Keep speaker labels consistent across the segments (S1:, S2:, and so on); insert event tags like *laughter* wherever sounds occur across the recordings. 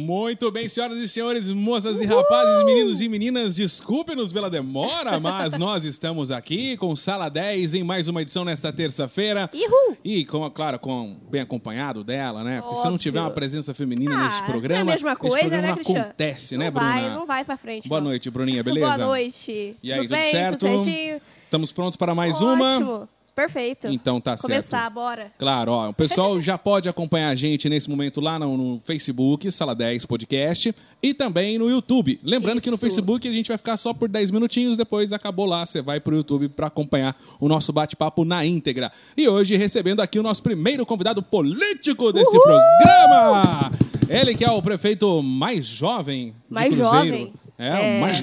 S1: Muito bem, senhoras e senhores, moças e rapazes, meninos e meninas, desculpe-nos pela demora, mas
S2: *laughs*
S1: nós estamos aqui com Sala 10 em mais uma edição nesta terça-feira.
S2: Ihu!
S1: E, com, claro, com, bem acompanhado dela, né? Porque se não
S2: Óbvio.
S1: tiver uma presença feminina
S2: Ah,
S1: neste
S2: não é a
S1: programa,
S2: mesma coisa,
S1: esse programa
S2: né,
S1: não
S2: Cristiano?
S1: acontece,
S2: não
S1: né,
S2: vai,
S1: Bruna?
S2: não vai pra frente.
S1: Boa
S2: não.
S1: noite, Bruninha, beleza?
S2: *laughs* Boa noite.
S1: E aí, tudo
S2: bem?
S1: certo?
S2: Tudo certinho?
S1: Estamos prontos para mais uma?
S2: Ótimo. Perfeito.
S1: Então tá certo.
S2: Começar, bora.
S1: Claro, ó, o
S2: *laughs*
S1: pessoal já pode acompanhar a gente nesse momento lá no, no Facebook, Sala 10 Podcast, e também no YouTube. Lembrando que no
S2: Isso.
S1: Facebook a gente vai ficar só por 10 minutinhos, depois acabou lá, você vai pro YouTube para acompanhar o nosso bate-papo na íntegra. E hoje recebendo aqui o nosso primeiro convidado político desse programa! Ele que é o prefeito mais jovem de
S2: Mais
S1: Cruzeiro.
S2: jovem.
S1: É,
S2: É.
S1: o mais-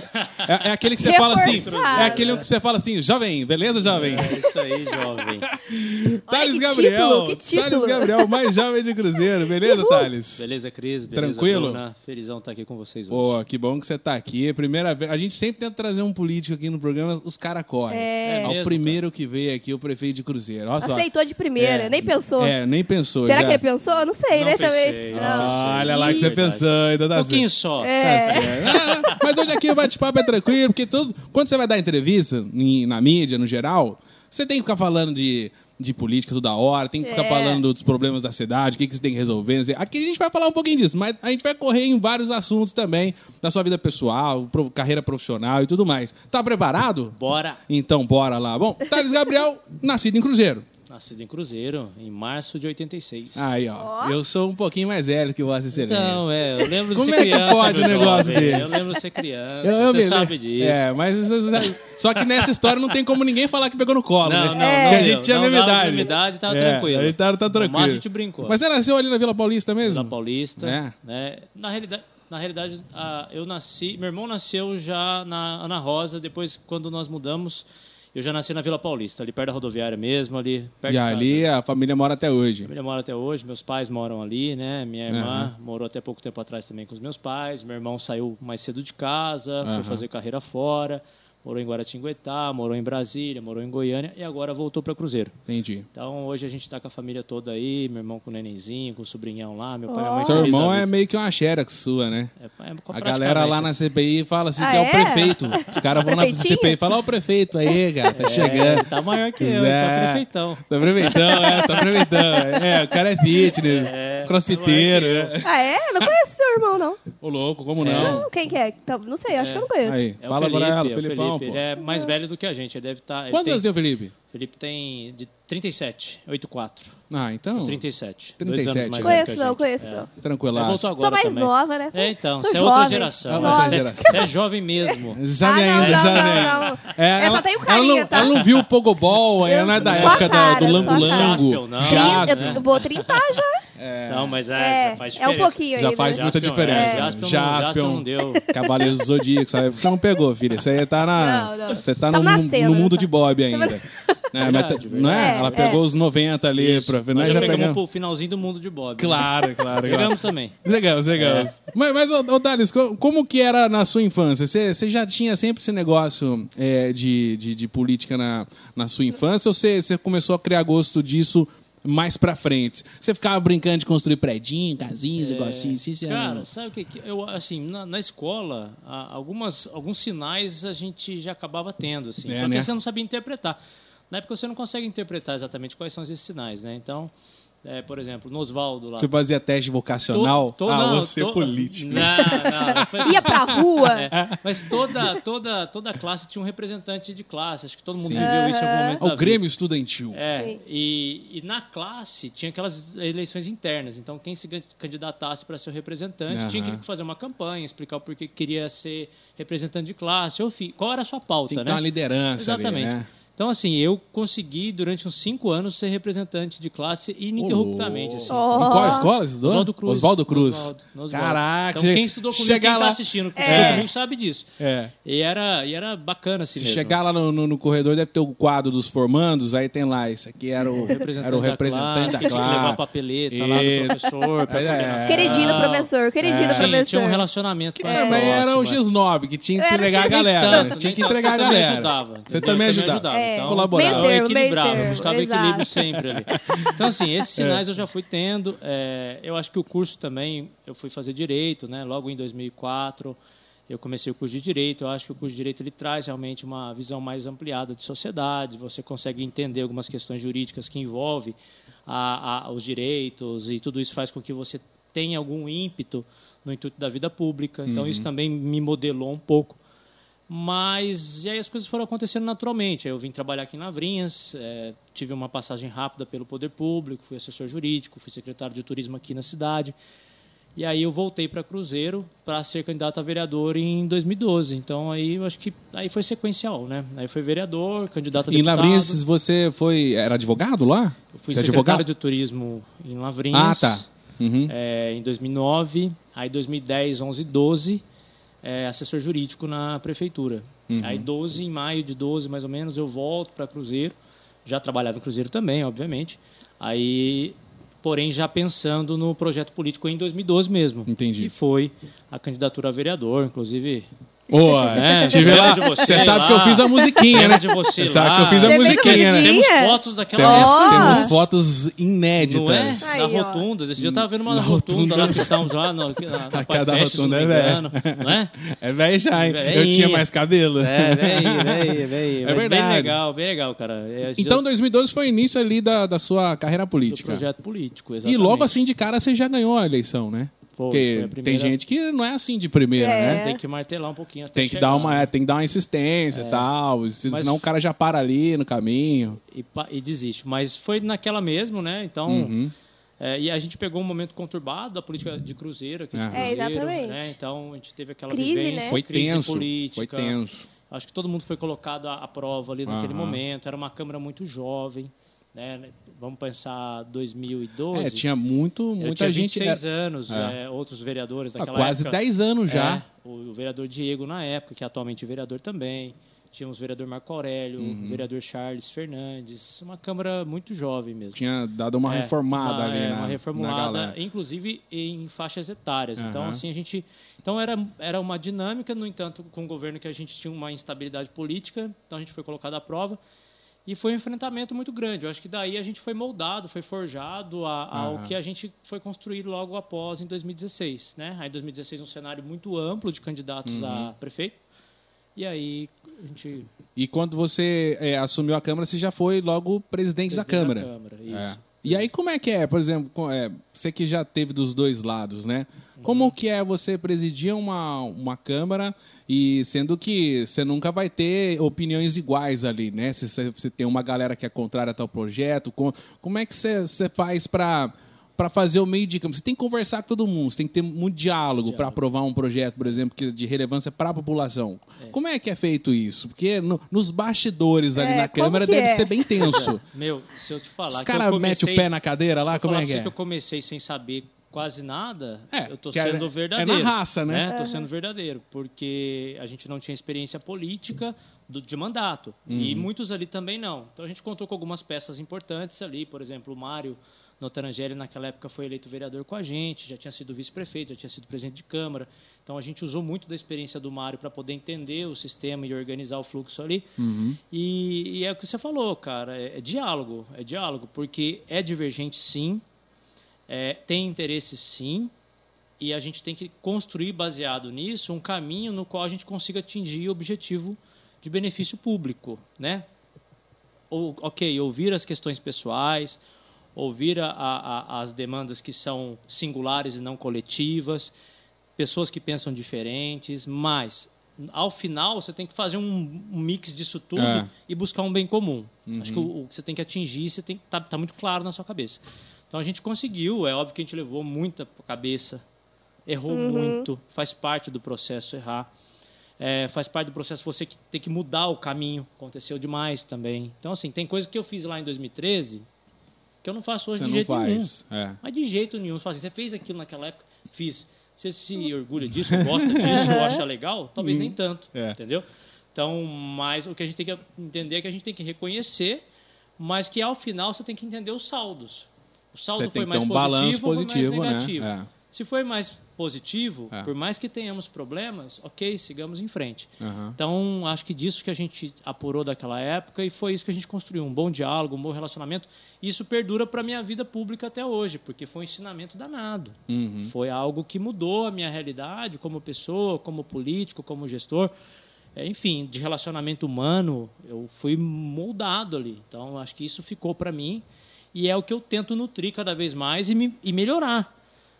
S1: é- é aquele que você fala assim,
S2: Reforçado.
S1: é aquele que você fala assim, jovem, beleza, jovem?
S3: É isso aí, jovem.
S1: Thales
S2: que
S1: Gabriel.
S2: título, que título.
S1: Thales Gabriel, mais jovem de Cruzeiro, beleza, Thales?
S3: Beleza, Cris? Beleza,
S1: Tranquilo?
S3: Bruna? Felizão tá aqui com vocês hoje.
S1: Pô, que bom que você tá aqui. Primeira vez. A gente sempre tenta trazer um político aqui no programa, os caras correm.
S2: É.
S3: É
S1: Ó, o
S3: mesmo,
S1: primeiro que veio aqui, o prefeito de Cruzeiro. Olha só.
S2: Aceitou de primeira,
S1: É,
S2: nem pensou.
S1: É, nem pensou.
S2: Será
S1: já.
S2: que ele pensou? Eu Não sei,
S3: Não
S2: né,
S3: pensei,
S2: também.
S3: não.
S1: Olha lá que você
S3: Verdade.
S1: pensou, então
S3: Um
S1: tá certo.
S3: pouquinho só.
S2: É.
S1: Ah, Mas hoje aqui o bate-papo é tranquilo, porque todo... quando você vai dar entrevista em- na mídia, no geral, você tem que ficar falando de, de política toda hora, tem que ficar
S2: É.
S1: falando dos problemas da cidade, o que, que você tem que resolver. não sei. Aqui a gente vai falar um pouquinho disso, mas a gente vai correr em vários assuntos também, da sua vida pessoal, pro- carreira profissional e tudo mais. Tá preparado?
S3: Bora.
S1: Então bora lá. Bom, Thales Gabriel, *laughs* nascido em Cruzeiro.
S3: Nascido em Cruzeiro, em março de 86.
S1: Aí, ó. Eu sou um pouquinho mais velho que Vossa Excelência.
S3: Então, é, eu lembro
S1: Como
S3: de
S1: é
S3: ser
S1: que
S3: criança.
S1: pode
S3: meu
S1: um negócio
S3: jovem.
S1: desse?
S3: Eu lembro de ser criança.
S1: Eu- eu
S3: você
S1: me
S3: sabe
S1: lembro.
S3: disso.
S1: É, mas você- só que nessa história não tem como ninguém falar que pegou no colo, né?
S3: Não, não,
S1: Porque
S3: não
S1: a gente
S3: deu.
S1: tinha a
S3: Não
S1: mesma
S3: dava
S1: idade.
S3: mesma idade, tava
S1: É,
S3: tranquilo.
S1: A gente tava, tá
S3: No
S1: tranquilo.
S3: máximo a gente brincou.
S1: Mas você nasceu ali na Vila Paulista mesmo?
S3: da Paulista.
S1: É.
S3: Né? Na realidade, na realidade ah, eu nasci, meu irmão nasceu já na Ana Rosa, depois quando nós mudamos, eu já nasci na Vila Paulista, ali perto da rodoviária mesmo, ali perto
S1: E
S3: da-
S1: ali a família mora até hoje.
S3: Minha família mora até hoje, meus pais moram ali, né? Minha irmã morou até pouco tempo atrás também com os meus pais. Meu irmão saiu mais cedo de casa,
S1: Aham.
S3: foi fazer carreira fora, morou em Guaratinguetá, morou em Brasília, morou em Goiânia e agora voltou para Cruzeiro.
S1: Entendi.
S3: Então hoje a gente tá com a família toda aí, meu irmão com o nenenzinho, com o sobrinhão lá, meu pai e minha
S2: Ó.
S3: mãe.
S1: Seu
S3: feliz da
S1: irmão é
S3: vida.
S1: meio que uma xerox sua, né?
S3: É, é
S1: A
S3: praticamente,
S1: galera lá
S3: né?
S1: na CPI fala assim que
S2: Ah,
S1: é o
S2: é?
S1: prefeito. Os caras vão na
S2: *laughs* Prefeitinho?
S1: CPI e falam, ó o prefeito aí, cara, tá
S3: É,
S1: chegando.
S3: ele tá maior que eu, ele
S1: É.
S3: tá prefeitão.
S1: Tá aproveitando, é, tá aproveitando. É, o cara é fitness, crossfiteiro,
S3: tá maior que
S1: né?
S2: Ah, é? Não conheço seu irmão,
S1: *laughs*
S2: não.
S1: Ô louco, como
S3: É.
S1: não?
S2: Quem que é? Então, Não sei, acho
S3: É.
S2: que eu não conheço.
S1: Aí,
S3: É o
S1: fala agora ela,
S3: é o
S1: Felipão,
S3: Felipe,
S1: pô.
S3: Ele é mais velho do que a gente, ele deve estar...
S1: Quantos anos tem o Felipe?
S3: Felipe tem de 37, 84.
S1: Ah, então.
S3: 37.
S1: 37,
S3: Dois anos mais
S1: é.
S3: velho que a
S2: Conheço não,
S3: gente.
S2: conheço
S3: É.
S2: não.
S3: Ela
S1: Tranquilaço.
S3: voltou agora
S2: Sou mais
S3: também.
S2: nova, né? Sou-
S3: É, então,
S2: sou
S3: você é outra
S2: jovem.
S3: geração.
S1: É outra
S3: Você-
S1: geração.
S3: Você é jovem mesmo.
S1: Já
S2: Ah,
S1: me
S2: não,
S1: ainda,
S2: não,
S1: já
S2: não,
S1: me ainda.
S2: não.
S1: É,
S2: Eu só tenho
S1: ela não,
S2: carinha, tá?
S1: ela não viu o Pogobol, ela não é
S2: Eu-
S1: da
S2: só
S1: época da-
S2: cara,
S1: do
S2: só
S1: Lango Lango.
S3: cara. Não,
S1: Já,
S2: Sim,
S3: né?
S2: eu vou 30 já.
S3: Não, mas *laughs* é,
S2: É,
S3: faz
S2: é um
S3: diferença.
S2: pouquinho
S1: já
S2: ainda.
S1: faz
S2: né?
S1: muita
S3: Jaspion,
S1: diferença.
S3: é, Jaspion não- Jaspion não deu.
S1: Cavaleiro do Zodíaco, sabe? Você não pegou, filha. Você aí tá na.
S2: Não, não.
S1: Você tá
S2: Tava
S1: no,
S2: nascendo,
S1: no mundo
S2: né,
S1: de Bob ainda. É, mas
S3: *laughs*
S1: tá-
S3: Verdade,
S1: não é?
S2: verdade.
S1: Ela
S2: É,
S1: pegou
S2: é.
S1: os 90 ali.
S3: Isso.
S1: Pra, nós
S3: Nós já
S1: já
S3: pegamos
S1: pegamos.
S3: pro finalzinho do mundo de Bob. né?
S1: Claro, claro. claro.
S3: Pegamos também.
S1: Chegamos, chegamos. Mas, mas ô, ô Thales, co- como que era na sua infância? Você você já tinha sempre esse negócio é, de, de, de política na, na sua infância ou você você começou a criar gosto disso mais pra frente? Você ficava brincando de construir predinho, casinhas, negocinho, assim, assim,
S3: É. Cara,
S1: não.
S3: sabe o que? que eu, assim, na, na escola, a- algumas, alguns sinais a gente já acabava tendo, assim.
S1: É,
S3: só que
S1: né?
S3: você não sabia interpretar. Na época você não consegue interpretar exatamente quais são esses sinais, né? Então, é, por exemplo, no Oswaldo lá.
S1: Você fazia teste vocacional?
S3: To- to-
S1: ah,
S3: não,
S1: você é
S3: to-
S1: político.
S3: Não, não, não foi assim.
S2: Ia pra
S1: *laughs*
S2: rua.
S3: É, mas toda, toda, toda classe tinha um representante de classe. Acho que todo mundo
S1: Sim. É.
S3: viveu isso em algum momento.
S1: Ah, O
S3: da
S1: Grêmio Estudantil.
S3: vida. É,
S2: Sim.
S3: e, e na classe tinha aquelas eleições internas. Então, quem se can- candidatasse para ser o representante
S1: Aham.
S3: tinha que fazer uma campanha, explicar por que queria ser representante de classe, ou fi- qual era a sua pauta,
S1: Tem que ter
S3: né?
S1: uma liderança
S3: Exatamente.
S1: ali, né?
S3: Então, assim, eu consegui durante uns cinco anos ser representante de classe ininterruptamente.
S1: Ô,
S3: assim.
S2: Ó.
S1: louco. Em qual escola você estudou?
S3: Oswaldo Cruz.
S1: Oswaldo Cruz.
S3: Oswaldo, Oswaldo.
S1: Caraca.
S3: Então,
S1: você
S3: quem estudou comigo,
S1: chegar
S3: quem
S1: lá...
S3: tá assistindo, quem
S2: É.
S3: estudou comigo sabe disso.
S1: É.
S3: E era, e era bacana assim
S1: Se
S3: mesmo.
S1: chegar lá no, no- no corredor, deve ter o quadro dos formandos, aí tem lá, isso aqui era o,
S3: *laughs* representante
S1: era o
S3: da
S1: representante da
S3: que tinha que levar a
S1: classe.
S3: papeleta lá
S1: E-
S3: do
S1: *laughs*
S3: professor. Pra
S1: É.
S3: coordenação.
S2: Queridinho do professor, queridinho do
S3: Sim, Tinha um
S2: professor.
S3: relacionamento
S1: Que
S3: mais
S1: também era o
S3: próximo, é.
S1: X9, que tinha que
S2: Era o
S1: entregar a
S2: X9.
S1: galera.
S3: Nem tanto,
S1: tinha
S3: nem
S1: que
S3: tanto,
S1: entregar a
S3: eu também
S1: galera.
S3: ajudava,
S1: Você também
S3: entendeu? Eu também
S1: ajudava.
S3: ajudava.
S2: É,
S3: então,
S1: Colaborava.
S2: meio
S3: então eu
S2: termo, meio
S3: equilibrava,
S2: termo,
S3: buscava
S2: exato. É.
S3: equilíbrio sempre ali. Então, assim, esses
S2: *laughs*
S3: sinais eu já fui tendo. é, eu acho que o curso também, eu fui fazer direito, né? Logo em 2004, eu comecei o curso de direito. Eu acho que o curso de direito ele traz realmente uma visão mais ampliada de sociedade. Você consegue entender algumas questões jurídicas que envolvem a- a- os direitos e tudo isso faz com que você tenha algum ímpeto no intuito da vida pública. Então,
S2: Uhum.
S3: isso também me modelou um pouco. Mas e aí as coisas foram acontecendo naturalmente. Aí eu vim trabalhar aqui em Lavrinhas, eh, tive uma passagem rápida pelo poder público, fui assessor jurídico, fui secretário de turismo aqui na cidade. E aí eu voltei para Cruzeiro para ser candidato a vereador em 2012. Então aí eu acho que aí foi sequencial, né? Aí foi vereador, candidato a
S1: Em
S3: deputado.
S1: Lavrinhas, você foi. Era advogado lá?
S3: eu fui
S1: Você é
S3: secretário de turismo em
S1: Ah,
S3: Lavrinhas.
S1: tá. Uhum.
S3: É, em 2009, aí 2010, 11, 12, é, assessor jurídico na prefeitura.
S1: Uhum.
S3: Aí 12, em maio de 12 mais ou menos, eu volto para Cruzeiro. Já trabalhava em Cruzeiro também, obviamente. Aí, porém, já pensando no projeto político em 2012 mesmo.
S1: Entendi.
S3: Que foi a candidatura a vereador, inclusive.
S1: Ô,
S3: *laughs* É,
S1: tive
S3: lembra
S1: lá.
S3: de você
S1: Você sabe
S3: lá.
S1: que eu
S3: *laughs*
S1: fiz a musiquinha, né?
S3: Lembra de você
S1: Você sabe
S3: lá.
S1: que eu fiz a
S2: Você fez a
S1: musiquinha, né?
S2: musiquinha?
S3: Temos
S2: Minha?
S3: fotos daquela
S2: Temos.
S3: época.
S2: Ó.
S1: Temos fotos
S3: Não é?
S1: inéditas.
S2: Aí,
S3: Na
S2: ó.
S3: rotunda. Desse dia eu tava vendo uma
S1: Na
S3: rotunda,
S1: rotunda.
S3: lá que estávamos
S1: *laughs*
S3: lá no, na, na
S1: Aquela da
S3: Pai Fest, se
S1: rotunda
S3: não me
S1: é velha.
S3: engano,
S1: *laughs*
S3: Não é?
S1: É velho já, hein?
S3: Velhinha.
S1: Eu tinha mais cabelo.
S3: É, véi, véi, véi.
S1: *laughs* É
S3: Mas
S1: verdade.
S3: Bem legal, bem legal, cara. É, esse
S1: Então,
S3: dia
S1: 2012 foi o início ali da, da sua carreira
S3: do
S1: política.
S3: projeto político,
S1: E
S3: exatamente.
S1: logo assim de cara você já ganhou a eleição, né?
S3: Foi,
S1: Porque
S3: foi a primeira.
S1: tem gente que não é assim de primeira,
S2: É.
S1: né?
S3: Tem que martelar um pouquinho até
S1: Tem que,
S3: chegar. É.
S1: dar uma, é- tem que dar uma insistência e tal. Senão
S3: Mas-
S1: o cara já para ali no caminho.
S3: E, pa- e desiste. Mas foi naquela mesmo, né? Então...
S1: Uhum.
S3: é, e a gente pegou um momento conturbado da política de Cruzeiro aqui de
S1: É. É,
S3: Cruzeiro,
S2: exatamente.
S3: né? Então a gente teve aquela
S2: Crise,
S3: vivência,
S2: né?
S1: Foi
S3: é crise
S1: tenso. Foi
S3: política.
S1: tenso.
S3: Acho que todo mundo foi colocado à, à prova ali naquele
S1: Aham.
S3: momento. Era uma Câmara muito jovem, né? Vamos pensar 2012.
S1: É, tinha muito,
S3: Eu
S1: muita
S3: tinha
S1: gente.
S3: 26
S1: era-
S3: anos,
S1: É.
S3: é, outros vereadores
S1: Ah,
S3: daquela
S1: quase
S3: época.
S1: 10 anos já.
S3: É, o vereador Diego na época, que é atualmente vereador também. Tínhamos o vereador Marco Aurélio,
S1: Uhum.
S3: o vereador Charles Fernandes. Uma Câmara muito jovem mesmo.
S1: Tinha dado uma
S3: É,
S1: reformada
S3: uma-
S1: ali
S3: é,
S1: na,
S3: uma reformulada,
S1: na galera.
S3: inclusive em faixas etárias. Então,
S1: Aham.
S3: assim, a gente. Então, era, era uma dinâmica, no entanto, com o governo que a gente tinha uma instabilidade política, então a gente foi colocado à prova. E foi um enfrentamento muito grande. Eu acho que daí a gente foi moldado, foi forjado a- ao
S1: Aham.
S3: que a gente foi construir logo após, em 2016. Né? Aí, em 2016, um cenário muito amplo de candidatos
S1: Uhum.
S3: a prefeito. E aí, a gente.
S1: E quando você é, assumiu a Câmara, você já foi logo presidente, da Câmara.
S3: isso.
S1: É. E aí, como é que é, por exemplo, co- é, você que já teve dos dois lados, né? Como que é você presidir uma, uma Câmara e sendo que você nunca vai ter opiniões iguais ali, né? Se você você tem uma galera que é contrária a tal projeto, com- como é que você, você faz para para fazer o meio de campo? Você tem que conversar com todo mundo, você tem que ter muito diálogo, para aprovar um projeto, por exemplo, que é de relevância para a população. Como é que é feito isso? Porque no- nos bastidores ali
S2: É,
S1: na
S2: como
S1: Câmara
S2: que
S1: deve
S2: é?
S1: ser bem
S2: *laughs*
S1: tenso.
S3: Meu, se eu te falar.
S1: Os
S3: que eu
S1: caras metem o
S3: comecei-
S1: pé na cadeira lá,
S3: Se eu
S1: como
S3: falar
S1: é
S3: pra
S1: que
S3: você
S1: é?
S3: que eu comecei sem saber quase nada,
S1: É,
S3: eu tô
S1: que é-
S3: sendo
S1: é
S3: verdadeiro.
S1: na raça, né?
S3: Tô sendo verdadeiro, porque a gente não tinha experiência política do- de mandato.
S1: Uhum.
S3: E muitos ali também não. Então a gente contou com algumas peças importantes ali, por exemplo, o Mário Notarangeli naquela época foi eleito vereador com a gente, já tinha sido vice-prefeito, já tinha sido presidente de Câmara. Então a gente usou muito da experiência do Mário para poder entender o sistema e organizar o fluxo ali.
S1: Uhum.
S3: E, e é o que você falou, cara, é- é diálogo, é diálogo, porque é divergente sim, é, tem interesse sim, e a gente tem que construir baseado nisso um caminho no qual a gente consiga atingir o objetivo de benefício público, né? Ou, ok, ouvir as questões pessoais, ouvir a- a- a- as demandas que são singulares e não coletivas, pessoas que pensam diferentes, mas ao final você tem que fazer um, um mix disso tudo
S1: É.
S3: e buscar um bem comum. Acho que o, o que você tem que atingir, você tem tá, tá muito claro na sua cabeça. Então a gente conseguiu, é óbvio que a gente levou muita cabeça, errou muito, faz parte do processo errar. É, faz parte do processo você que tem que mudar o caminho. Aconteceu demais também. Então, assim, tem coisa que eu fiz lá em 2013 que eu não faço hoje
S1: Você
S3: de
S1: não
S3: jeito nenhum.
S1: faz. É.
S3: Mas de jeito nenhum. Você fala assim, você fez aquilo naquela época? Fiz. Você se orgulha disso, gosta disso, acha legal? Talvez nem tanto,
S1: É.
S3: entendeu? Então, mas o que a gente tem que entender é que a gente tem que reconhecer, mas que ao final você tem que entender os saldos. O saldo
S1: Você tem
S3: foi
S1: que ter
S3: mais
S1: um
S3: positivo,
S1: balanço
S3: ou foi mais
S1: positivo, né?
S3: negativo.
S1: É.
S3: Se foi mais positivo,
S1: É.
S3: por mais que tenhamos problemas, ok, sigamos em frente.
S1: Aham.
S3: Então, acho que disso que a gente apurou daquela época e foi isso que a gente construiu, um bom diálogo, um bom relacionamento. E isso perdura para minha vida pública até hoje, porque foi um ensinamento danado.
S1: Uhum.
S3: Foi algo que mudou a minha realidade como pessoa, como político, como gestor. É, Enfim, de relacionamento humano, eu fui moldado ali. Então, acho que isso ficou para mim e é o que eu tento nutrir cada vez mais e, me- e melhorar.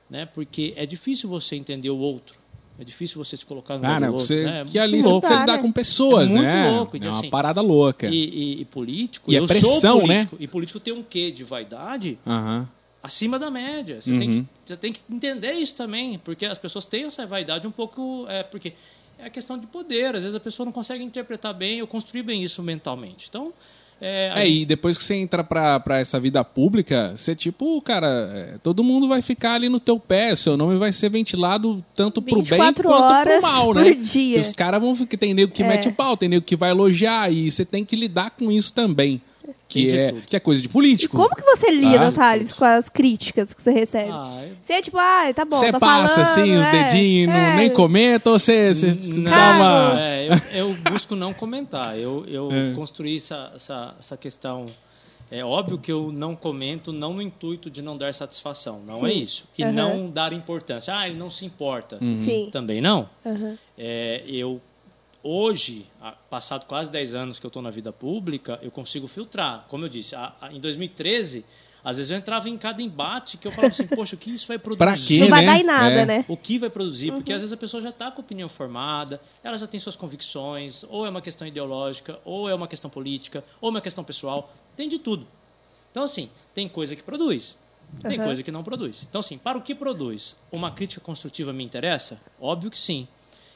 S3: Né? Porque é difícil você entender o outro. É difícil você se colocar no lugar
S1: Ah,
S3: do
S1: não,
S3: outro.
S1: você,
S3: né? É
S1: que
S3: muito
S1: ali você tá
S3: louco.
S1: precisa
S2: Cara,
S1: lidar com pessoas,
S3: é muito
S1: né?
S3: louco, então,
S1: é uma
S3: assim,
S1: parada louca.
S3: E, e- e político,
S1: E é
S3: eu
S1: pressão, né?
S3: sou político, e político tem um quê de vaidade
S1: Aham.
S3: acima da média. Você, tem
S1: Uhum.
S3: que, você tem que entender isso também, porque as pessoas têm essa vaidade um pouco. É, porque é a questão de poder, às vezes a pessoa não consegue interpretar bem ou construir bem isso mentalmente. Então, é, a
S1: É, e depois que você entra pra, pra essa vida pública, você tipo, cara, é, todo mundo vai ficar ali no teu pé, seu nome vai ser ventilado tanto pro bem quanto
S2: 24
S1: pro
S2: horas
S1: mal, né?
S2: por
S1: Que
S2: dia. É.
S1: os caras vão ficar, tem nego que mete o pau, tem nego que vai elogiar, e você tem que lidar com isso também.
S3: Tem
S1: Que,
S3: de
S1: é,
S3: tudo.
S1: que é coisa de
S2: E
S1: político.
S2: como que você lida,
S1: Ah.
S2: Thales, com as críticas que você recebe?
S3: Ah, eu-
S2: Você é tipo, ah, tá bom,
S1: Você
S2: tá
S1: passa
S2: falando,
S1: assim, os
S2: é,
S1: dedinhos, não-
S2: é.
S1: nem comenta, ou você você- você
S3: Hum, Não,
S1: dá uma.
S3: é, eu, eu busco não comentar. Eu, eu construí essa, essa, essa questão. É óbvio que eu não comento, não no intuito de não dar satisfação. Não é
S2: Sim.
S3: isso. E
S2: Aham. Hum.
S3: não dar importância. Ah, ele não se importa.
S2: Sim.
S3: Também não.
S1: Então,
S2: Aham.
S3: É, eu hoje, a- passado quase 10 anos que eu estou na vida pública, eu consigo filtrar. Como eu disse, a- a- em 2013, às vezes eu entrava em cada embate que eu falava assim, *laughs* poxa, o que isso vai produzir?
S1: Pra quê?
S2: Não vai
S1: né?
S2: dar em nada,
S1: É.
S2: né?
S3: O que vai produzir? Porque às vezes a pessoa já está com opinião formada, ela já tem suas convicções, ou é uma questão ideológica, ou é uma questão política, ou é uma questão pessoal, tem de tudo. Então, assim, tem coisa que produz, tem
S2: Aham.
S3: coisa que não produz. Então, assim, para o que produz, uma crítica construtiva me interessa? Óbvio que sim.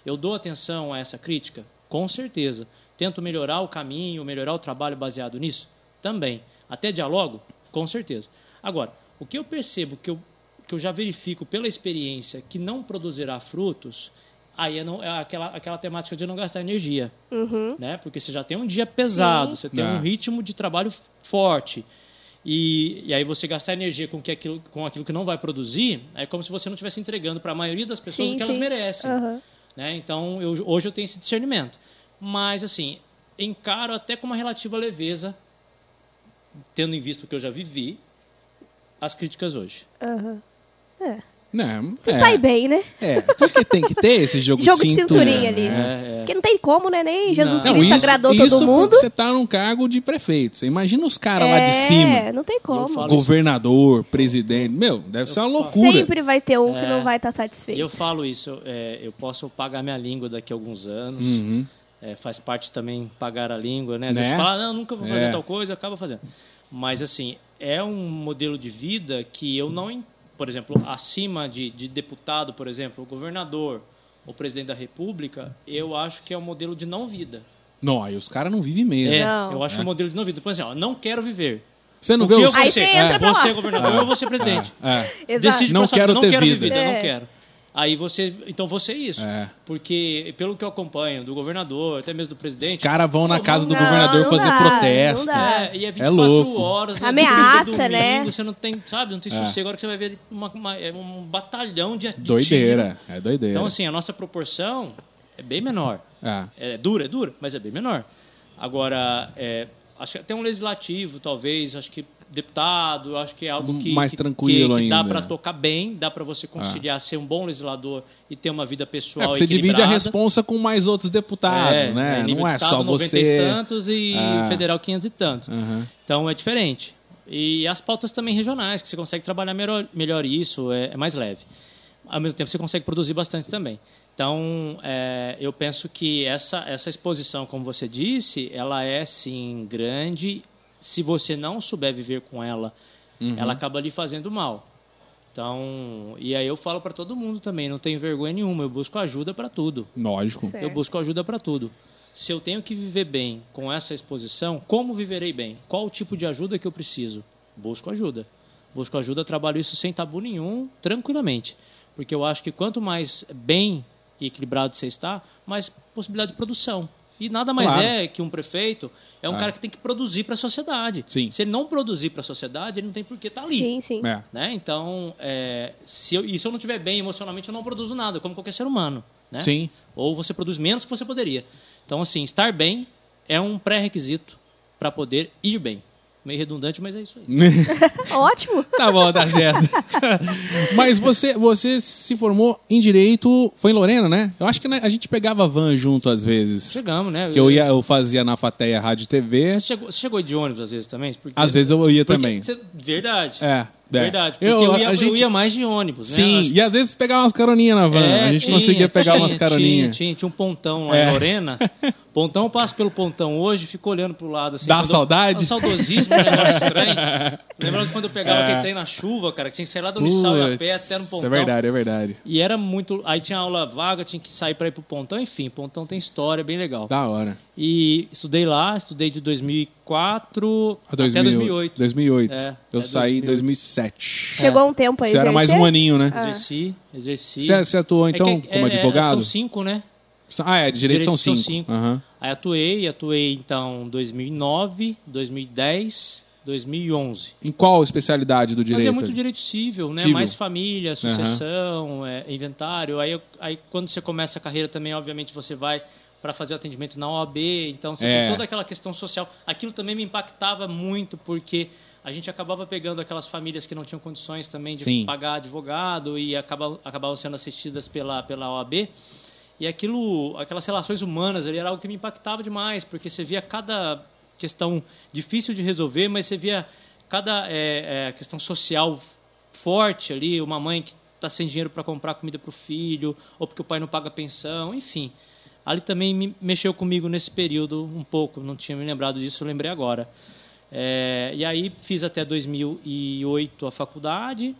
S3: Eu dou atenção a essa crítica? Com certeza. Tento melhorar o caminho, melhorar o trabalho baseado nisso? Também. Até dialogo? Com certeza. Agora, o que eu percebo que eu, que eu já verifico pela experiência que não produzirá frutos, aí é, não, é aquela, aquela temática de não gastar energia. Né? Porque você já tem um dia pesado, você tem
S1: É.
S3: um ritmo de trabalho forte. E, e aí você gastar energia com, que aquilo, com aquilo que não vai produzir, é como se você não estivesse entregando para a maioria das pessoas
S2: Sim,
S3: o que elas
S2: sim.
S3: merecem.
S2: Aham.
S3: Né? Então, eu- hoje eu tenho esse discernimento. Mas, assim, encaro até com uma relativa leveza, tendo em vista o que eu já vivi, as críticas hoje.
S2: aham.
S1: Não,
S2: Você
S1: é,
S2: sai bem, né?
S1: É, porque tem que ter esse jogo,
S2: Jogo
S1: de
S2: de
S1: cintura.
S2: cinturinha ali.
S1: né?
S2: Porque não tem como, né? Nem Jesus
S3: Não,
S2: Cristo
S1: isso-
S2: agradou
S1: isso
S2: todo mundo.
S1: porque você tá num cargo de prefeito. Você imagina os caras lá de cima.
S2: É, não tem
S3: Eu
S2: como.
S3: falo-
S1: Governador, presidente. Meu, deve ser uma loucura.
S2: Sempre vai ter um que
S1: É.
S2: não vai estar
S3: E
S2: satisfeito.
S3: eu falo isso, é, eu posso pagar minha língua daqui a alguns anos.
S1: Uhum.
S3: É, faz parte também pagar a língua, né? Às
S1: Né?
S3: vezes fala, não, nunca vou fazer
S1: É.
S3: tal coisa, acaba fazendo. Mas, assim, é um modelo de vida que eu não... en- Por exemplo, acima de, de deputado, por exemplo, governador ou presidente da república, eu acho que é um modelo de não vida.
S1: Não, aí os caras não vivem mesmo.
S3: É,
S2: Não.
S3: eu acho um modelo de não vida. Por exemplo, ó, não quero viver.
S1: Você não
S3: O
S1: vê
S3: que
S1: os...
S3: eu vou
S2: Aí
S3: ser?
S2: você entra
S3: É.
S2: pra
S3: Você
S2: lá.
S3: é governador, eu vou ser presidente.
S1: É,
S2: Exato.
S3: Decide
S1: Não
S3: pra sua
S1: quero
S3: vida, não
S1: ter
S3: quero
S1: vida.
S3: viver, não
S2: É.
S3: quero. Aí você, então você é isso.
S1: É.
S3: Porque pelo que eu acompanho do governador, até mesmo do
S1: Os
S3: presidente,
S1: caras vão na
S3: Não,
S1: casa do
S2: não
S1: governador
S2: dá,
S1: fazer
S2: não
S1: protesto.
S2: dá.
S3: é, e é 24
S1: louco.
S3: horas,
S2: Ameaça,
S3: é domingo,
S2: né?
S3: Você não tem, sabe, não tem
S1: É.
S3: sossego. Agora que você vai ver uma- uma- é um batalhão de de tiro.
S1: Doideira. É doideira.
S3: Então assim, a nossa proporção é bem menor.
S1: É.
S3: É dura, é dura, mas é bem menor. Agora, é, acho que até um legislativo, talvez, acho que deputado, acho que é algo que
S1: Mais
S3: que-
S1: tranquilo
S3: que, que dá
S1: ainda. né?
S3: para tocar bem, dá para você conciliar ser um bom legislador e ter uma vida
S1: É,
S3: pessoal
S1: porque você divide a
S3: equilibrada.
S1: responsa com mais outros deputados,
S3: É,
S1: né?
S3: é, nível
S1: Não
S3: de
S1: é
S3: estado,
S1: só
S3: 90 e
S1: você.
S3: tantos e
S1: Ah.
S3: federal 500 e tantos.
S1: Aham.
S3: Então é diferente. E as pautas também regionais, que você consegue trabalhar melhor, melhor isso, é, é mais leve. Ao mesmo tempo, você consegue produzir bastante também. Então, é, eu penso que essa, essa exposição, como você disse, ela é, sim, grande. Se você não souber viver com ela, ela acaba lhe fazendo mal. Então, e aí eu falo para todo mundo também, não tenho vergonha nenhuma, eu busco ajuda para tudo.
S1: Lógico.
S2: Certo.
S3: Eu busco ajuda para tudo. Se eu tenho que viver bem com essa exposição, como viverei bem? Qual o tipo de ajuda que eu preciso? Busco ajuda. Busco ajuda, trabalho isso sem tabu nenhum, tranquilamente. Porque eu acho que quanto mais bem e equilibrado você está, mais possibilidade de produção. E nada mais
S1: Claro.
S3: é que um prefeito é um cara que tem que produzir para a sociedade.
S1: Sim.
S3: Se ele não produzir para a sociedade, ele não tem por que estar ali.
S2: Sim, sim.
S1: É.
S3: Né? Então, é, se eu, e se eu não estiver bem emocionalmente, eu não produzo nada, como qualquer ser humano. Né?
S1: Sim. *laughs*
S3: Ou você produz menos que você poderia. Então, assim, estar bem é um pré-requisito para poder ir bem. Meio redundante, mas é isso aí.
S2: Ótimo.
S1: Tá bom, tá certo. *laughs* Mas você, você se formou em direito, foi em Lorena, né? Eu acho que né, a gente pegava van junto às vezes.
S3: Chegamos, né?
S1: Que eu ia, eu fazia na Fateia Rádio e TV.
S3: Você chegou, você chegou de ônibus às vezes também? Porque-
S1: Às vezes eu ia
S3: porque
S1: também.
S3: você- verdade.
S1: É, é.
S3: Verdade. Porque
S1: Eu-
S3: eu, ia,
S1: a
S3: eu
S1: gente-
S3: ia mais de ônibus, né?
S1: Sim,
S3: Acho-
S1: e às vezes pegava umas caroninhas na van.
S3: É,
S1: a gente
S3: tinha,
S1: conseguia pegar
S3: tinha,
S1: umas caroninhas.
S3: Tinha, tinha, tinha um pontão lá
S1: É. *laughs*
S3: em Lorena. Pontão, eu passo pelo pontão hoje, fico olhando pro lado assim.
S1: Dá
S3: quando eu-
S1: saudade? É.
S3: É um saudosismo, um negócio
S1: *laughs*
S3: estranho. Lembrando quando eu pegava aquele trem na chuva, cara, que tinha que sair lá do Unisal e a pé até no
S1: Putz,
S3: pontão.
S1: é verdade, é verdade.
S3: E era muito. Aí tinha aula vaga, tinha que sair pra ir pro pontão, enfim, pontão tem história, é bem legal.
S1: Da hora.
S3: E estudei lá, estudei de 2004
S1: A 2000,
S3: até 2008.
S1: 2008.
S3: É,
S1: eu
S3: é
S1: saí em
S3: 2008.
S1: 2007.
S2: Chegou um tempo aí.
S1: Você era mais um
S2: exercer?
S1: aninho, né?
S3: Exerci, exerci.
S1: Você, você atuou, então,
S3: É que-
S1: como
S3: é- é-
S1: advogado?
S3: São cinco, né?
S1: Ah, é, de direito,
S3: Direito
S1: são
S3: são
S1: cinco.
S3: cinco.
S1: Aham.
S3: Aí atuei, atuei então 2009, 2010, 2011.
S1: Em qual especialidade do direito?
S3: Fazia é muito direito civil, né?
S1: Civil.
S3: Mais família, sucessão, é, inventário. Aí, eu- aí quando você começa a carreira também, obviamente você vai para fazer o atendimento na OAB, então você
S1: É.
S3: tem toda aquela questão social. Aquilo também me impactava muito porque a gente acabava pegando aquelas famílias que não tinham condições também de
S1: Sim.
S3: pagar advogado e acaba, acabavam sendo assistidas pela pela OAB. E aquilo, aquelas relações humanas ali era algo que me impactava demais, porque você via cada questão difícil de resolver, mas você via cada é, é, questão social f- forte ali, uma mãe que está sem dinheiro para comprar comida para o filho, ou porque o pai não paga pensão, enfim. Ali também me- mexeu comigo nesse período um pouco, não tinha me lembrado disso, eu lembrei agora. É, e aí fiz até 2008 a faculdade,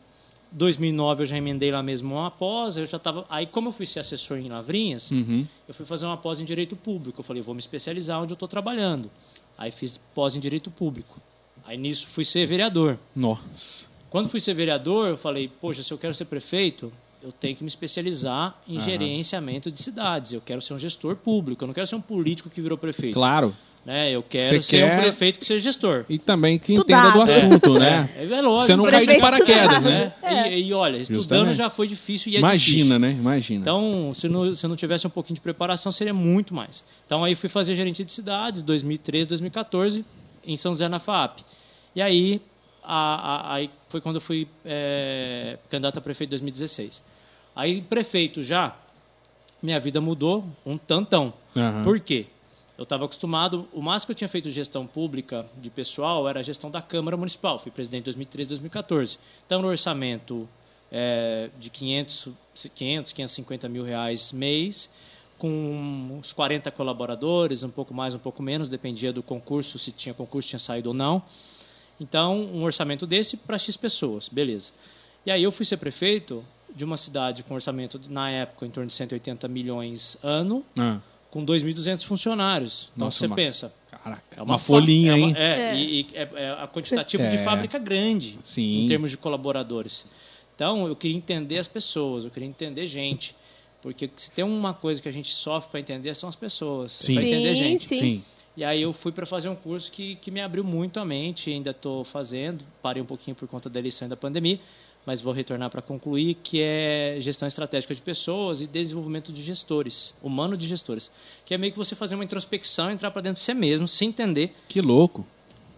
S3: 2009 eu já emendei lá mesmo uma pós, eu já estava... Aí como eu fui ser assessor em Lavrinhas,
S1: Uhum.
S3: eu fui fazer uma pós em Direito Público. Eu falei, vou me especializar onde eu estou trabalhando. Aí fiz pós em Direito Público. Aí nisso fui ser vereador.
S1: Nossa.
S3: Quando fui ser vereador, eu falei, poxa, se eu quero ser prefeito, eu tenho que me especializar em
S1: Aham.
S3: gerenciamento de cidades. Eu quero ser um gestor público, eu não quero ser um político que virou prefeito.
S1: Claro.
S3: Né? Eu quero
S1: Você
S3: ser
S1: quer-
S3: um prefeito que seja gestor.
S1: E também que
S2: Estudar,
S1: entenda do
S2: né?
S1: assunto, né?
S3: É, é lógico.
S1: Você não
S3: né?
S1: cai de paraquedas, né?
S2: *laughs*
S3: né?
S2: É.
S3: E, e olha, estudando
S1: Justamente.
S3: já foi difícil e é difícil.
S1: Imagina, né? Imagina.
S3: Então, se não, se não tivesse um pouquinho de preparação, seria muito mais. Então, aí fui fazer gerente de cidades, 2013, 2014, em São José, na FAP. E aí, a- a- aí foi quando eu fui eh, candidato a prefeito em 2016. Aí, prefeito já, minha vida mudou um tantão.
S1: Aham.
S3: Por quê? Eu estava acostumado, o máximo que eu tinha feito de gestão pública de pessoal era a gestão da Câmara Municipal. Fui presidente em 2013, 2014. Então, no orçamento eh, de 500, 500, 550 mil reais mês, com uns 40 colaboradores, um pouco mais, um pouco menos, dependia do concurso, se tinha concurso, tinha saído ou não. Então, um orçamento desse para X pessoas, beleza. E aí eu fui ser prefeito de uma cidade com orçamento, de- na época, em torno de 180 milhões ano,
S1: Ah,
S3: com 2.200 funcionários. Então
S1: Nossa,
S3: você
S1: uma-
S3: pensa.
S1: caraca.
S3: é
S1: uma,
S3: fa-
S1: folhinha,
S3: é uma-
S1: hein?
S3: É,
S2: É.
S3: e, e é, é a quantitativa
S1: É.
S3: de fábrica grande
S1: Sim.
S3: em termos de colaboradores. Então eu queria entender as pessoas, eu queria entender gente. Porque se tem uma coisa que a gente sofre para entender são as pessoas,
S1: Sim.
S3: para entender
S2: Sim,
S3: gente.
S2: sim.
S1: Sim.
S3: E aí eu fui para fazer um curso que, que me abriu muito a mente, ainda estou fazendo, parei um pouquinho por conta da eleição e da pandemia, mas vou retornar para concluir, que é gestão estratégica de pessoas e desenvolvimento de gestores, humano de gestores, que é meio que você fazer uma introspecção, entrar para dentro de você mesmo, se entender,
S1: Que louco.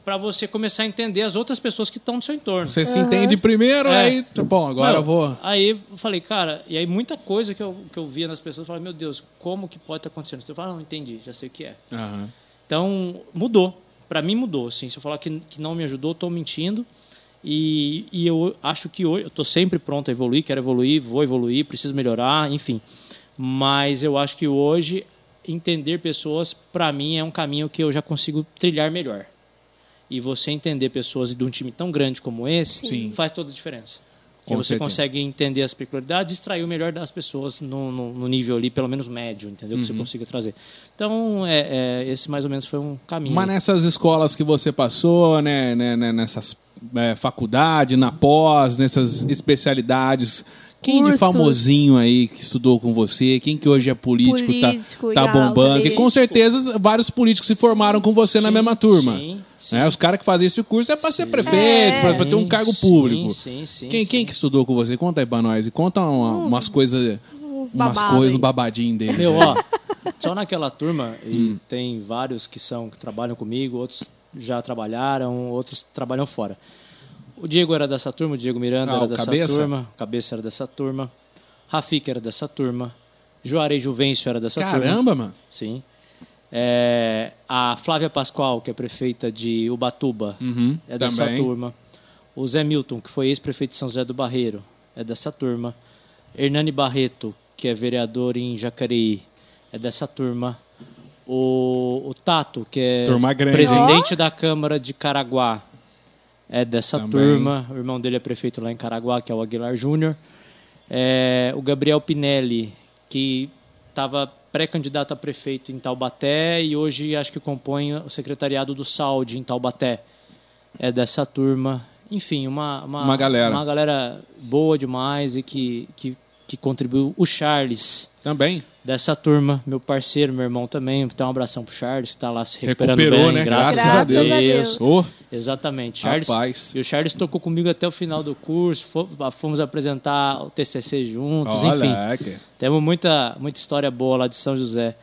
S3: para você começar a entender as outras pessoas que estão do seu entorno.
S1: Você se entende primeiro,
S3: É.
S1: aí. tá Bom, agora
S3: Não,
S1: eu vou.
S3: Aí eu falei, cara, e aí muita coisa que eu, que eu via nas pessoas, eu falei, meu Deus, como que pode estar acontecendo? Você fala, não, entendi, já sei o que é.
S1: Aham.
S3: Então, mudou. Para mim, mudou. Assim, se eu falar que, que não me ajudou, estou mentindo. E, e eu acho que hoje eu estou sempre pronto a evoluir, quero evoluir, vou evoluir, preciso melhorar, enfim. Mas eu acho que hoje entender pessoas, para mim, é um caminho que eu já consigo trilhar melhor. E você entender pessoas de um time tão grande como esse
S1: Sim.
S3: faz toda a diferença. Porque
S1: Com
S3: você
S1: certeza.
S3: consegue entender as peculiaridades, extrair o melhor das pessoas no, no- no nível ali, pelo menos médio, entendeu? Que você
S1: Uhum.
S3: consiga trazer. Então, é, é, esse mais ou menos foi um caminho.
S1: Mas é nessas escolas que você passou, né, né, né, nessas é, faculdade, na pós, nessas especialidades, Quem de
S2: cursos.
S1: famosinho aí que estudou com você, quem que hoje é político,
S2: Político,
S1: tá, tá
S2: Gal,
S1: bombando? Que com
S2: político.
S1: certeza vários políticos se formaram com você na
S3: Sim,
S1: mesma turma.
S3: Sim, sim.
S1: né? Os caras que fazem esse curso é pra ser
S3: Sim. É,
S1: prefeito, pra, pra ter um
S3: Sim,
S1: cargo
S3: sim,
S1: público.
S3: Sim, sim,
S1: quem,
S3: sim.
S1: quem que estudou com você? Conta aí pra nós. E conta uma-
S2: Uns-
S1: umas coisas, umas
S2: Uns babados
S1: coisas, um
S2: aí.
S1: babadinho dele.
S3: Meu, ó, *laughs* só naquela turma, e
S1: Hum.
S3: tem vários que são que trabalham comigo, outros já trabalharam, outros trabalham fora. O Diego era dessa turma, o Diego Miranda
S1: Ah,
S3: era
S1: o
S3: dessa
S1: Cabeça?
S3: turma, o Cabeça era dessa turma, Rafik era dessa turma, Juarez Juvencio era dessa turma.
S1: Caramba, mano.
S3: Sim. É, a Flávia Pascoal, que é prefeita de Ubatuba,
S1: Uhum,
S3: é dessa
S1: também.
S3: turma. O Zé Milton, que foi ex-prefeito de São José do Barreiro, é dessa turma. Hernani Barreto, que é vereador em Jacareí, é dessa turma. O, o Tato, que é
S1: Turma grande,
S3: presidente da Câmara de Caraguá, é dessa
S1: Também.
S3: turma. O irmão dele é prefeito lá em Caraguá, que é o Aguilar Júnior. É, o Gabriel Pinelli, que estava pré-candidato a prefeito em Taubaté e hoje acho que compõe o secretariado do Saúde em Taubaté. É dessa turma. Enfim, uma, uma,
S1: Uma galera.
S3: uma galera boa demais e que, que, que contribuiu. O Charles,
S1: Também.
S3: dessa turma, meu parceiro, meu irmão também. Então, um abração pro Charles, que está lá se recuperando
S1: Recuperou,
S3: bem,
S1: né?
S3: Graças,
S2: Graças
S3: a Deus.
S2: a Deus.
S1: Ô,
S3: Exatamente. Charles,
S1: rapaz.
S3: e o Charles tocou comigo até o final do curso, fo- ah, fomos apresentar o TCC juntos, enfim.
S1: Olha, é que-
S2: Tá
S3: Temos muita, muita história boa lá de São José.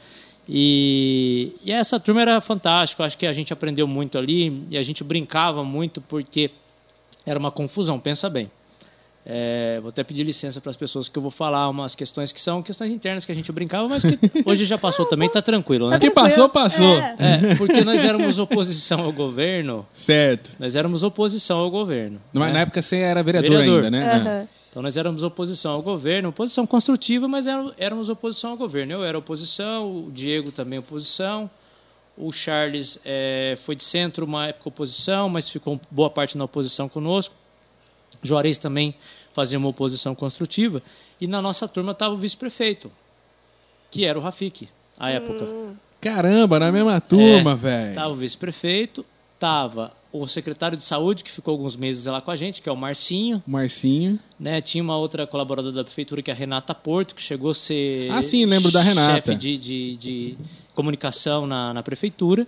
S3: E, e essa turma era fantástica, acho que a gente aprendeu muito ali e a gente brincava muito porque era uma confusão, pensa bem. É, vou até pedir licença para as pessoas que eu vou falar umas questões que são questões internas que a gente brincava, mas que hoje já passou também, tá tranquilo, né?
S1: O que passou, passou.
S2: É.
S3: É, porque nós éramos oposição ao governo,
S1: Certo.
S3: nós éramos oposição ao governo.
S1: Mas é
S3: né?
S1: na época você era vereador,
S3: Vereador.
S1: ainda, né? É.
S2: Aham.
S3: Então nós éramos oposição ao governo, oposição construtiva, mas era- éramos oposição ao governo. Eu era oposição, o Diego também oposição, o Charles eh, foi de centro uma época oposição, mas ficou um, boa parte na oposição conosco. Juarez também fazia uma oposição construtiva. E na nossa turma estava o vice-prefeito, que era o Rafik, à época.
S1: Caramba, na
S3: É.
S1: mesma turma, velho.
S3: Tava o vice-prefeito, tava o secretário de saúde, que ficou alguns meses lá com a gente, que é o Marcinho.
S1: Marcinho.
S3: né? Tinha uma outra colaboradora da prefeitura, que é a Renata Porto, que chegou a ser.
S1: Ah, sim, lembro da Renata.
S3: Chefe de, de, de comunicação na, na prefeitura.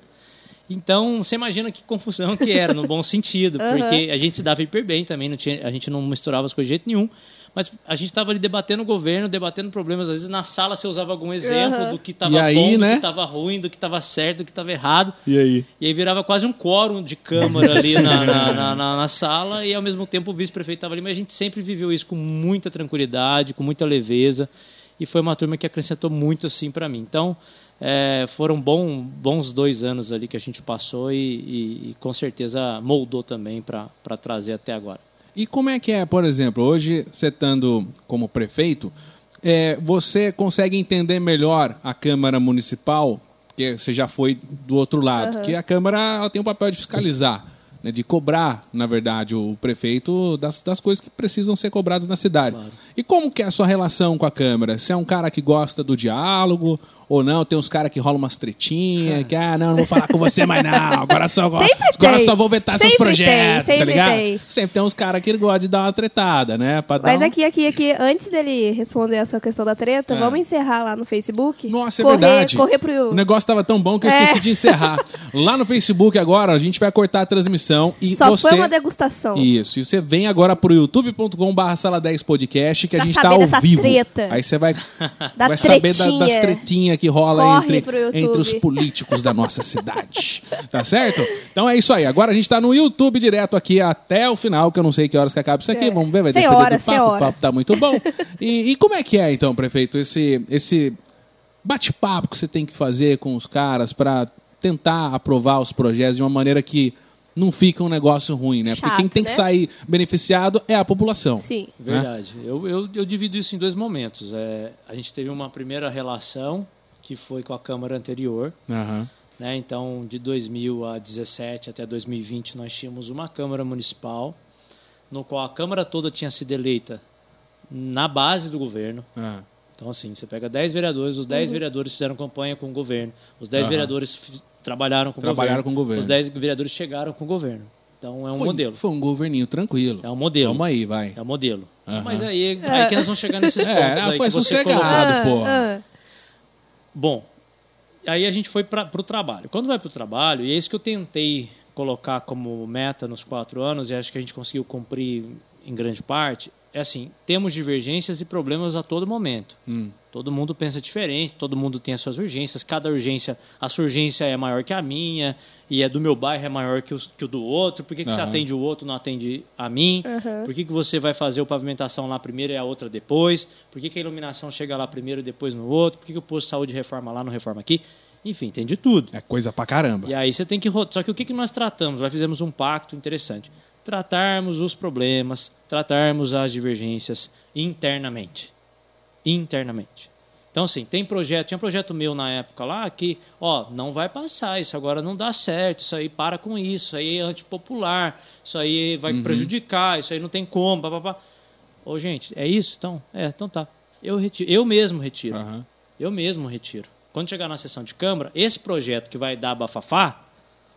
S3: Então, você imagina que confusão que era, no
S1: *laughs*
S3: bom sentido,
S2: Aham.
S3: porque a gente se dava hiper bem também, não tinha, a gente não misturava as coisas de jeito nenhum. Mas a gente estava ali debatendo o governo, debatendo problemas. Às vezes na sala você usava algum exemplo
S2: Aham.
S3: do que estava
S1: E aí,
S3: bom, do
S1: né?
S3: que estava ruim, do que estava certo, do que estava errado.
S1: E aí?
S3: E aí virava quase um quórum de câmara ali na, na, na- na- na sala e ao mesmo tempo o vice-prefeito estava ali, mas a gente sempre viveu isso com muita tranquilidade, com muita leveza e foi uma turma que acrescentou muito assim para mim. Então eh, foram bom, bons dois anos ali que a gente passou e, e- e com certeza moldou também para trazer até agora.
S1: E como é que é, por exemplo, hoje você estando como prefeito, é, você consegue entender melhor a Câmara Municipal, porque você já foi do outro lado, que a Câmara ela tem o papel de fiscalizar, né, de cobrar, na verdade, o prefeito das, das coisas que precisam ser cobradas na cidade. E como que é a sua relação com a Câmara? Você é um cara que gosta do diálogo ou não? Tem uns caras que rolam umas tretinhas, que, ah, não, não vou falar com você mais não, agora só, agora,
S2: *laughs* Sempre tem.
S1: só vou vetar seus
S2: Sempre tem,
S1: projetos, tá
S2: sempre
S1: ligado?
S2: tem.
S1: Sempre tem uns caras que gostam de dar uma tretada, né? Pra dar
S2: Mas é
S1: um-
S2: aqui, aqui, aqui, antes dele responder essa questão da treta,
S1: É.
S2: vamos encerrar lá no Facebook.
S1: Nossa, é
S2: correr,
S1: verdade.
S2: Correr
S1: O
S2: pro...
S1: negócio tava tão bom que eu esqueci
S2: É.
S1: de
S2: *laughs*
S1: encerrar. Lá no Facebook agora, a gente vai cortar a transmissão e
S2: Só
S1: você...
S2: foi uma degustação.
S1: Isso, e você vem agora pro youtube.com.br sala 10 podcast que a
S2: Pra
S1: gente
S2: saber
S1: tá ao
S2: dessa
S1: vivo.
S2: treta.
S1: Aí você vai,
S2: *laughs* Da
S1: vai saber da- das
S2: tretinha.
S1: tretinhas que rola
S2: Corre
S1: entre,
S2: pro YouTube.
S1: entre os políticos da
S2: *laughs*
S1: nossa cidade. Tá certo? Então é isso aí. Agora a gente tá no YouTube direto aqui até o final, que eu não sei que horas que acaba isso aqui.
S2: É.
S1: Vamos ver, vai
S2: Sem
S1: depender
S2: hora,
S1: do
S2: sem
S1: papo. O
S2: hora.
S1: papo tá muito
S2: *laughs*
S1: bom. E, e como é que é, então, prefeito, esse, esse bate-papo que você tem que fazer com os caras pra tentar aprovar os projetos de uma maneira que não fica um negócio ruim, né? Porque
S2: Chato,
S1: quem tem que
S2: né?
S1: sair beneficiado é a população.
S2: Sim.
S3: Verdade. Eu, eu, eu divido isso em dois momentos. É, a gente teve uma primeira relação que foi com a Câmara anterior,
S1: Aham.
S3: né? Então, de 2000 a 17 até 2020, nós tínhamos uma Câmara Municipal, no qual a Câmara toda tinha sido eleita na base do governo.
S1: Ah.
S3: Então, assim, você pega 10 vereadores, os 10 vereadores fizeram campanha com o governo, os 10
S1: Uhum. Aham.
S3: vereadores fi- trabalharam com o
S1: Trabalharam
S3: governo,
S1: com o governo.
S3: os 10 vereadores chegaram com o governo. Então é um
S1: foi,
S3: modelo.
S1: Foi um governinho tranquilo.
S3: É um modelo.
S1: Calma aí, vai.
S3: É um modelo.
S1: Aham.
S3: Mas aí, aí que nós vamos chegar
S1: *laughs*
S3: nesses
S1: É,
S3: pontos. aí
S1: foi
S3: que você
S1: sossegado.
S3: colocou.
S1: errado,
S3: ah.
S1: porra.
S3: Bom, aí a gente foi para o trabalho. Quando vai para o trabalho, e é isso que eu tentei colocar como meta nos quatro anos, e acho que a gente conseguiu cumprir em grande parte, é assim, temos divergências e problemas a todo momento.
S1: Hum.
S3: Todo mundo pensa diferente, todo mundo tem as suas urgências, cada urgência, a sua urgência é maior que a minha, e é do meu bairro é maior que, os- que o do outro, por que, que você
S1: Aham.
S3: atende o outro, não atende a mim?
S2: Aham.
S3: Por que, que você vai fazer o pavimentação lá primeiro e a outra depois? Por que, que a iluminação chega lá primeiro e depois no outro? Por que, que o posto de saúde reforma lá, não reforma aqui? Enfim, tem de tudo.
S1: É coisa pra caramba.
S3: E aí você tem que... ro- Só que o que, que nós tratamos? Nós fizemos um pacto interessante. Tratarmos os problemas, tratarmos as divergências internamente. Internamente. Então, assim, tem projeto... Tinha projeto meu na época lá que, ó, não vai passar, isso agora não dá certo, isso aí para com isso, isso aí é antipopular, isso aí vai prejudicar, isso aí não tem como, papapá. Ô, gente, é isso? Então, é, então tá. Eu, retiro, eu mesmo retiro.
S1: Aham.
S3: Eu mesmo retiro. Quando chegar na sessão de Câmara, esse projeto que vai dar bafafá,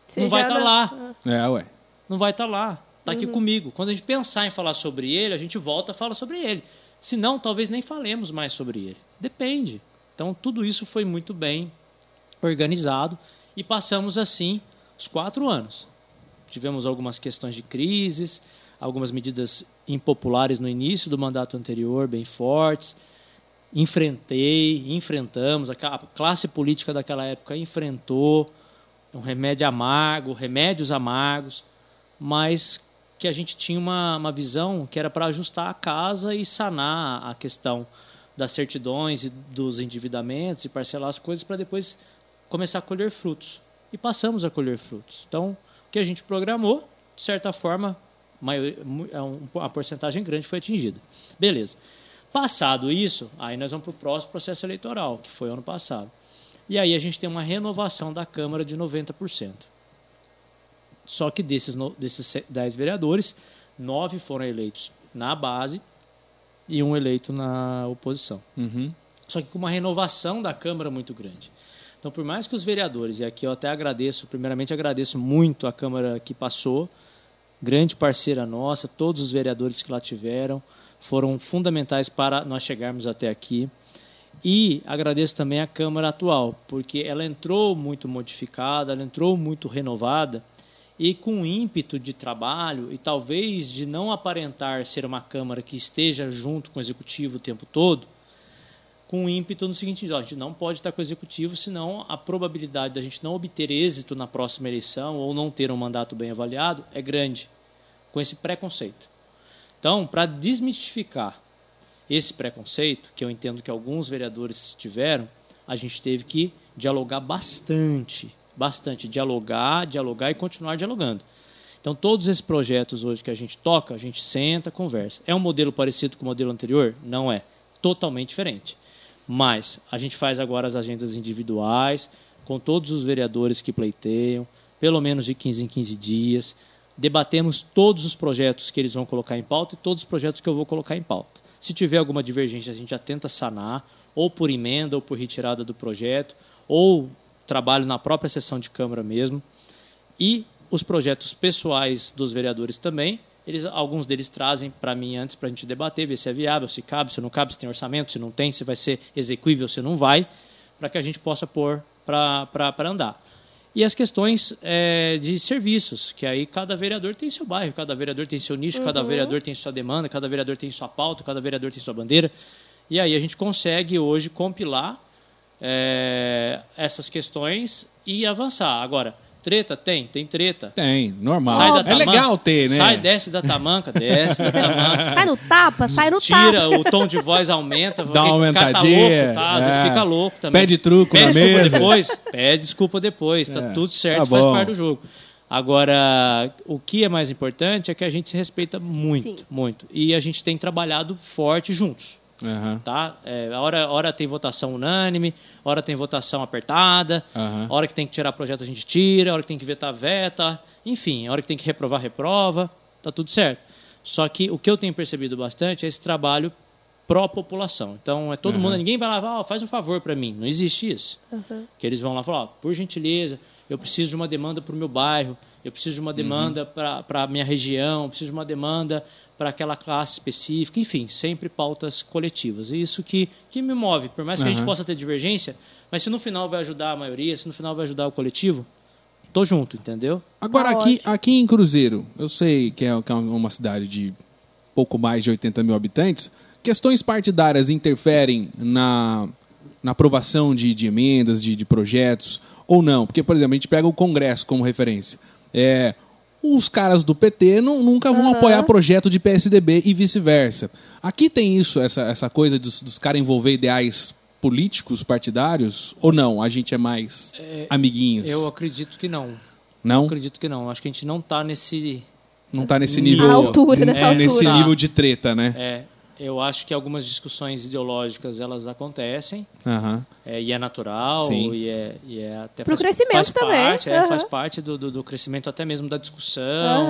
S2: Você
S3: Não vai
S2: já Ah. Uhum.
S3: tá lá.
S1: É, ué.
S3: não vai estar lá. Está aqui comigo. Quando a gente pensar em falar sobre ele, a gente volta e fala sobre ele. Se não, talvez nem falemos mais sobre ele. Depende. Então, tudo isso foi muito bem organizado e passamos assim os quatro anos. Tivemos algumas questões de crises, algumas medidas impopulares no início do mandato anterior, bem fortes. Enfrentei, enfrentamos, a ca- a classe política daquela época enfrentou um remédio amargo, remédios amargos, mas que a gente tinha uma, uma visão que era para ajustar a casa e sanar a questão das certidões e dos endividamentos e parcelar as coisas para depois começar a colher frutos. E passamos a colher frutos. Então, o que a gente programou, de certa forma, maior- mu- é um- a porcentagem grande foi atingida. Beleza. Passado isso, aí nós vamos para o próximo processo eleitoral, que foi ano passado. E aí a gente tem uma renovação da Câmara de 90%. Só que desses, no- desses se- 10 vereadores, 9 foram eleitos na base e um eleito na oposição.
S1: Uhum.
S3: Só que com uma renovação da Câmara muito grande. Então, por mais que os vereadores, e aqui eu até agradeço, primeiramente agradeço muito a Câmara que passou, grande parceira nossa, todos os vereadores que lá tiveram, foram fundamentais para nós chegarmos até aqui. E agradeço também a Câmara atual, porque ela entrou muito modificada, ela entrou muito renovada e com ímpeto de trabalho e talvez de não aparentar ser uma Câmara que esteja junto com o Executivo o tempo todo, com um ímpeto no seguinte, ó, a gente não pode estar com o executivo, senão a probabilidade da gente não obter êxito na próxima eleição ou não ter um mandato bem avaliado é grande, com esse preconceito. Então, para desmistificar esse preconceito, que eu entendo que alguns vereadores tiveram, a gente teve que dialogar bastante, bastante, dialogar, dialogar e continuar dialogando. Então, todos esses projetos hoje que a gente toca, a gente senta, conversa. É um modelo parecido com o modelo anterior? Não é. Totalmente diferente. Mas a gente faz agora as agendas individuais, com todos os vereadores que pleiteiam, pelo menos de 15 em 15 dias. Debatemos todos os projetos que eles vão colocar em pauta e todos os projetos que eu vou colocar em pauta. Se tiver alguma divergência, a gente já tenta sanar, ou por emenda, ou por retirada do projeto, ou trabalho na própria sessão de Câmara mesmo e os projetos pessoais dos vereadores também. Eles, alguns deles trazem para mim antes para a gente debater, ver se é viável, se cabe, se não cabe, se tem orçamento, se não tem, se vai ser execuível, se não vai, para que a gente possa pôr para andar. E as questões eh, de serviços, que aí cada vereador tem seu bairro, cada vereador tem seu nicho, cada vereador tem sua demanda, cada vereador tem sua pauta, cada vereador tem sua bandeira. E aí a gente consegue hoje compilar é, essas questões e avançar. Agora, treta tem? Tem treta.
S1: Tem, normal. é
S3: tamanca-
S1: legal ter, né?
S3: Sai, desce da tamanca, desce da tamanca.
S2: Sai no tapa, sai no tapa.
S3: Tira, o tom de voz aumenta.
S1: Dá uma
S3: porque cata
S1: aumentadinha,
S3: louco, tá? Às vezes
S1: é.
S3: fica louco também.
S1: Pede truco
S3: Pede
S1: na
S3: desculpa
S1: mesa.
S3: depois. Pede desculpa depois. Tá
S1: É,
S3: tudo certo,
S1: tá
S3: faz
S1: bom.
S3: parte do jogo. Agora, o que é mais importante é que a gente se respeita muito,
S2: Sim.
S3: muito. E a gente tem trabalhado forte juntos
S1: Aham,
S3: tá? É, a hora, a hora tem votação unânime, a hora tem votação apertada,
S1: Aham.
S3: a hora que tem que tirar projeto a gente tira, a hora que tem que vetar veta, enfim, a hora que tem que reprovar reprova, tá tudo certo. Só que o que eu tenho percebido bastante é esse trabalho pró-população. Então é todo mundo, ninguém vai lá, ó, faz um favor para mim, não existe isso. Que eles vão lá falar, ó, por gentileza, eu preciso de uma demanda para o meu bairro, eu preciso de uma demanda para a minha região, preciso de uma demanda para aquela classe específica, enfim, sempre pautas coletivas. E isso que, que me move, por mais que a gente
S1: Aham.
S3: possa ter divergência, mas se no final vai ajudar a maioria, se no final vai ajudar o coletivo, tô junto, entendeu?
S1: Agora,
S2: Tá
S1: aqui,
S2: ótimo.
S1: aqui em Cruzeiro, eu sei que é, que é uma cidade de pouco mais de 80 mil habitantes, questões partidárias interferem na, na aprovação de, de emendas, de, de projetos, ou não? Porque, por exemplo, a gente pega o Congresso como referência. É, os caras do PT não, nunca vão
S2: Aham.
S1: apoiar projeto de PSDB e vice-versa. Aqui tem isso, essa, essa coisa dos, dos caras envolver ideais políticos, partidários, ou não? A gente é mais amiguinhos?
S3: Eu acredito que não.
S1: não?
S3: Acredito que não. Acho que a gente não está nesse.
S1: Não tá nesse nível.
S2: A altura, nessa
S1: é, Nesse
S3: altura.
S1: nível de treta, né?
S3: É, eu acho que algumas discussões ideológicas elas acontecem
S1: Aham.
S3: é, e é natural
S1: Sim.
S3: e é, e é até
S2: Pro
S3: faz,
S2: crescimento
S3: faz
S2: também,
S3: Parte, é,
S2: aham.
S3: Faz parte do, do, do crescimento até mesmo da discussão,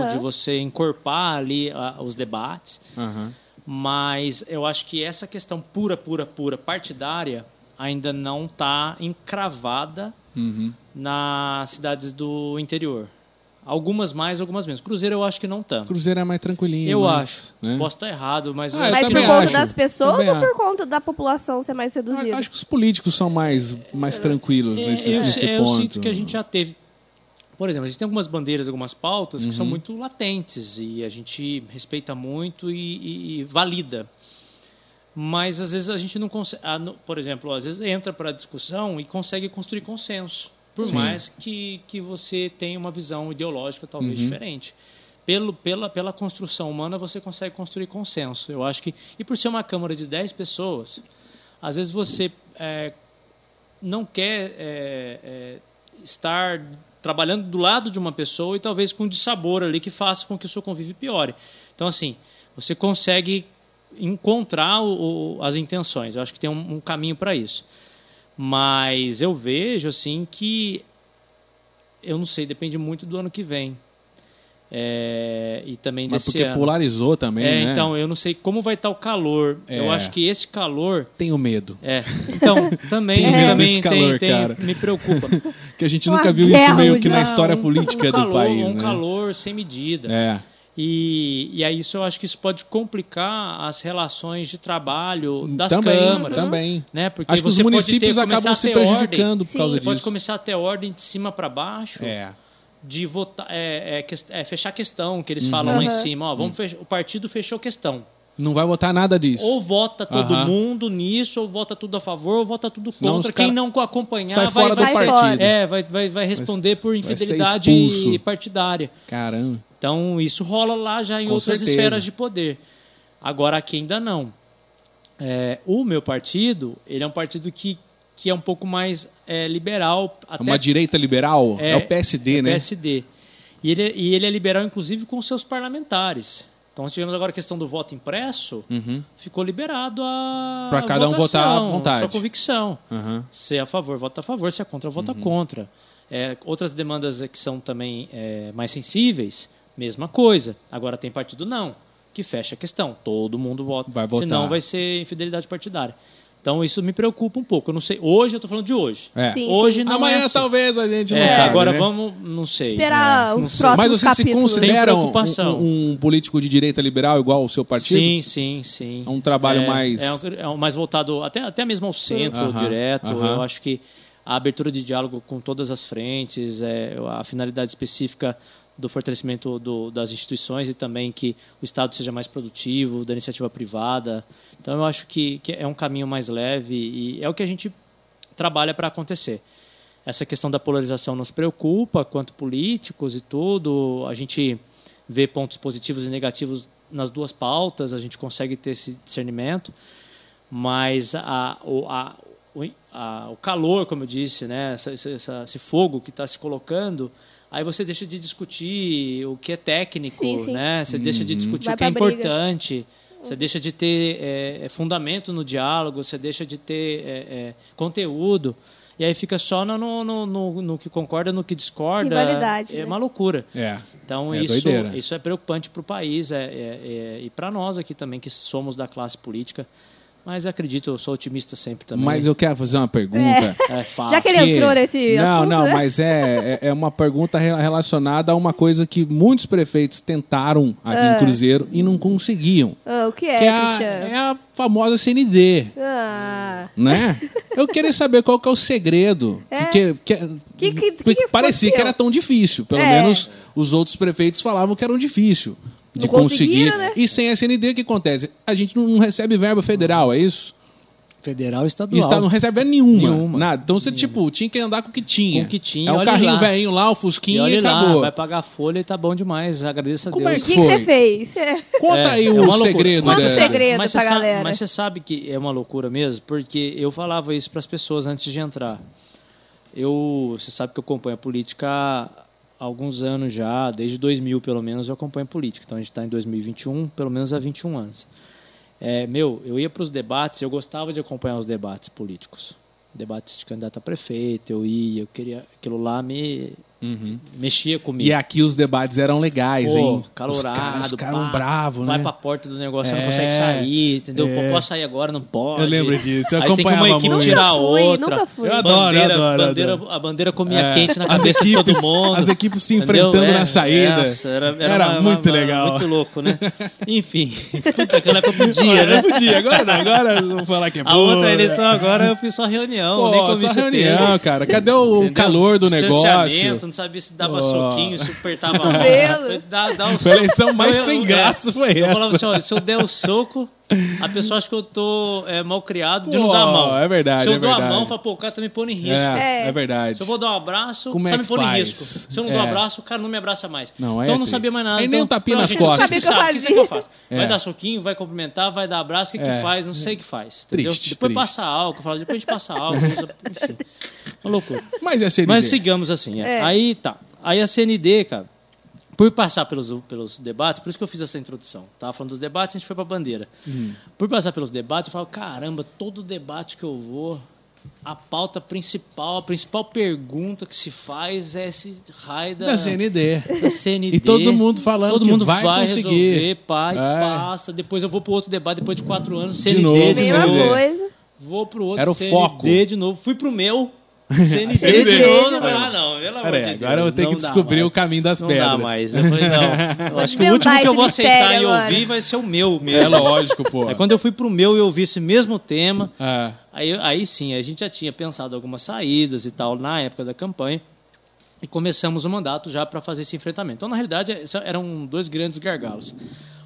S2: Aham.
S3: de você encorpar ali ah, os debates.
S1: Aham.
S3: Mas eu acho que essa questão pura, pura, pura partidária ainda não está encravada
S1: Uhum.
S3: nas cidades do interior. Algumas mais, algumas menos. Cruzeiro eu acho que não tanto.
S1: Cruzeiro é mais tranquilinho.
S3: Eu
S1: mas,
S3: acho.
S1: né?
S3: Posso estar errado, mas.
S1: Ah,
S3: eu
S1: eu
S3: acho
S2: Mas
S3: que
S2: por
S1: também
S3: não.
S2: conta
S1: acho.
S2: das pessoas
S1: Também
S2: ou por
S1: acho.
S2: conta da população ser mais
S1: Eu
S2: reduzida?
S1: Acho que os políticos são mais, mais tranquilos
S3: É,
S1: nesse,
S3: eu,
S1: nesse
S3: eu
S1: ponto.
S3: sinto que a gente já teve. Por exemplo, a gente tem algumas bandeiras, algumas pautas que são
S1: Uhum.
S3: muito latentes e a gente respeita muito e, e- e valida. Mas às vezes a gente não consegue. ah, no- Por exemplo, às vezes entra para a discussão e consegue construir consenso. Por
S1: Sim.
S3: mais que, que você tenha uma visão ideológica talvez
S1: Uhum.
S3: diferente. Pelo, pela, pela construção humana, você consegue construir consenso. Eu acho que. E por ser uma Câmara de 10 pessoas, às vezes você é, não quer é, é, estar trabalhando do lado de uma pessoa e talvez com um dissabor ali que faça com que o seu convívio piore. Então, assim, você consegue encontrar o- o- as intenções. Eu acho que tem um, um caminho para isso. Mas eu vejo, assim, que. Eu não sei, depende muito do ano que vem. É, e também
S1: Mas
S3: desse
S1: porque
S3: ano.
S1: polarizou também,
S3: É,
S1: né?
S3: então, eu não sei como vai estar o calor.
S1: É.
S3: Eu acho que esse calor.
S1: Tenho medo.
S3: É. Então, também,
S1: Tem medo
S3: também
S1: desse calor,
S3: tem, tem-
S1: cara.
S3: me preocupa.
S1: Que a gente
S2: Uma
S1: nunca viu isso *laughs*
S2: guerra
S1: meio que na
S2: mundial.
S1: história
S3: Um-
S1: política
S3: um calor,
S1: do país,
S3: Um
S1: né?
S3: calor sem medida.
S1: É.
S3: E, e aí isso eu acho que isso pode complicar as relações de trabalho das
S1: também,
S3: câmaras.
S1: também.
S3: Né? Porque
S1: Acho que os
S3: você pode
S1: municípios
S3: ter- começar
S1: acabam
S3: a
S1: se
S3: ter ordem.
S1: prejudicando por
S2: Sim.
S1: causa
S3: Você pode
S1: disso.
S3: começar a ter ordem de cima para baixo
S1: É.
S3: de votar, é, é quest- é fechar questão, que eles
S1: Uhum.
S3: falam lá em
S2: Aham.
S3: cima. Ó, vamos fech- o partido fechou questão.
S1: Não vai votar nada disso.
S3: Ou vota todo
S1: Aham.
S3: mundo nisso, ou vota tudo a favor, ou vota tudo
S1: Senão
S3: contra.
S1: os cara
S3: Quem não acompanhar
S1: Sai
S3: vai,
S1: fora do
S3: vai,
S2: Sai fora.
S1: partido.
S3: é, vai, vai, vai responder por
S1: ser
S3: infidelidade
S1: expulso.
S3: partidária.
S1: Caramba.
S3: Então, isso rola lá já em
S1: Com
S3: outras
S1: certeza.
S3: esferas de poder. Agora, aqui ainda não. É, o meu partido, ele é um partido que, que é um pouco mais é, liberal.
S1: É
S3: Até
S1: uma direita liberal? É,
S3: É,
S1: o PSD, né?
S3: PSD. E ele, é- e ele é liberal, inclusive, com seus parlamentares. Então, nós tivemos agora a questão do voto impresso,
S1: Uhum.
S3: ficou liberado a.
S1: Pra
S3: a
S1: cada um votar à
S3: votação,
S1: vontade.
S3: Sua convicção.
S1: Aham.
S3: Se é a favor, vota a favor. Se é contra, vota
S1: Uhum.
S3: contra. É, outras demandas que são também é, mais sensíveis, mesma coisa. Agora tem partido não, que fecha a questão. Todo mundo vota.
S1: Vai votar.
S3: Senão vai ser infidelidade partidária. Então isso me preocupa um pouco. Eu não sei. Hoje eu tô falando de hoje.
S1: É.
S2: Sim,
S3: Hoje
S2: sim.
S3: não
S1: Amanhã
S3: é assim.
S1: talvez a gente não
S3: É,
S1: sabe,
S3: agora
S1: né?
S3: vamos, não sei.
S2: Esperar
S3: É, não
S2: os
S3: sei.
S2: próximos
S1: Mas você se
S2: capítulos.
S1: considera
S3: Tem
S1: um,
S3: preocupação.
S1: um- um político de direita liberal igual o seu partido?
S3: Sim, sim, sim.
S1: É um trabalho mais-
S3: É, um- é um mais voltado até, até mesmo ao centro,
S1: Aham,
S3: direto.
S1: aham.
S3: Eu acho que a abertura de diálogo com todas as frentes, é, a finalidade específica do fortalecimento do- das instituições e também que o Estado seja mais produtivo, da iniciativa privada. Então, eu acho que, que é um caminho mais leve e é o que a gente trabalha para acontecer. Essa questão da polarização nos preocupa, quanto políticos e tudo. A gente vê pontos positivos e negativos nas duas pautas, a gente consegue ter esse discernimento, mas a, o, a- o- a- o calor, como eu disse, né, essa- essa- essa- esse fogo que está se colocando, aí você deixa de discutir o que é técnico,
S2: Sim, sim.
S3: né? Você deixa de discutir
S2: Vai
S3: o que é
S2: pra briga.
S3: importante. Você deixa de ter é, é, fundamento no diálogo, você deixa de ter é, é, conteúdo. E aí fica só no, no, no- no- no que concorda, no que discorda.
S2: Rivalidade,
S3: é
S2: né?
S3: uma loucura.
S1: É.
S3: Então
S1: É
S3: isso,
S1: doideira.
S3: isso é preocupante para o país é- é- é- e para nós aqui também, que somos da classe política. Mas acredito, eu sou otimista sempre também.
S1: Mas eu quero fazer uma
S2: *laughs*
S1: pergunta.
S3: É, fala.
S2: Já que ele entrou nesse
S1: Não,
S2: assunto,
S1: não,
S2: né?
S1: mas é, é, é uma pergunta re- relacionada a uma coisa que muitos prefeitos tentaram aqui em Cruzeiro e não conseguiam.
S2: Ah, o que é,
S1: que é a,
S2: Cristiano?
S1: é a famosa CND,
S2: Ah,
S1: né? Eu queria saber qual que é o segredo.
S2: É.
S1: Porque, que-
S2: Que- que- que
S1: porque parecia
S2: aconteceu?
S1: que era tão difícil. Pelo
S2: É.
S1: menos os outros prefeitos falavam que era um difícil de
S2: Não
S1: conseguir.
S2: conseguiram, né?
S1: E sem a CND, o que acontece? A gente não recebe verba federal, é isso?
S3: Federal e estadual.
S1: E está, não recebe verba nenhuma,
S3: Nenhuma.
S1: nada. Então você, tipo, tinha que andar com o que tinha.
S3: Com o que tinha,
S1: É um
S3: olhe
S1: carrinho
S3: lá.
S1: velhinho lá, o
S3: E
S1: Fusquinha e,
S3: olha lá,
S1: acabou.
S3: vai pagar a folha e tá bom demais. Agradeço a
S1: Como
S3: Deus.
S1: é
S2: o que, que você fez? É.
S1: Conta
S3: É,
S1: aí
S3: é
S1: o
S3: uma loucura.
S1: segredo.
S2: Conta o
S1: dessa-
S2: segredo.
S3: mas
S2: pra
S3: você sabe-
S2: galera.
S3: mas você sabe que é uma loucura mesmo, porque eu falava isso para as pessoas antes de entrar. Eu, você sabe que eu acompanho a política há alguns anos já, desde 2000 pelo menos eu acompanho a política. Então a gente está em 2021, pelo menos há 21 anos. É, meu, eu ia para os debates, eu gostava de acompanhar os debates políticos. Debates de candidato a prefeito, eu ia, eu queria aquilo lá me
S1: Uhum.
S3: mexia comigo.
S1: E aqui os debates eram legais,
S3: Pô,
S1: hein?
S3: calorado,
S1: Os caras
S3: pá,
S1: ficaram bravos,
S3: vai
S1: né?
S3: pra porta do negócio,
S1: É,
S3: não consegue sair, entendeu? Pô,
S1: é.
S3: posso sair agora, não pode.
S1: Eu lembro disso, eu
S3: Aí tem que uma
S1: acompanhava
S3: equipe
S1: muito.
S3: tirar a
S2: Nunca fui,
S3: outra.
S2: nunca fui.
S1: Eu adoro, eu
S3: bandeira,
S1: adoro, eu
S3: bandeira-
S1: adoro.
S3: A bandeira comia
S1: É.
S3: quente na
S1: As
S3: cabeça de
S1: equipes-
S3: todo mundo.
S1: As equipes se
S3: Entendeu?
S1: enfrentando
S3: É,
S1: na saída.
S3: nossa, era
S1: Era
S3: uma-
S1: muito
S3: uma-
S1: legal.
S3: Muito louco,
S1: *laughs*
S3: né? Enfim, *laughs* puta, aquela época podia,
S1: Agora
S3: né?
S1: podia, agora não, agora não vou falar que é
S3: A outra eleição agora eu fiz só reunião,
S1: Pô,
S3: nem convite
S1: só
S3: teve.
S1: reunião, cara. Cadê o
S3: Entendeu?
S1: calor do negócio?
S3: Distanciamento, Não sabia se dava
S1: Pô.
S3: soquinho, se
S1: *laughs*
S3: apertava a
S2: Cabelo.
S3: mão. Dá, dá um
S1: Foi a eleição mais
S3: Eu- eu-
S1: sem
S3: é,
S1: graça foi
S3: Eu falava
S1: essa.
S3: assim, olha, se eu der o soco, a pessoa acha que eu tô é, mal criado de não
S1: Pô,
S3: dar a mão.
S1: é verdade,
S3: Se eu
S1: é
S3: dou
S1: verdade.
S3: a mão, fala, pô, o cara tá me pondo em risco.
S1: É,
S2: É.
S1: é verdade.
S3: Se eu vou dar um abraço,
S1: Como é
S3: tá me
S1: que
S3: pondo em
S1: faz?
S3: risco. Se eu não dou um
S1: É.
S3: abraço, o cara não me abraça mais.
S1: Não,
S3: então
S1: é
S3: eu não
S1: triste.
S3: sabia mais nada.
S1: Aí
S3: então,
S1: nem um tapinha
S3: pô,
S1: nas
S3: gente, não
S1: costas.
S3: sabe o que
S2: Sabia o que eu
S3: sabe, o que, eu
S2: fazia.
S3: faço?
S1: É.
S3: Vai dar soquinho, vai cumprimentar, vai dar abraço, o que,
S1: É.
S3: que faz? Não sei o que faz. Entendeu?
S1: Triste,
S3: depois
S1: triste.
S3: passa álcool, fala, depois a gente passa álcool, usa,
S1: *laughs*
S3: enfim. Uma loucura.
S1: Mas é CND.
S3: Mas sigamos assim. é.
S2: É.
S3: Aí tá. Aí a CND, cara, por passar pelos, pelos debates, por isso que eu fiz essa introdução. Tava falando dos debates, a gente foi pra bandeira.
S1: Hum.
S3: Por passar pelos debates, eu falo, caramba, todo debate que eu vou, a pauta principal, a principal pergunta que se faz é esse raio da,
S1: da CND.
S3: da CND.
S1: E todo mundo falando
S3: todo
S1: que
S3: mundo
S1: vai conseguir.
S3: resolver, pai,
S1: É.
S3: passa. Depois eu vou pro outro debate, depois de quatro anos,
S1: De
S3: CND
S1: novo,
S3: de
S1: CND.
S2: Mesma
S3: novo.
S1: Entendeu?
S2: coisa.
S3: Vou pro outro
S1: Era o
S3: CND
S1: foco.
S3: de novo. Fui pro
S1: *laughs*
S3: meu. CND,
S2: CND.
S3: de novo. Não, ah, não, pelo amor
S1: Peraí,
S3: de Deus.
S1: agora eu vou ter
S3: não
S1: que
S3: dá
S1: descobrir
S3: mais.
S1: o caminho das
S3: Não
S1: pedras.
S3: dá
S1: *laughs*
S3: mais. Eu falei, não. Eu acho que o
S2: desvendar
S3: último que eu vou
S2: esse
S3: aceitar
S2: mistério
S3: e
S2: agora.
S3: ouvir vai ser o meu
S1: É
S3: mesmo.
S1: lógico, pô.
S3: Aí quando eu fui pro meu e eu ouvi esse mesmo tema,
S1: Ah,
S3: aí, aí sim, a gente já tinha pensado algumas saídas e tal na época da campanha. E começamos o mandato já para fazer esse enfrentamento. Então, na realidade, é- só- eram dois grandes gargalos.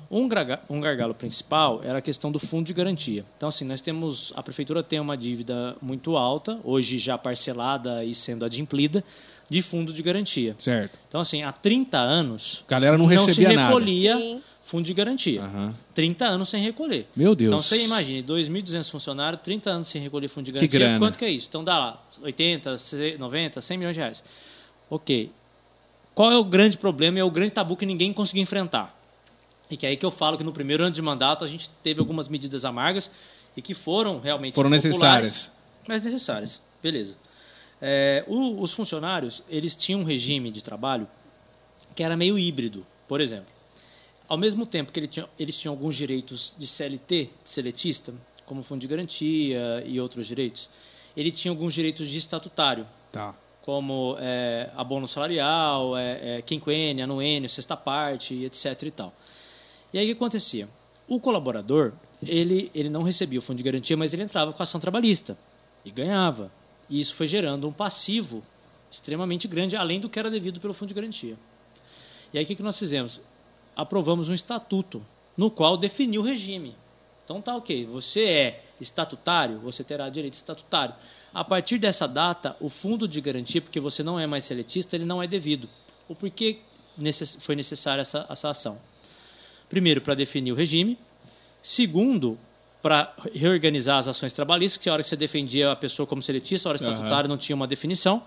S3: Um, graga- um gargalo principal era a questão do fundo de garantia. Então, assim, nós temos. A prefeitura tem uma dívida muito alta, hoje já parcelada e sendo adimplida, de fundo de garantia.
S1: certo.
S3: Então, assim, há 30 anos.
S1: A galera não
S3: não se
S1: recebia nada. Ah.
S3: recolhia
S2: Sim.
S3: fundo de garantia.
S1: Aham.
S3: 30 anos sem recolher.
S1: Meu Deus.
S3: Então você imagine, 2.200 funcionários, 30 anos sem recolher fundo de
S1: Que
S3: garantia.
S1: grana.
S3: Quanto que é isso? Então dá lá 80, 90, 100 milhões de reais. Ok. Qual é o grande problema e é o grande tabu que ninguém conseguiu enfrentar? E que é aí que eu falo que no primeiro ano de mandato a gente teve algumas medidas amargas e que foram realmente
S1: Foram
S3: impopulares,
S1: necessárias.
S3: Mas necessárias. Beleza. É, o- os funcionários, eles tinham um regime de trabalho que era meio híbrido, por exemplo. Ao mesmo tempo que ele tinha- eles tinham alguns direitos de CLT, de seletista, como fundo de garantia e outros direitos, ele tinha alguns direitos de estatutário,
S1: Tá.
S3: como é, abono salarial, é, é, quinquênio, anuênio, sexta parte, etc. e tal. E aí o que acontecia? O colaborador, ele, ele não recebia o fundo de garantia, mas ele entrava com a ação trabalhista e ganhava. E isso foi gerando um passivo extremamente grande, além do que era devido pelo fundo de garantia. E aí o que, que nós fizemos? Aprovamos um estatuto no qual definiu o regime. Então tá ok, você é estatutário, você terá direito estatutário. A partir dessa data, o fundo de garantia, porque você não é mais seletista, ele não é devido. O porquê necess- foi necessária essa, essa ação? Primeiro, para definir o regime. Segundo, para reorganizar as ações trabalhistas, que a hora que você defendia a pessoa como seletista, a hora
S1: Aham.
S3: estatutária não tinha uma definição.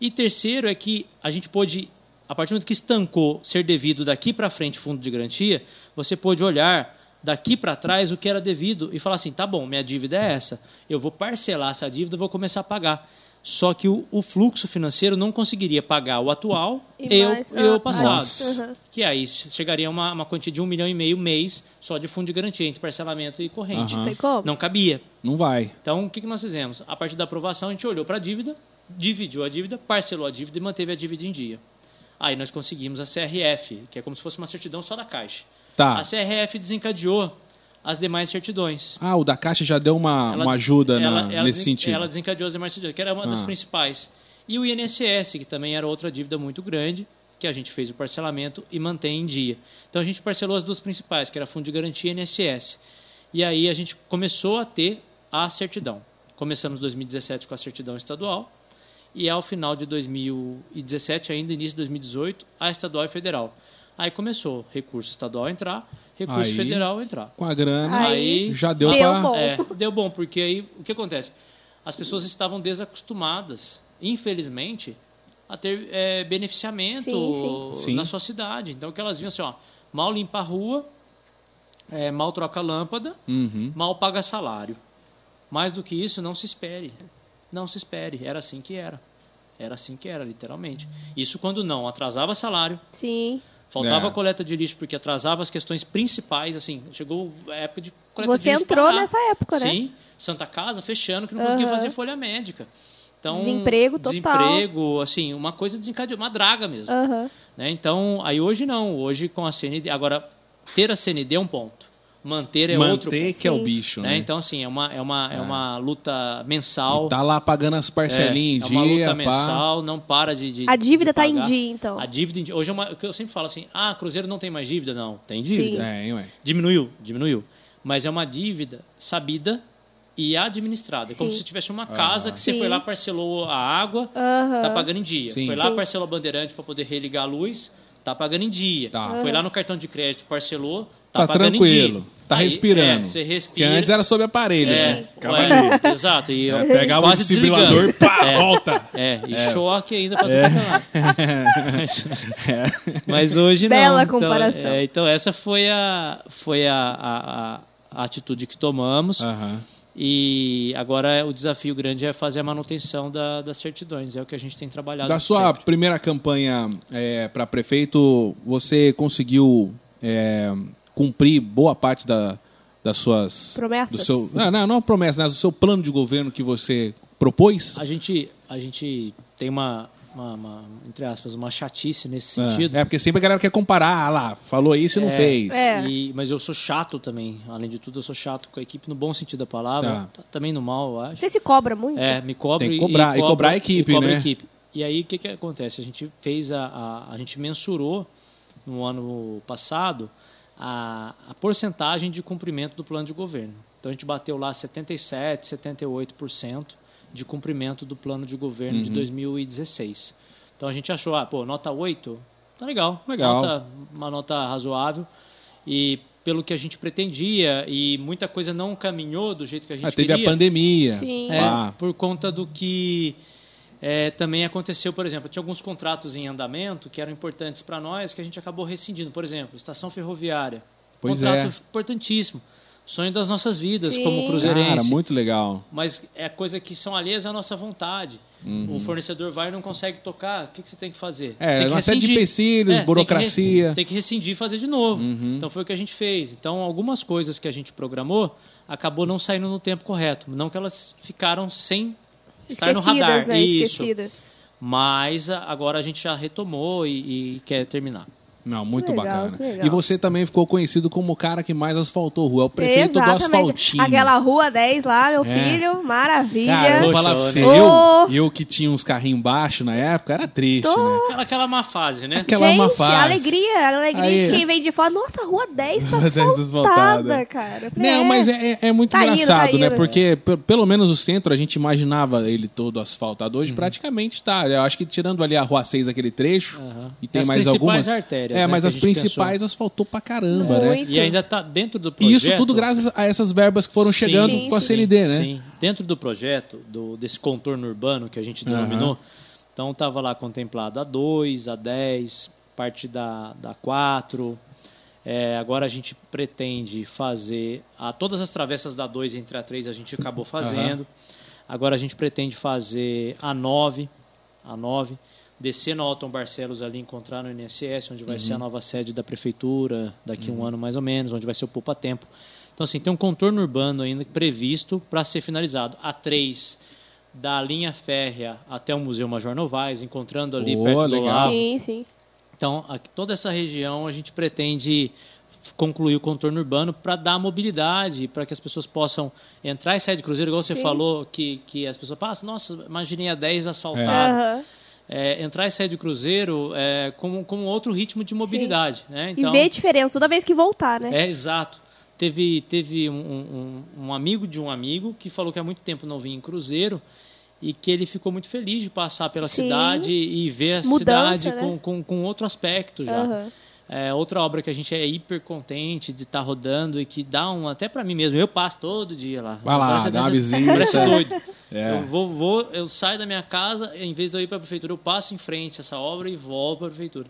S3: E terceiro é que a gente pôde, a partir do momento que estancou ser devido daqui para frente fundo de garantia, você pôde olhar daqui para trás o que era devido e falar assim, tá bom, minha dívida é essa, eu vou parcelar essa dívida, vou começar a pagar. Só que o, o fluxo financeiro não conseguiria pagar o atual
S2: E
S3: e, o-
S2: mais-
S3: e o
S2: ah,
S3: passado.
S1: Nossa.
S2: Aham.
S3: Que aí chegaria uma, uma quantia de um milhão e meio mês só de fundo de garantia entre parcelamento e corrente.
S1: Aham.
S2: Tem como?
S3: Não cabia.
S1: Ah. Não vai.
S3: Então, o que, que nós fizemos? A partir da aprovação, a gente olhou para a dívida, dividiu a dívida, parcelou a dívida e manteve a dívida em dia. Aí nós conseguimos a CRF, que é como se fosse uma certidão só da Caixa.
S1: Tá.
S3: A CRF desencadeou as demais certidões.
S1: Ah, o da Caixa já deu uma,
S3: Ela-
S1: uma ajuda na-
S3: ela- ela
S1: nesse
S3: desen-
S1: sentido.
S3: Ela desencadeou as demais certidões, que era uma das
S1: Ah.
S3: principais. E o INSS, que também era outra dívida muito grande, que a gente fez o parcelamento e mantém em dia. Então a gente parcelou as duas principais, que era Fundo de Garantia e INSS. E aí a gente começou a ter a certidão. Começamos 2017 com a certidão estadual e ao final de 2017, ainda início de 2018, a estadual e federal. Aí começou recurso estadual entrar, recurso
S1: Aí-
S3: federal entrar.
S1: Com a grana,
S2: Aí,
S1: já deu
S2: deu
S1: pra...
S2: bom.
S3: É, deu bom, porque aí o que acontece? As pessoas estavam desacostumadas, infelizmente, a ter é,
S2: Sim,
S3: beneficiamento
S1: sim.
S3: na
S1: Sim.
S3: sua cidade. Então, o que elas viam assim, ó, mal limpa a rua, é, mal troca a lâmpada,
S1: Uhum.
S3: mal paga salário. Mais do que isso, não se espere. Não se espere. Era assim que era. Era assim que era, literalmente. Isso quando não atrasava salário,
S2: Sim.
S3: faltava
S1: É.
S3: coleta de lixo, porque atrasava as questões principais, assim. Chegou a época de
S1: é
S3: coleta de
S2: Você
S3: lixo
S2: entrou
S3: parar.
S2: nessa época, né?
S3: Sim, Santa Casa fechando, que não conseguia
S2: Aham.
S3: fazer folha médica. Então,
S2: Desemprego total. Ah.
S3: Desemprego, assim, uma coisa desencadeou, uma draga mesmo.
S2: Aham.
S3: Né? Então, aí hoje não, hoje com a CND. Agora, ter a CND é um ponto, manter é outro ponto.
S1: Manter que é o
S2: Sim.
S1: bicho,
S3: né?
S1: né?
S3: Então, assim, é uma, é uma, é.
S1: É.
S3: uma luta
S1: E
S3: mensal.
S1: tá lá pagando as parcelinhas
S3: é, é
S1: em
S3: uma
S1: dia,
S3: luta
S1: pá.
S3: mensal, não para de. de-
S2: A dívida
S3: de
S2: tá em
S3: pagar.
S2: dia, então.
S3: A dívida em dia. Hoje é uma. o que Eu sempre falo assim: ah, Cruzeiro não tem mais dívida. Não, tem dívida.
S2: Sim.
S1: É, hein, ué.
S3: Diminuiu, diminuiu. Mas é uma dívida sabida e administrada. É como
S2: Sim.
S3: se tivesse uma casa
S1: Aham.
S3: que você
S2: Sim.
S3: foi lá, parcelou a água,
S2: Aham.
S3: tá pagando em dia.
S1: Sim.
S3: Foi lá,
S2: Sim.
S3: parcelou a bandeirante para poder religar a luz, tá pagando em dia.
S1: Tá.
S3: Foi lá no cartão de crédito, parcelou, tá,
S1: Tá,
S3: pagando em
S1: tranquilo.
S3: dia.
S1: Tá
S3: Aí,
S1: respirando.
S3: é, você
S1: Porque
S3: respira.
S1: antes era sob aparelho,
S3: É,
S1: né? Ficava ali.
S3: é, exato. E eu
S1: É, pegava o
S3: quase
S1: desfibrilador,
S3: desligando.
S1: pá,
S3: É.
S1: volta.
S3: É, e choque ainda pra é. mas, mas hoje não.
S2: Bela
S3: Então,
S2: comparação.
S3: é, então essa foi a, foi a, a, a- a atitude que tomamos.
S1: Aham.
S3: E agora o desafio grande é fazer a manutenção da- das certidões. É o que a gente tem trabalhado.
S1: Da sua
S3: sempre.
S1: primeira campanha é, para prefeito, você conseguiu é, cumprir boa parte da- das suas
S2: Promessas.
S1: do seu- não, não, não promessa, né? do seu plano de governo que você propôs?
S3: A gente, a gente tem uma, uma- uma, entre aspas, uma chatice nesse
S1: Ah,
S3: sentido.
S1: É porque sempre a galera quer comparar, ah lá, falou isso e não fez.
S2: É.
S3: E- mas eu sou chato também. Além de tudo, eu sou chato com a equipe no bom sentido da palavra.
S1: Tá.
S3: T- Também no mal, eu acho.
S2: Você se cobra muito?
S3: É, me cobre
S1: Tem que cobrar, e
S3: cobra-
S1: cobrar a equipe,
S3: e cobra
S1: né?
S3: a equipe. E aí o que, que acontece? A gente fez a, a, a gente mensurou no ano passado a, a porcentagem de cumprimento do plano de governo. Então a gente bateu lá 77, 78% de cumprimento do plano de governo
S1: Uhum.
S3: de 2016. Então a gente achou, ah, pô, nota 8, tá legal.
S1: Legal.
S3: Nota- uma nota razoável. E pelo que a gente pretendia, e muita coisa não caminhou do jeito que a gente
S1: Ah, teve
S3: queria.
S1: a pandemia.
S2: Sim.
S3: É,
S1: pá.
S3: por conta do que é, também aconteceu, por exemplo, tinha alguns contratos em andamento que eram importantes para nós que a gente acabou rescindindo. Por exemplo, estação ferroviária.
S1: Pois é.
S3: contrato importantíssimo. Sonho das nossas vidas
S2: Sim.
S3: como cruzeirense.
S1: Cara, muito legal.
S3: Mas é coisa que são alheias à nossa vontade. O fornecedor vai e não consegue tocar. O que, que você tem que fazer?
S1: Uhum. É,
S3: Você tem que
S1: uma série de
S3: rescindir. É,
S1: empecilhos,
S3: você tem que
S1: burocracia. Uhum.
S3: res- Tem que rescindir e fazer de novo. Então foi o que a gente fez. Então algumas coisas que a gente programou acabou não saindo no tempo correto. Não que elas ficaram sem estar no
S2: Esquecidas,
S3: radar.
S2: né?
S3: Isso.
S2: Esquecidas.
S3: Mas a- agora a gente já retomou e, e quer terminar.
S1: Não, muito
S2: legal,
S1: bacana.
S2: que legal.
S1: E você também ficou conhecido como o cara que mais asfaltou rua. É o prefeito do asfaltinho.
S2: Aquela rua 10 lá, meu
S1: É.
S2: filho, maravilha.
S1: Cara, eu vou falar pra
S3: Poxa,
S1: você.
S2: né?
S1: Eu,
S2: Ô!
S1: eu que tinha uns carrinhos baixos na época, era triste,
S2: Tô.
S1: né?
S3: Aquela, aquela má fase, né?
S1: Aquela
S2: Gente,
S1: má fase.
S2: alegria, alegria
S1: Aí-
S2: de quem vem de fora. Nossa, a rua 10 tá
S1: Rua 10 asfaltada.
S2: asfaltada, cara. Eu falei,
S1: Não, mas é, é- é muito
S2: né? Tá indo,
S1: engraçado,
S2: tá
S1: né?
S2: indo.
S1: Porque pe- pelo menos o centro a gente imaginava ele todo asfaltado.
S3: Uhum.
S1: Hoje praticamente tá. Eu acho que tirando ali a Rua 6, aquele trecho,
S3: Aham.
S1: e tem
S3: As
S1: mais
S3: principais
S1: algumas.
S3: artérias,
S1: é,
S3: né,
S1: mas
S3: que a
S1: as
S3: gente pensou.
S1: principais asfaltou pra caramba, né?
S2: Muito.
S3: E ainda está dentro do
S1: E
S3: projeto.
S1: isso tudo graças a essas verbas que foram
S3: Sim,
S1: chegando
S2: Sim,
S1: com a
S2: sim.
S1: CND, né?
S3: Sim. Dentro do projeto, do, desse contorno urbano que a gente
S1: Aham.
S3: denominou, então estava lá contemplado a 2, a 10, parte da, da 4, É, agora a gente pretende fazer. A, todas as travessas da 2 entre a 3 a gente acabou fazendo. Agora a gente pretende fazer a 9. A 9. Descer no Alton Barcelos ali, encontrar no INSS, onde vai ser a nova sede da prefeitura, daqui a um ano mais ou menos, onde vai ser o Poupa Tempo. Então, assim, tem um contorno urbano ainda previsto para ser finalizado. A 3, da linha férrea até o Museu Major Novaes, encontrando ali
S1: Pô,
S3: perto do
S1: legal.
S3: Lavo.
S2: Sim, sim.
S3: Então, aqui- toda essa região a gente pretende f- concluir o contorno urbano para dar mobilidade, para que as pessoas possam entrar e sair de cruzeiro, igual você
S2: Sim.
S3: falou, que, que as pessoas passam, nossa, imaginei a 10 asfaltada.
S2: Aham.
S3: É, entrar e sair de cruzeiro é, como, como outro ritmo de mobilidade. Né?
S2: E vê a diferença toda vez que voltar, né?
S3: É, exato. Teve, teve um, um- um- um amigo de um amigo que falou que há muito tempo não vinha em cruzeiro e que ele ficou muito feliz de passar pela
S2: Sim.
S3: cidade e ver a
S2: Mudança,
S3: cidade
S2: né?
S3: com, com, com outro aspecto já.
S2: Aham.
S3: É, outra obra que a gente é hiper contente de estar rodando e que dá um... Até para mim mesmo, eu passo todo dia lá.
S1: Vai lá,
S3: Parece-
S1: dá uma
S3: parece-
S1: vizinha.
S3: Parece doido.
S1: É.
S3: *laughs* Eu, vou, vou- eu saio da minha casa, em vez de eu ir para a prefeitura, eu passo em frente essa obra e volto para a prefeitura.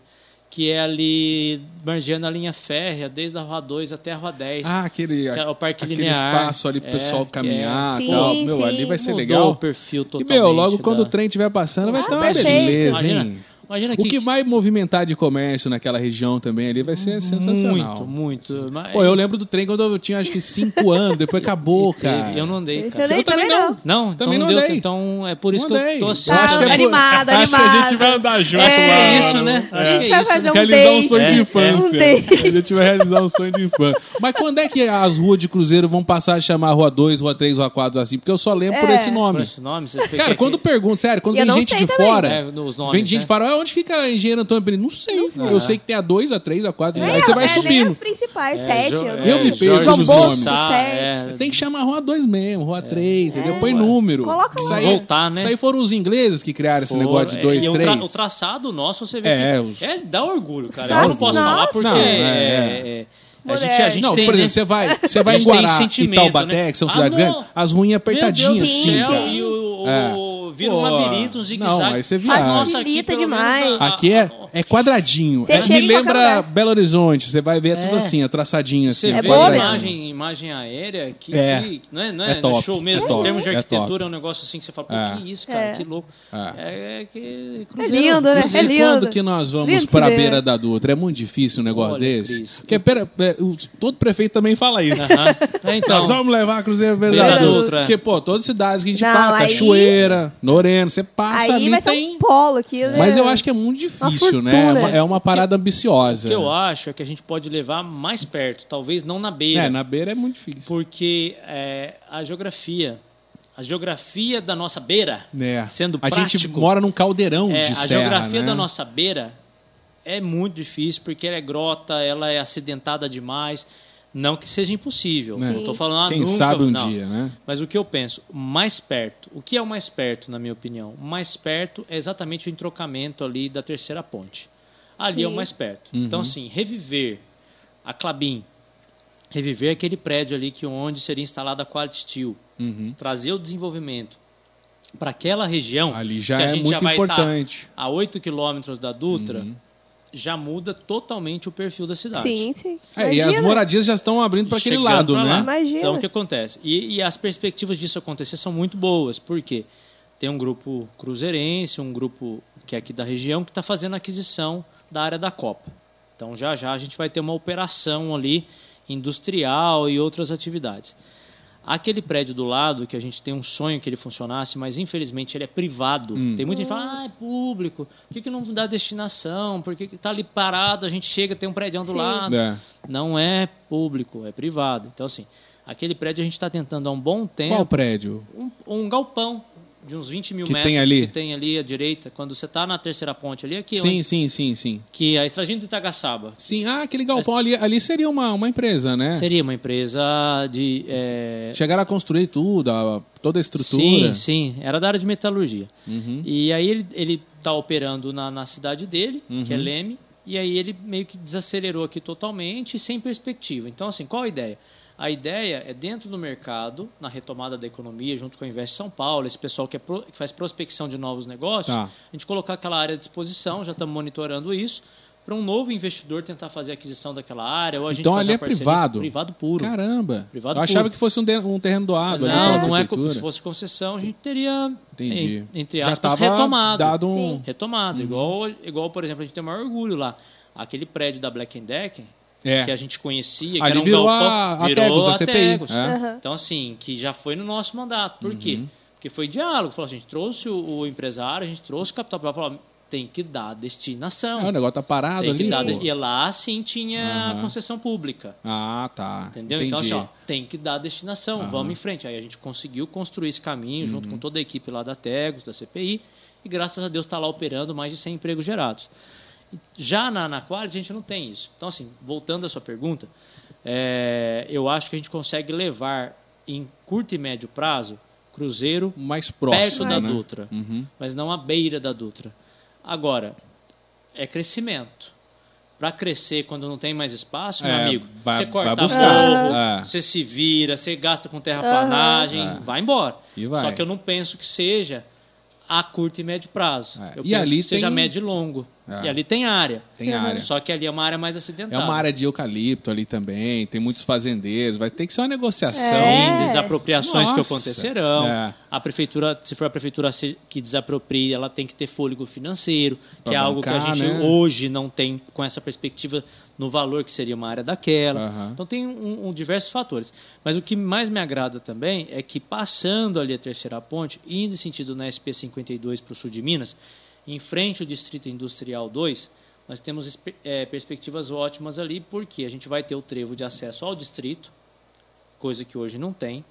S3: Que é ali, margeando a linha férrea, desde a Rua 2 até a Rua 10.
S1: Ah, aquele,
S3: que é o Parque
S1: aquele
S3: Linear.
S1: espaço ali pro
S3: É,
S1: pessoal
S3: que é.
S1: caminhar e
S2: Sim,
S1: tal. Meu,
S2: sim.
S1: ali vai ser
S3: Mudou o
S1: legal.
S3: perfil
S1: E,
S3: totalmente.
S1: meu, logo
S3: da-
S1: quando o trem estiver passando, vai
S2: Ah,
S1: estar uma
S2: perfeito.
S1: beleza,
S3: Imagina,
S1: hein?
S3: imagina
S1: O que vai movimentar de comércio naquela região também ali vai
S2: Hum,
S1: ser sensacional.
S3: Muito, muito. Mas-
S1: Pô, eu lembro do trem quando eu tinha acho que
S3: *laughs*
S1: 5 anos, depois acabou,
S3: Teve,
S1: cara.
S3: Eu não andei,
S2: Eu
S3: cara.
S1: Eu
S2: nem-
S1: também
S2: também
S1: não.
S2: não.
S3: Não, então
S1: Também não
S3: deu,
S1: andei.
S3: então é por isso
S1: Não andei.
S3: que eu tô
S1: Eu acho que é
S2: Tá,
S1: por-
S2: animada,
S1: Acho que a gente
S2: animada.
S1: vai andar junto
S2: É,
S1: lá.
S2: é
S1: no-
S3: isso, né?
S2: A
S3: Acho que
S2: gente
S3: é
S2: vai
S3: isso,
S2: fazer
S3: né?
S2: um
S1: realizar um
S2: date.
S1: sonho de
S3: É,
S1: infância.
S2: Um date.
S1: A gente vai realizar um sonho de infância. Mas quando é que as ruas de Cruzeiro vão passar a chamar Rua 2, Rua 3, Rua 4, assim? Porque eu só lembro por
S2: É.
S1: esse
S3: Por
S1: nome.
S3: esse nome, você fica
S1: Cara,
S3: aqui-
S1: quando pergunta, sério, quando
S2: E eu
S1: vem
S2: não
S1: gente
S2: sei
S1: de
S2: também.
S1: fora,
S3: É, nos nomes,
S1: vem gente
S3: né?
S1: de fora, "Ah, onde fica a engenheiro Antônio Pereira? Não sei, eu sei que tem a 2, a 3, a 4, aí você vai
S2: é, Nem
S1: subindo.
S2: as principais,
S3: É,
S2: sete.
S3: Jo-
S2: eu-
S1: Eu me
S3: Jorge
S1: perco
S2: João
S1: nos
S2: Bosco,
S1: nomes.
S3: Sá,
S2: sete.
S3: é,
S1: Tem que chamar Rua 2 mesmo, Rua 3, entendeu? Põe número.
S2: É, Coloca lá.
S1: Isso aí-
S3: Voltar, né?
S1: Isso aí foram os ingleses que criaram esse
S3: Foram,
S1: negócio de
S3: é,
S1: 2,
S3: e o tra-
S1: 3.
S3: O traçado nosso, você vê
S1: É,
S3: que
S1: os-
S3: é, dá orgulho, cara.
S2: Dá
S3: eu não
S2: orgulho.
S3: posso falar
S2: Nossa.
S3: porque
S1: Não,
S3: é,
S1: é,
S3: é, a gente, a gente
S1: Não,
S3: tem,
S1: por exemplo,
S3: né?
S1: você
S3: *laughs*
S1: vai, você vai
S3: A
S1: em
S3: gente tem
S1: Guará e
S3: sentimento,
S1: Taubaté,
S3: né?
S1: que são cidades
S3: Amor,
S1: grandes, as ruinhas
S3: Meu
S1: apertadinhas,
S3: Deus do
S1: assim,
S3: céu,
S1: cara.
S3: E o, o-
S1: É.
S3: vira
S1: Pô,
S3: um labirinto, um zigue-zague.
S1: não, aí você
S3: Mas,
S1: viaja.
S3: nossa, aqui,
S2: Facilita
S3: pelo menos,
S2: demais.
S3: a-
S1: Aqui é, é quadradinho.
S2: Você
S1: É,
S2: chega
S1: me
S2: em qualquer
S1: lembra
S2: lugar.
S1: Belo Horizonte. Você vai ver é tudo
S3: É.
S1: assim, é traçadinho assim.
S3: Você
S1: é
S3: vê
S2: boa
S3: a
S2: mesmo.
S3: imagem, imagem aérea que,
S1: É.
S3: que não é, não
S1: É
S3: é, não é
S1: top,
S3: show
S1: é
S3: mesmo.
S1: top,
S3: em termos de
S1: é
S3: arquitetura,
S1: top.
S3: é um negócio assim que você fala, pô,
S1: É.
S3: que isso, cara,
S2: É.
S3: que louco. É, é que cruzeiro,
S2: lindo, né?
S3: cruzeiro.
S2: É
S1: E
S2: lindo.
S1: quando que nós vamos
S2: Lindo
S1: para a
S2: de ver.
S1: beira da Dutra? É muito difícil um negócio
S3: Olha,
S1: desse.
S3: Cris.
S1: Porque pera- é, o- todo prefeito também fala isso.
S2: *laughs*
S3: Aham. É, então,
S1: Nós vamos levar a Cruzeiro pra beira
S3: Beira
S1: da
S3: da
S1: Dutra.
S3: Dutra, é.
S1: Porque, pô, todas as cidades que a gente
S2: Não,
S1: passa,
S2: aí-
S1: Cachoeira, Noreno, você passa
S2: Aí
S1: ali,
S2: vai ser
S1: tem...
S2: um polo aqui, né?
S1: Mas eu acho que é muito difícil,
S2: fortuna.
S1: né? É uma, é uma parada ambiciosa.
S3: o que eu acho é que a gente pode levar mais perto, talvez não na beira.
S1: É, na beira é muito difícil.
S3: Porque é, a geografia, a geografia da nossa beira,
S1: Né?
S3: sendo
S1: a
S3: prático,
S1: gente mora num caldeirão
S3: é,
S1: de
S3: a
S1: serra,
S3: geografia
S1: né?
S3: da nossa beira é muito difícil porque ela é grota, ela é acidentada demais. Não que seja impossível.
S1: Né?
S3: Não estou falando ah,
S1: Quem
S3: nunca,
S1: sabe um
S3: não.
S1: dia, né?
S3: Mas o que eu penso, mais perto. O que é o mais perto, na minha opinião? O mais perto é exatamente o entrocamento ali da terceira ponte. Ali é o
S2: Sim.
S3: mais perto.
S1: Uhum.
S3: Então, assim, reviver a Clabin, reviver aquele prédio ali que onde seria instalada a Quality Steel,
S1: Uhum.
S3: trazer o desenvolvimento para aquela região
S1: Ali já
S3: que a
S1: é
S3: gente
S1: muito
S3: já vai estar
S1: importante. Uhum.
S3: a 8 quilômetros da Dutra, já muda totalmente o perfil da cidade.
S2: Sim, sim.
S1: É, e as
S2: Imagina.
S1: moradias já estão abrindo para aquele
S3: Chegando
S1: lado,
S3: pra lá.
S1: né?
S2: Imagina.
S3: Então, o que acontece? E, e as perspectivas disso acontecer são muito boas, porque tem um grupo cruzeirense, um grupo que é aqui da região, que está fazendo a aquisição da área da Copa. Então, já já a gente vai ter uma operação ali industrial e outras atividades. Aquele prédio do lado, que a gente tem um sonho que ele funcionasse, mas infelizmente ele é privado.
S1: Hum.
S3: Tem muita gente que fala, ah, é público, por que, que não dá destinação? Por que está ali parado? A gente chega, tem um prédio do
S2: Sim.
S3: lado
S1: É.
S3: não é público, é privado. Então, assim, aquele prédio a gente está tentando há um bom
S1: Qual
S3: tempo
S1: prédio?
S3: um, um galpão de uns 20 mil
S1: Que
S3: metros
S1: tem ali?
S3: que tem ali à direita. Quando você está na terceira ponte ali, é aqui,
S1: Sim,
S3: onde-
S1: sim, sim, sim.
S3: que é a Estradinha do Itagaçaba.
S1: Sim, ah, aquele galpão ali, ali seria uma, uma empresa, né?
S3: Seria uma empresa de. é,
S1: Chegaram a construir tudo, a- toda a estrutura.
S3: Sim, sim. Era da área de metalurgia.
S1: Uhum.
S3: E aí ele, ele tá operando na, na cidade dele,
S1: Uhum.
S3: que é Leme, e aí ele meio que desacelerou aqui totalmente, sem perspectiva. Então, assim, qual a ideia? A ideia é dentro do mercado, na retomada da economia, junto com a Invest São Paulo, esse pessoal que, é pro- que faz prospecção de novos negócios,
S1: Tá.
S3: a gente colocar aquela área à disposição, já estamos monitorando isso, para um novo investidor tentar fazer a aquisição daquela área. Ou a gente
S1: Então
S3: fazer
S1: ali
S3: uma
S1: é
S3: parceria-
S1: privado?
S3: Privado puro.
S1: Caramba.
S3: Privado
S1: eu achava
S3: puro.
S1: que fosse um, de- um terreno doado ali
S3: não,
S1: pela
S3: não é. co-
S1: prefeitura.
S3: Se fosse concessão, a gente teria,
S1: Entendi.
S3: en- entre
S1: Já
S3: aspas,
S1: tava
S3: retomado.
S1: dado um-
S2: Sim.
S3: Retomado. Igual, igual, por exemplo, a gente tem o maior orgulho lá. Aquele prédio da Black Decker,
S1: É.
S3: que a gente conhecia, que
S1: Ali
S3: era um
S1: virou
S3: galpão,
S1: a- a
S3: virou
S1: Tegos, a
S3: a
S1: CPI,
S3: Tegos.
S1: é. Uhum.
S2: Aham.
S3: Então, assim, que já foi no nosso mandato. Por quê? Porque foi diálogo. Falou, a gente trouxe o, o empresário, a gente trouxe o capital para falar, tem que dar destinação.
S1: Ah, o negócio tá parado
S3: tem que
S1: ali.
S3: dar,
S1: pô.
S3: de- e lá, sim, tinha
S1: Aham.
S3: concessão pública.
S1: Ah, tá.
S3: Entendeu?
S1: Entendi.
S3: Então, assim, ó, tem que dar destinação, vamos em frente. Aí a gente conseguiu construir esse caminho junto com toda a equipe lá da Tegos, da CPI, e graças a Deus está lá operando mais de 100 empregos gerados. Já na Anaqualis, a gente não tem isso. Então, assim, voltando à sua pergunta, é, eu acho que a gente consegue levar em curto e médio prazo Cruzeiro
S1: Mais próximo,
S3: perto da
S1: né?
S3: Dutra,
S1: Uhum.
S3: mas não à beira da Dutra. Agora, é crescimento. Para crescer quando não tem mais espaço, meu
S1: É,
S3: amigo,
S1: vai-
S3: você corta
S1: vai buscar.
S3: morro,
S1: É.
S3: você se vira, você gasta com terraplanagem,
S1: Aham. É.
S3: vai embora.
S1: E vai.
S3: Só que eu não penso que seja a curto e médio prazo.
S1: É.
S3: Eu
S1: E
S3: penso
S1: ali
S3: que seja
S1: tem-
S3: médio e longo.
S1: É.
S3: E ali tem área.
S1: Tem área.
S3: Só que ali é uma área mais
S1: É
S3: acidentada.
S1: uma área de eucalipto ali também, tem muitos fazendeiros, vai ter que ser uma negociação.
S2: É.
S3: Sim, desapropriações que
S1: Nossa.
S3: acontecerão.
S1: É.
S3: A prefeitura, se for a prefeitura se- que desapropria, ela tem que ter fôlego financeiro, que
S1: Pra
S3: é algo que
S1: bancar,
S3: a gente
S1: né?
S3: hoje não tem com essa perspectiva no valor que seria uma área daquela.
S1: Aham.
S3: Então tem um, um diversos fatores. Mas o que mais me agrada também é que passando ali a terceira ponte, indo em sentido na SP 52 para o sul de Minas, em frente ao Distrito Industrial 2, nós temos espe- eh, perspectivas ótimas ali, porque a gente vai ter o trevo de acesso ao distrito, coisa que hoje não tem.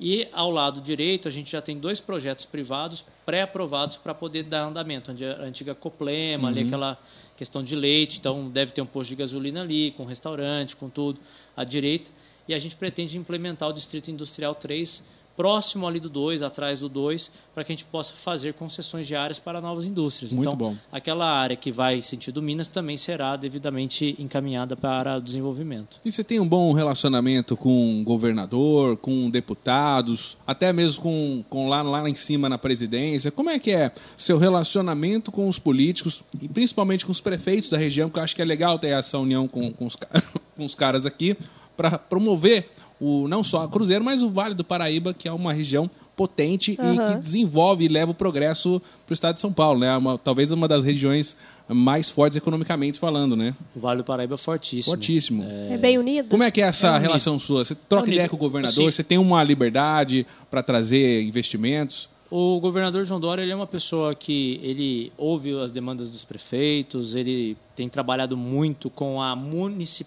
S3: E ao lado direito, a gente já tem dois projetos privados pré-aprovados para poder dar andamento. Onde a antiga Coplema,
S1: Uhum.
S3: ali aquela questão de leite, então deve ter um posto de gasolina ali, com restaurante, com tudo, à direita. E a gente pretende implementar o Distrito Industrial 3 próximo ali do 2, atrás do 2, para que a gente possa fazer concessões de áreas para novas indústrias.
S1: Muito
S3: então,
S1: bom.
S3: aquela área que vai sentido Minas também será devidamente encaminhada para o desenvolvimento.
S1: E você tem um bom relacionamento com o governador, com deputados, até mesmo com, com lá, lá em cima na presidência. Como é que é seu relacionamento com os políticos e principalmente com os prefeitos da região, que eu acho que é legal ter essa união com, com, os, ca- *laughs* com os caras aqui para promover o não só a Cruzeiro, mas o Vale do Paraíba, que é uma região potente e que
S2: Aham.
S1: desenvolve e leva o progresso para o estado de São Paulo, né? Uma- talvez uma das regiões mais fortes economicamente falando, né?
S3: O Vale do Paraíba é fortíssimo.
S1: Fortíssimo.
S2: É bem unido?
S1: Como é que é essa
S3: É unido.
S1: relação sua? Você troca
S3: É unido.
S1: ideia com o governador?
S3: Assim-
S1: Você tem uma liberdade para trazer investimentos?
S3: O governador João Dória ele é uma pessoa que ele ouve as demandas dos prefeitos, ele tem trabalhado muito com a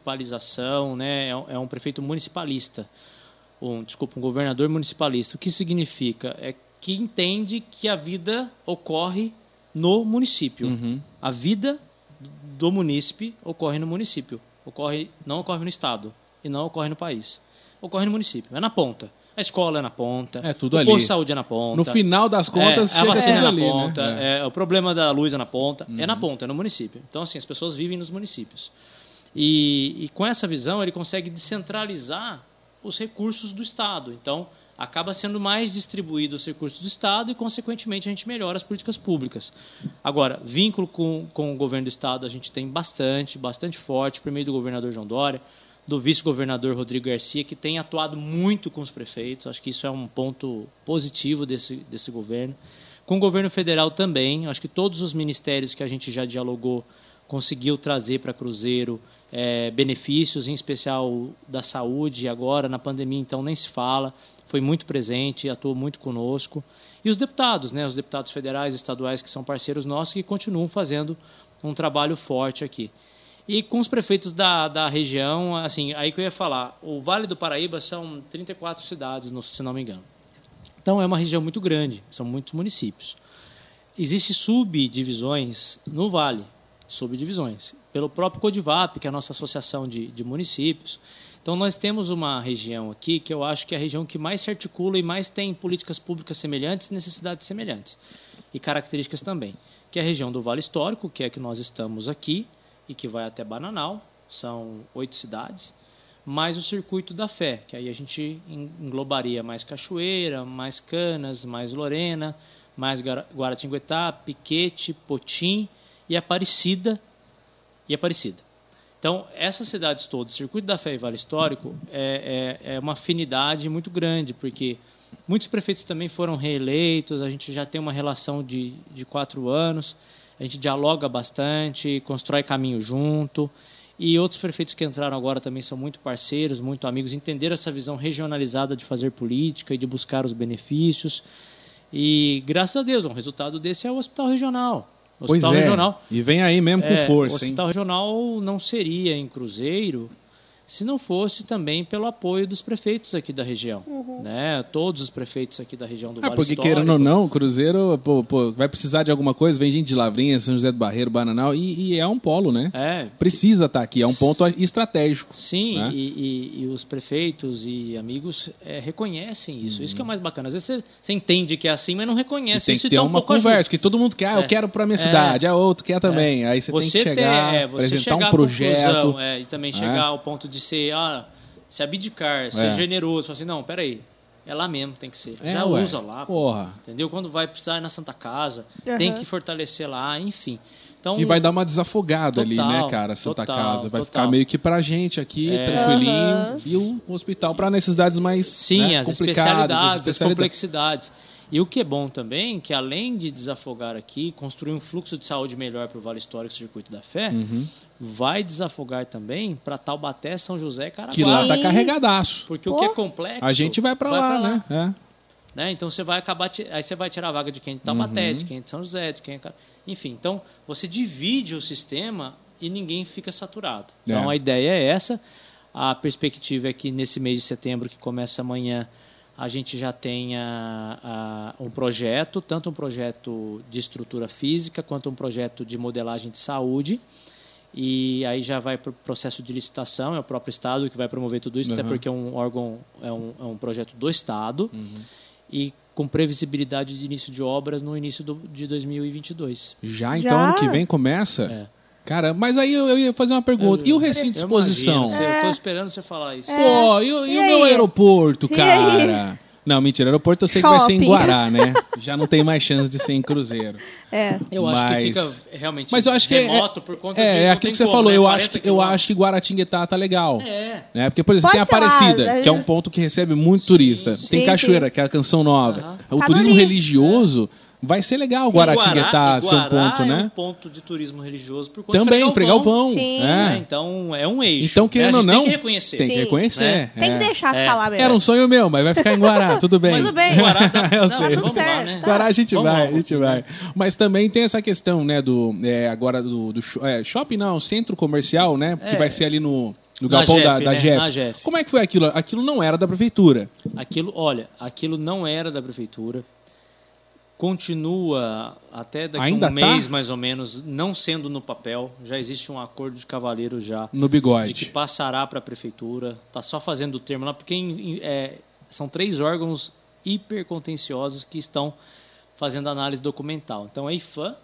S3: municipalização, né? É um- É um prefeito municipalista, um desculpa, um governador municipalista. O que significa é que entende que a vida ocorre no município.
S1: Uhum.
S3: A vida do munícipe ocorre no município, ocorre não ocorre no estado e não ocorre no país, ocorre no município. É na ponta. A escola é na ponta.
S1: É tudo
S3: o
S1: ali.
S3: posto de saúde é na ponta.
S1: No final das contas,
S3: É, a
S1: chega
S3: vacina é
S1: tudo
S3: na
S1: ali, né?
S3: ponta,
S1: É. Uhum.
S3: é, o problema da luz é na ponta, é na ponta, é no município. Então, assim, as pessoas vivem nos municípios. E, e com essa visão, ele consegue descentralizar os recursos do Estado. Então, acaba sendo mais distribuído os recursos do Estado e, consequentemente, a gente melhora as políticas públicas. Agora, vínculo com, com o governo do Estado a gente tem bastante, bastante forte, por meio do governador João Dória, do vice-governador Rodrigo Garcia, que tem atuado muito com os prefeitos. Acho que isso é um ponto positivo desse, desse governo. Com o governo federal também, acho que todos os ministérios que a gente já dialogou conseguiu trazer para Cruzeiro eh, benefícios, em especial da saúde, e agora na pandemia então nem se fala, foi muito presente, atuou muito conosco. E os deputados, né, os deputados federais, estaduais que são parceiros nossos, que continuam fazendo um trabalho forte aqui. E com os prefeitos da, da região, assim, aí que eu ia falar, o Vale do Paraíba são 34 cidades, no- se não me engano. Então é uma região muito grande, são muitos municípios. Existem subdivisões no Vale, subdivisões, pelo próprio Codivap, que é a nossa associação de, de municípios. Então nós temos uma região aqui que eu acho que é a região que mais se articula e mais tem políticas públicas semelhantes, necessidades semelhantes e características também, que é a região do Vale Histórico, que é que nós estamos aqui e que vai até Bananal, são oito cidades mais o circuito da fé, que aí a gente en- englobaria mais Cachoeira, mais Canas, mais Lorena, mais Guara- Guaratinguetá, Piquete, Potim e Aparecida, e Aparecida. Então, essas cidades todas, Circuito da Fé e Vale Histórico, é, é, é uma afinidade muito grande, porque muitos prefeitos também foram reeleitos, a gente já tem uma relação de, de quatro anos, a gente dialoga bastante, constrói caminho junto. E outros prefeitos que entraram agora também são muito parceiros, muito amigos, entenderam essa visão regionalizada de fazer política e de buscar os benefícios. E graças a Deus, um resultado desse é o hospital regional. O
S1: Pois
S3: hospital
S1: é.
S3: regional.
S1: E vem aí mesmo com
S3: É, O
S1: força, hein?
S3: hospital regional não seria em Cruzeiro se não fosse também pelo apoio dos prefeitos aqui da região. Né? Todos os prefeitos aqui da região do
S1: Ah,
S3: Vale
S1: porque
S3: Histórico.
S1: querendo ou não, o Cruzeiro pô, pô, vai precisar de alguma coisa, vem gente de Lavrinha, São José do Barreiro, Bananal, e, e é um polo, né?
S3: É,
S1: Precisa estar aqui, é um ponto estratégico.
S3: Sim,
S1: né?
S3: e, e- e os prefeitos e amigos eh, reconhecem isso. Isso que é o mais bacana. Às vezes você, você entende que é assim, mas não
S1: Uhum. E
S3: reconhece
S1: tem
S3: isso
S1: que
S3: e
S1: ter
S3: tá um
S1: uma
S3: pouco ajuda.
S1: conversa, que todo mundo quer, ah, eu
S3: É.
S1: quero pra minha
S3: É.
S1: cidade, ah, outro quer também. Aí você, tem que
S3: ter-
S1: chegar,
S3: é, você
S1: apresentar
S3: chegar
S1: um
S3: à
S1: projeto.
S3: conclusão, é, e também
S1: né?
S3: chegar ao ponto de ser, ah, se abdicar, ser
S1: É.
S3: generoso. Falar assim, não, peraí, é lá mesmo que tem que ser.
S1: É,
S3: Já
S1: ué.
S3: usa lá, pô,
S1: Porra.
S3: entendeu? Quando vai precisar ir na Santa Casa, tem
S2: Aham.
S3: que fortalecer lá, enfim. Então,
S1: E vai dar uma desafogada ali,
S3: Total,
S1: né, cara, Santa
S3: total,
S1: Casa. Vai
S3: total. É.
S1: ficar meio que pra gente aqui, tranquilinho.
S2: Aham.
S1: E o hospital pra necessidades mais
S3: Sim,
S1: né,
S3: as
S1: complicadas,
S3: especialidades,
S1: as
S3: as
S1: especialidades.
S3: complexidades. E o que é bom também, que além de desafogar aqui, construir um fluxo de saúde melhor para o Vale Histórico e Circuito da Fé,
S1: Uhum.
S3: vai desafogar também para Taubaté, São José e Caraguá.
S1: Que lá tá
S2: Sim.
S1: carregadaço.
S3: Porque o
S2: Pô.
S3: que é complexo...
S1: A gente vai pra lá,
S3: pra
S1: né? É.
S3: né? Então você vai acabar ti- aí você vai tirar a vaga de quem é de Taubaté, de quem é de São José, de quem é... Car- enfim. Então você divide o sistema e ninguém fica saturado.
S1: É.
S3: Então a ideia é essa. A perspectiva é que nesse mês de setembro que começa amanhã a gente já tenha ah, um projeto, tanto um projeto de estrutura física quanto um projeto de modelagem de saúde. E aí já vai para o processo de licitação, é o próprio Estado que vai promover tudo isso, até
S1: Aham.
S3: porque é um órgão, é um, é um projeto do Estado
S1: Uhum.
S3: e com previsibilidade de início de obras no início do, de 2022.
S1: Já, então, ano que vem começa?
S3: É.
S1: Cara, mas aí eu, eu ia fazer uma pergunta. E o recinto de
S3: Eu
S1: exposição?
S3: imagino, você- Eu tô esperando você falar isso.
S1: Pô, e, o- e
S2: É. E
S1: o meu
S2: aí?
S1: aeroporto,
S2: E
S1: cara? Não, mentira, aeroporto eu sei que vai ser em
S2: Shopping.
S1: Guará,
S2: *laughs*
S1: né? Já não tem mais chance de ser em Cruzeiro.
S2: É.
S3: Eu acho que
S1: Mas-
S3: fica realmente
S1: Mas eu acho que é-
S3: Tipo, remoto por conta
S1: é,
S3: de...
S1: é
S3: não
S1: aquilo
S3: tem
S1: que você
S3: como,
S1: falou,
S3: né?
S1: eu,
S3: 40
S1: acho que, eu
S3: quilômetros.
S1: acho que Guaratinguetá tá legal.
S3: É,
S1: Né? Porque, por exemplo,
S2: Pode
S1: tem
S2: ser lá,
S1: Aparecida,
S2: né?
S1: que é um ponto que recebe muito turista. Tem
S2: Sim,
S1: Cachoeira, que é a canção nova. O
S2: Tá no
S1: turismo
S2: Rio.
S1: religioso vai ser legal Guaratinguetá
S3: Guará-
S1: ser um
S3: Guará
S1: ponto,
S3: é
S1: né?
S3: um ponto de turismo religioso por conta
S1: Também,
S3: de
S1: Frei Galvão.
S2: Sim.
S1: é.
S3: Né? Então, é um eixo.
S1: Então,
S3: né?
S1: querendo
S3: a
S1: ou
S3: gente
S1: não,
S3: tem que reconhecer.
S1: Tem que
S2: Sim.
S1: reconhecer.
S3: Né?
S1: é.
S2: Tem que deixar
S3: É.
S2: ficar lá mesmo.
S1: Era um sonho meu, mas vai ficar em Guará, tudo bem.
S2: Tudo
S3: *laughs*
S2: bem.
S3: Guará dá-
S1: Eu sei.
S3: não, tá
S2: tudo
S3: vamos lá,
S2: certo,
S3: né?
S2: tá.
S1: Guará a gente
S3: Vamos
S1: vai,
S3: lá,
S1: a gente vai. Mas também tem essa questão, né, do... é, agora do, do sho- é, shopping, não, centro comercial, né? Que
S3: É.
S1: vai ser ali no, no
S3: Na
S1: galpão da,
S3: Jeff,
S1: da
S3: né?
S1: Jeff.
S3: Na Jeff.
S1: Como é que foi aquilo? Aquilo não era da prefeitura.
S3: Aquilo, olha, aquilo não era da prefeitura. Continua até daqui a
S1: Ainda tá?
S3: um mês, mais ou menos, não sendo no papel. Já existe um acordo de cavaleiro já
S1: No
S3: de que
S1: bigode.
S3: passará para a prefeitura. Tá só fazendo o termo lá, porque em- em- é, são três órgãos hipercontenciosos que estão fazendo análise documental. Então, a IFAM,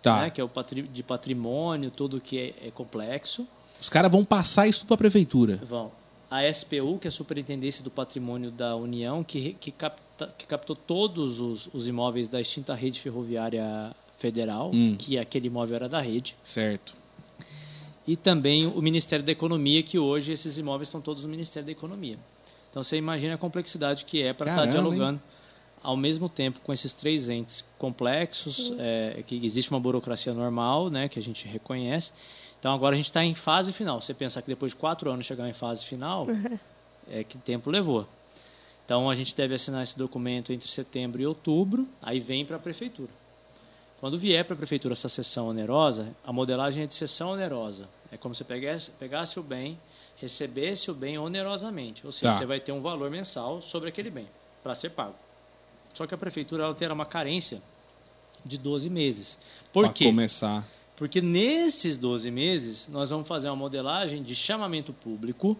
S1: Tá.
S3: né, que é o patri- de patrimônio, tudo que é- é complexo.
S1: Os caras vão passar isso pra prefeitura.
S3: Vão. A SPU, que é a Superintendência do Patrimônio da União, que, re- que, capta- que captou todos os, os imóveis da extinta rede ferroviária federal,
S1: Hum.
S3: que aquele imóvel era da rede,
S1: Certo.
S3: e também o Ministério da Economia, que hoje esses imóveis estão todos no Ministério da Economia. Então você imagina a complexidade que é para estar
S1: Caramba,
S3: dialogando ao mesmo tempo com esses três entes complexos, é, que existe uma burocracia normal, né, que a gente reconhece. Então agora a gente está em fase final. Você pensar que depois de quatro anos chegar em fase final, é que tempo levou. Então a gente deve assinar esse documento entre setembro e outubro, aí vem para a prefeitura. Quando vier para a prefeitura essa sessão onerosa, a modelagem é de sessão onerosa. É como se pegasse, pegasse o bem, recebesse o bem onerosamente. Ou seja,
S1: Tá.
S3: você vai ter um valor mensal sobre aquele bem para ser pago. Só que a prefeitura ela terá uma carência de 12 meses. Por
S1: pra
S3: quê?
S1: começar.
S3: Porque nesses 12 meses, nós vamos fazer uma modelagem de chamamento público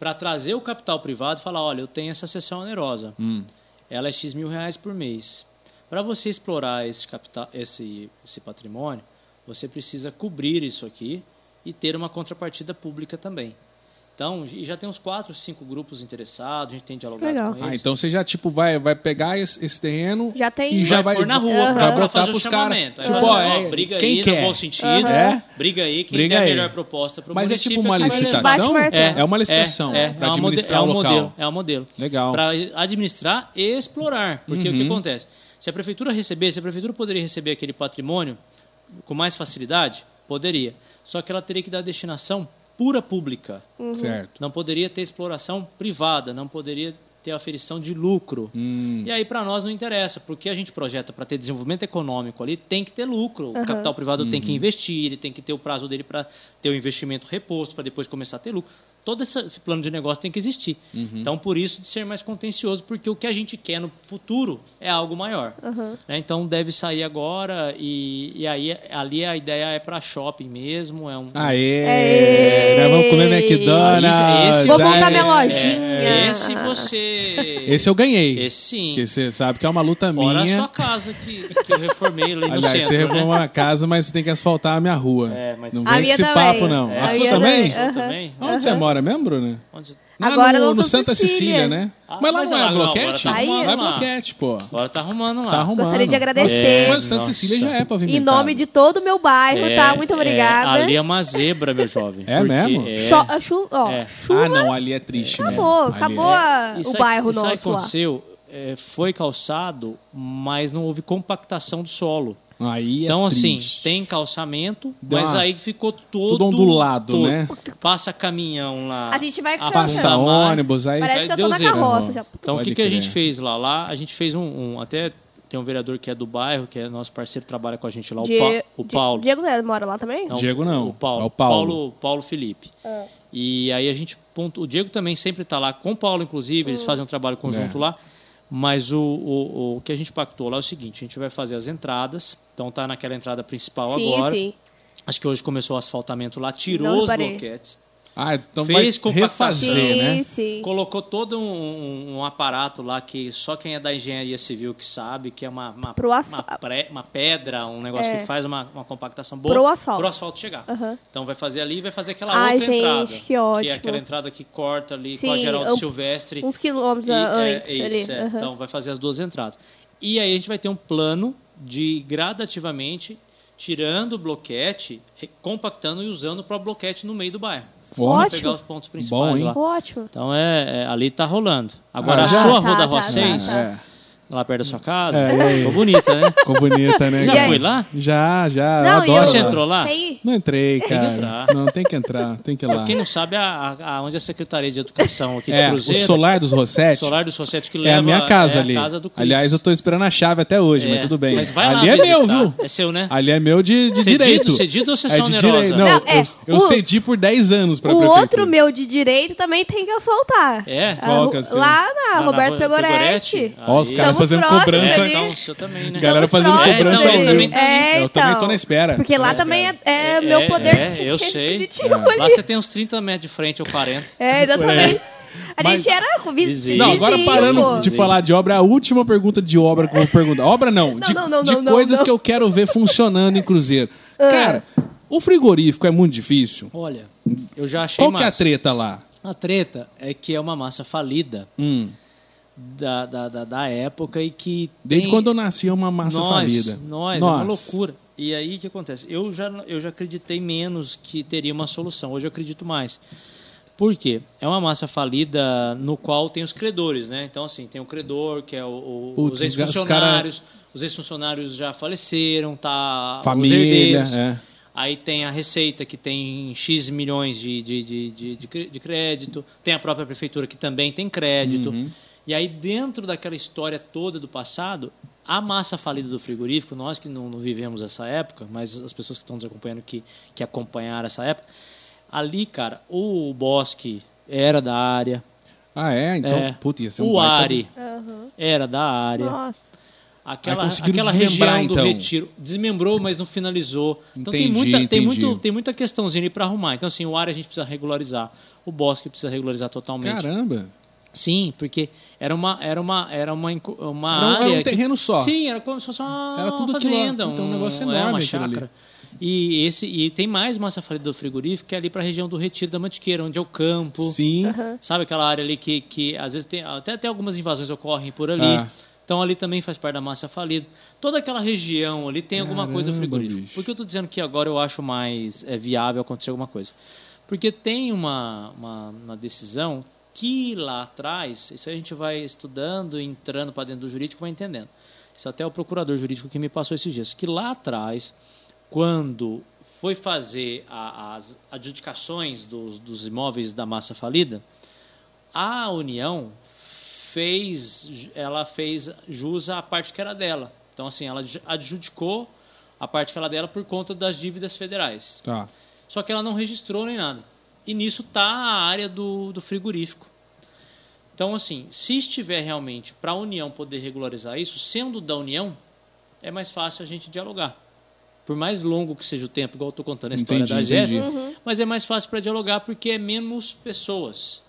S3: para trazer o capital privado e falar: olha, eu tenho essa sessão onerosa.
S1: Hum.
S3: Ela é X mil reais por mês. Para você explorar esse, capital, esse, esse patrimônio, você precisa cobrir isso aqui e ter uma contrapartida pública também. Então, e já tem uns quatro, cinco grupos interessados, a gente tem dialogado
S2: Legal.
S3: com eles.
S1: Ah, então você já, tipo, vai, vai pegar esse, esse terreno
S2: Já tem.
S1: e já vai,
S3: Vai pôr na rua,
S2: Aham.
S1: vai
S2: pra
S1: botar
S3: fazer o
S1: pros caras.
S3: chamamento. Aí
S1: Tipo,
S3: fala,
S1: ó,
S3: ó,
S1: é,
S3: briga
S1: quem
S3: aí,
S1: quer?
S3: no bom sentido.
S1: É?
S3: Briga aí, quem
S1: Briga
S3: der a
S1: aí.
S3: melhor proposta pro
S1: Mas é
S3: município.
S1: tipo uma
S3: é quem vai levar.
S2: Bate
S1: licitação?
S2: martelo.
S1: É, uma licitação
S3: é,
S1: para
S3: é um mode-
S1: administrar
S3: é
S1: o
S3: um
S1: local.
S3: Modelo, é um modelo.
S1: Legal. Uhum.
S3: Para administrar e explorar. Porque o que acontece? Se a prefeitura receber, se a prefeitura poderia receber aquele patrimônio com mais facilidade, poderia. Só que ela teria que dar destinação pura pública.
S2: Uhum.
S1: Certo.
S3: Não poderia ter exploração privada, não poderia ter aferição de lucro.
S1: Hum,
S3: E aí para nós não interessa, porque a gente projeta para ter desenvolvimento econômico ali, tem que ter lucro. O capital privado tem
S1: Uhum.
S3: que investir, ele tem que ter o prazo dele para ter o investimento reposto, para depois começar a ter lucro. Todo essa- esse plano de negócio tem que existir.
S1: Uhum.
S3: Então, por isso, de ser mais contencioso, porque o que a gente quer no futuro é algo maior. né? Então, deve sair agora e, e aí ali a ideia é para shopping mesmo, é um...
S1: Aê!
S2: Aê!
S1: Nós vamos comer McDonald's.
S3: Esse- esse-
S2: Vou montar minha
S1: aê.
S2: lojinha.
S3: é- Esse você...
S1: Esse é eu ganhei.
S3: é. Esse sim.
S1: Que você sabe que é uma luta
S3: Fora
S1: minha.
S3: a sua casa que, que eu reformei ali no
S1: Aliás,
S3: centro,
S1: você reformou
S3: né?
S1: a casa, mas você tem que asfaltar a minha rua.
S3: É, mas-
S1: Não
S2: A
S1: vem com
S2: minha
S1: esse
S2: também.
S1: papo,
S3: né?
S1: não.
S2: É.
S1: A
S2: A
S1: sua
S2: minha
S1: também?
S2: também.
S3: Eu também?
S1: Onde você mora mesmo, Bruno?
S3: Onde-
S1: Lá no,
S2: Agora não
S1: no
S2: sou
S1: Santa Cecília,
S2: Cecília.
S1: né?
S3: Ah,
S1: mas lá
S3: mas
S1: não é
S3: agora não,
S1: bloquete?
S3: agora
S2: tá
S1: lá é
S2: arrumando lá.
S1: bloquete, pô.
S3: Agora tá arrumando lá.
S1: Tá arrumando.
S2: Gostaria de agradecer.
S1: Mas, mas Santa
S3: Nossa.
S1: Cecília já é
S2: Em
S1: pavimentado.
S2: nome de todo o meu bairro,
S3: É,
S2: tá? Muito
S3: é,
S2: obrigada.
S3: ali é uma zebra, meu jovem.
S1: É
S3: porque
S1: mesmo?
S3: é-
S2: Cho- ah, chu- ó,
S3: É.
S2: chuva,
S1: Ah, não, ali é triste mesmo.
S2: acabou,
S1: Ali é-
S2: acabou a-
S3: E
S2: o
S3: sabe-
S2: bairro
S3: e sabe
S2: nosso
S3: o que
S2: lá.
S3: aconteceu? É, foi calçado, mas não houve compactação do solo.
S1: Aí é
S3: Então, assim,
S1: triste.
S3: tem calçamento,
S1: Dá
S3: mas
S1: uma-
S3: aí ficou todo...
S1: Tudo ondulado,
S3: todo-
S1: né?
S3: Passa caminhão lá.
S2: A gente vai
S3: afunda
S1: Passa
S3: mar.
S1: ônibus, aí...
S2: Parece
S3: Aí
S2: que eu tô
S3: deu
S2: na
S3: zebra,
S2: carroça.
S1: irmão.
S2: já.
S3: Então, o
S1: Pode
S3: que, que a
S1: crer.
S3: gente fez lá? Lá a gente fez um, um- Até tem um vereador que é do bairro, que é nosso parceiro, trabalha com a gente lá, o,
S2: Die-
S3: Pa- o
S2: Die-
S3: Paulo.
S2: Diego Neto mora lá também?
S1: Diego não,
S3: O Paulo.
S1: é o Paulo.
S3: Paulo. Paulo, Felipe.
S2: Ah.
S3: E aí a gente pontu... O Diego também sempre está lá com o Paulo,
S2: Ah.
S3: inclusive, eles fazem um trabalho conjunto
S1: É.
S3: lá. Mas o, o, o que a gente pactuou lá é o seguinte: a gente vai fazer as entradas. Então tá naquela entrada principal
S2: sim,
S3: agora.
S2: sim.
S3: Acho que hoje começou o asfaltamento lá,
S2: Não
S3: tirou os
S2: reparei.
S3: bloquetes,
S1: Ah, então
S3: Fez
S1: vai
S3: compactação.
S1: refazer,
S2: Sim,
S1: né?
S2: sim.
S3: colocou todo um, um- um aparato lá que só quem é da engenharia civil que sabe, que é uma, uma,
S2: Pro
S3: uma,
S2: asfalto.
S3: pré- uma pedra, um negócio que faz uma, uma compactação boa
S2: É. Pro asfalto.
S3: pro asfalto chegar.
S2: Aham.
S3: Então vai fazer ali e vai fazer aquela
S2: Ai,
S3: outra
S2: gente,
S3: entrada.
S2: que
S3: Que
S2: ótimo.
S3: é aquela entrada que corta ali com a
S2: Sim,
S3: Geraldo
S2: um-
S3: Silvestre.
S2: Uns quilômetros
S3: E, é,
S2: antes
S3: é
S2: ali.
S3: isso, é.
S2: aham.
S3: Então vai fazer as duas entradas. E aí a gente vai ter um plano de gradativamente tirando o bloquete, re- compactando e usando o próprio bloquete no meio do bairro.
S1: Ó,
S3: Pra
S2: Ótimo.
S3: pegar os pontos principais
S1: Bom, hein?
S3: lá.
S2: Ótimo.
S3: Então é, é, ali tá rolando. Agora
S1: Ah,
S3: a
S1: já?
S3: sua
S2: Tá,
S3: Rua da
S2: tá,
S3: Rua
S2: tá,
S3: 6,
S2: tá.
S1: É,
S3: lá perto da sua casa,
S1: É, e aí?
S3: ficou
S1: *laughs*
S3: bonita, né?
S1: ficou bonita, né?
S3: Você já
S1: cara?
S3: foi lá?
S1: Já, já. eu
S2: Não,
S1: adoro.
S2: e eu-
S3: Você entrou lá?
S2: Tem...
S1: Não entrei, cara.
S3: entrar.
S1: não, tem que entrar, tem que ir lá.
S3: É, Quem não sabe, a, a, a- onde é a Secretaria de Educação aqui de
S1: É, o
S3: Cruzeiro, né,
S1: solar dos Rossetti
S3: Solar do Society que
S1: é
S3: leva...
S1: a minha casa
S3: é a
S1: ali.
S3: casa do Cris.
S1: Aliás, eu tô esperando a chave até hoje,
S3: É,
S1: mas tudo bem.
S3: Mas vai
S1: ali
S3: lá
S1: é meu,
S3: visitar.
S1: viu?
S3: É seu, né?
S1: Ali é meu de, de
S3: Cedido?
S1: direito.
S3: Cedido ou
S1: é
S3: sessão
S1: de
S3: onerosa?
S1: direito. Não,
S2: Não, é,
S1: eu, eu
S2: o-
S1: cedi por 10 anos pra
S2: O
S1: prefeitura.
S2: outro meu de direito também tem que assaltar.
S3: É?
S2: A
S1: Qual
S2: Ru-
S1: que é o seu?
S2: Lá na
S3: Lá na
S2: Ah, Roberto
S3: Rua
S2: Pegoretti.
S3: Pegoretti?
S1: Ó, os
S3: Aí.
S1: caras
S2: Estamos
S1: fazendo
S2: próximos
S1: cobrança.
S3: É,
S2: ali.
S3: então, o seu também, né?
S1: Galera fazendo
S2: próximos
S1: cobrança
S3: ali.
S1: ao
S3: É, então,
S1: vivo.
S3: eu também tá-
S2: É,
S1: Eu também tô
S2: então.
S1: na espera.
S2: Porque lá também é, é meu poder
S3: É,
S2: *laughs*
S3: eu sei.
S2: aquisitivo
S3: Lá
S2: ali.
S3: você tem uns 30 metros de frente ou 40.
S1: *laughs*
S2: É, exatamente. A
S1: Mas-
S2: gente era vi- vizinho.
S3: Vizinho.
S1: Não, agora parando de
S3: Sim.
S1: falar de obra, a última pergunta de obra que eu vou perguntar. Obra não, de,
S2: não, não,
S1: de
S2: não, não,
S1: coisas
S2: não. Ah.
S1: que eu quero ver funcionando em Cruzeiro. Cara, o frigorífico é muito difícil.
S3: Olha, eu já achei
S1: Qual
S3: mais.
S1: que é a treta lá?
S3: A treta é que é uma massa falida
S1: Hum,
S3: da, da, da, da época e que
S1: desde
S3: tem-
S1: quando eu nasci é uma massa
S3: nós,
S1: falida.
S3: Nós, é uma loucura. E aí o que acontece? Eu já, eu já acreditei menos que teria uma solução. Hoje eu acredito mais. Por quê? É uma massa falida no qual tem os credores, né? Então, assim, tem o credor, que é o, o-
S1: Putz,
S3: os
S1: os cara-
S3: ex-funcionários. Os ex-funcionários já faleceram, tá? os
S1: Família,
S3: herdeiros.
S1: é.
S3: Aí tem a Receita, que tem X milhões de, de, de, de, de cre- de crédito. Tem a própria Prefeitura, que também tem crédito.
S1: Uhum.
S3: E aí, dentro daquela história toda do passado, a massa falida do frigorífico, nós que não, não vivemos essa época, mas as pessoas que estão nos acompanhando, que, que acompanharam essa época, ali, cara, o Bosque era da área,
S1: Ah, é? Então,
S3: É.
S1: puta, ia ser um
S3: o
S1: baita-
S3: Ari
S2: Aham.
S3: era da área.
S2: Nossa.
S3: Aquela,
S1: Aí conseguiram
S3: aquela
S1: desmembrar,
S3: região do
S1: então.
S3: retiro. Desmembrou, mas não finalizou. Então
S1: Entendi,
S3: tem muita, Tem,
S1: entendi.
S3: muito, tem muita questãozinha ali para arrumar. Então, assim, o área a gente precisa regularizar. O bosque precisa regularizar totalmente.
S1: Caramba.
S3: Sim, porque era uma, era uma, era uma, inco- uma
S1: Era um- era
S3: área.
S1: um terreno
S3: que-
S1: só.
S3: Sim, era como se fosse uma
S1: Era tudo aquilo lá.
S3: fazenda.
S1: Então, um negócio
S3: é,
S1: enorme
S3: uma
S1: aquilo ali.
S3: chácara. E, esse, e tem mais massa falida do frigorífico, que é ali para a região do Retiro da Mantiqueira, onde é o campo.
S1: Sim.
S3: Sabe aquela área ali que, que às vezes tem, até, até algumas invasões ocorrem por ali.
S1: Ah.
S3: Então ali também faz parte da massa falida. Toda aquela região ali tem alguma coisa
S1: Caramba,
S3: frigorífica.
S1: bicho.
S3: Por que eu estou dizendo que agora eu acho mais é, viável acontecer alguma coisa? Porque tem uma, uma, uma decisão que lá atrás, isso a gente vai estudando, entrando para dentro do jurídico, vai entendendo. Isso até é o procurador jurídico que me passou esses dias. Que lá atrás, quando foi fazer a- as adjudicações dos, dos imóveis da massa falida, a União fez, ela fez jus à parte que era dela. Então, assim, ela adju- adjudicou a parte que era dela por conta das dívidas federais.
S1: Tá.
S3: Só que ela não registrou nem nada. E nisso tá a área do, do frigorífico. Então, assim, se estiver realmente para a União poder regularizar isso, sendo da União, é mais fácil a gente dialogar. Por mais longo que seja o tempo, igual eu estou contando a história
S1: Entendi,
S3: da Jéssica,
S1: entendi.
S3: mas é mais fácil para dialogar porque é menos pessoas.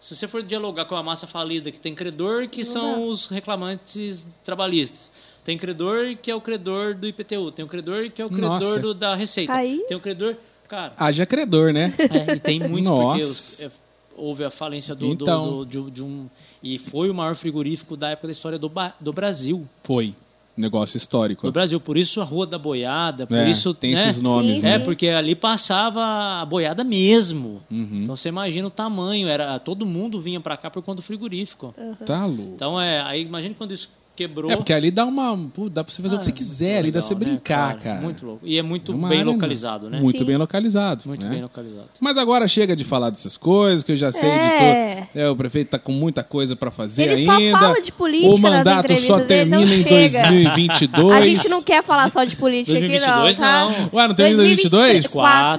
S3: Se você for dialogar com a massa falida, que tem credor, que são os reclamantes trabalhistas. Tem credor que é o credor do IPTU. Tem o credor que é o
S1: Nossa.
S3: credor do, da Receita.
S2: Aí-
S1: um
S3: Tem o credor... Cara,
S1: Haja credor,
S2: *laughs*
S1: né?
S3: é, e tem muitos porque
S1: Nossa.
S3: os- é, houve a falência do, do-
S1: Então.
S3: do- de, um- de um... E foi o maior frigorífico da época da história do, Ba- do Brasil.
S1: Foi. Negócio histórico.
S3: Do Brasil. Por isso a Rua da Boiada, por
S1: É,
S3: isso...
S1: tem
S3: né?
S1: esses nomes,
S2: Sim,
S1: né?
S3: É,
S2: sim.
S3: porque ali passava a boiada mesmo.
S1: Uhum.
S3: Então você imagina o tamanho, era todo mundo vinha pra cá por conta do frigorífico.
S1: Tá louco.
S3: Então é, aí imagina quando isso quebrou.
S1: É, porque ali dá uma. pô, dá pra você fazer o que você quiser, ali dá pra você
S3: Ah, Legal, né,
S1: brincar, cara.
S3: Muito louco. E é muito
S1: É uma
S3: bem
S1: área, né?
S3: localizado, né?
S1: Muito
S2: Sim.
S1: bem localizado.
S3: Muito
S1: né?
S3: bem localizado.
S1: Mas agora chega de falar dessas coisas, que eu já sei
S2: É.
S1: de tudo. É, o prefeito tá com muita coisa pra fazer
S2: Ele só
S1: ainda.
S2: fala de política
S1: o mandato
S2: nas
S1: só
S2: entrevistas, ele não
S1: termina em
S2: chega.
S1: 2022.
S2: *laughs* A gente não quer falar só de política aqui,
S3: 2022
S2: não, tá?
S3: não.
S1: Ué, não tem 2022?
S2: 4.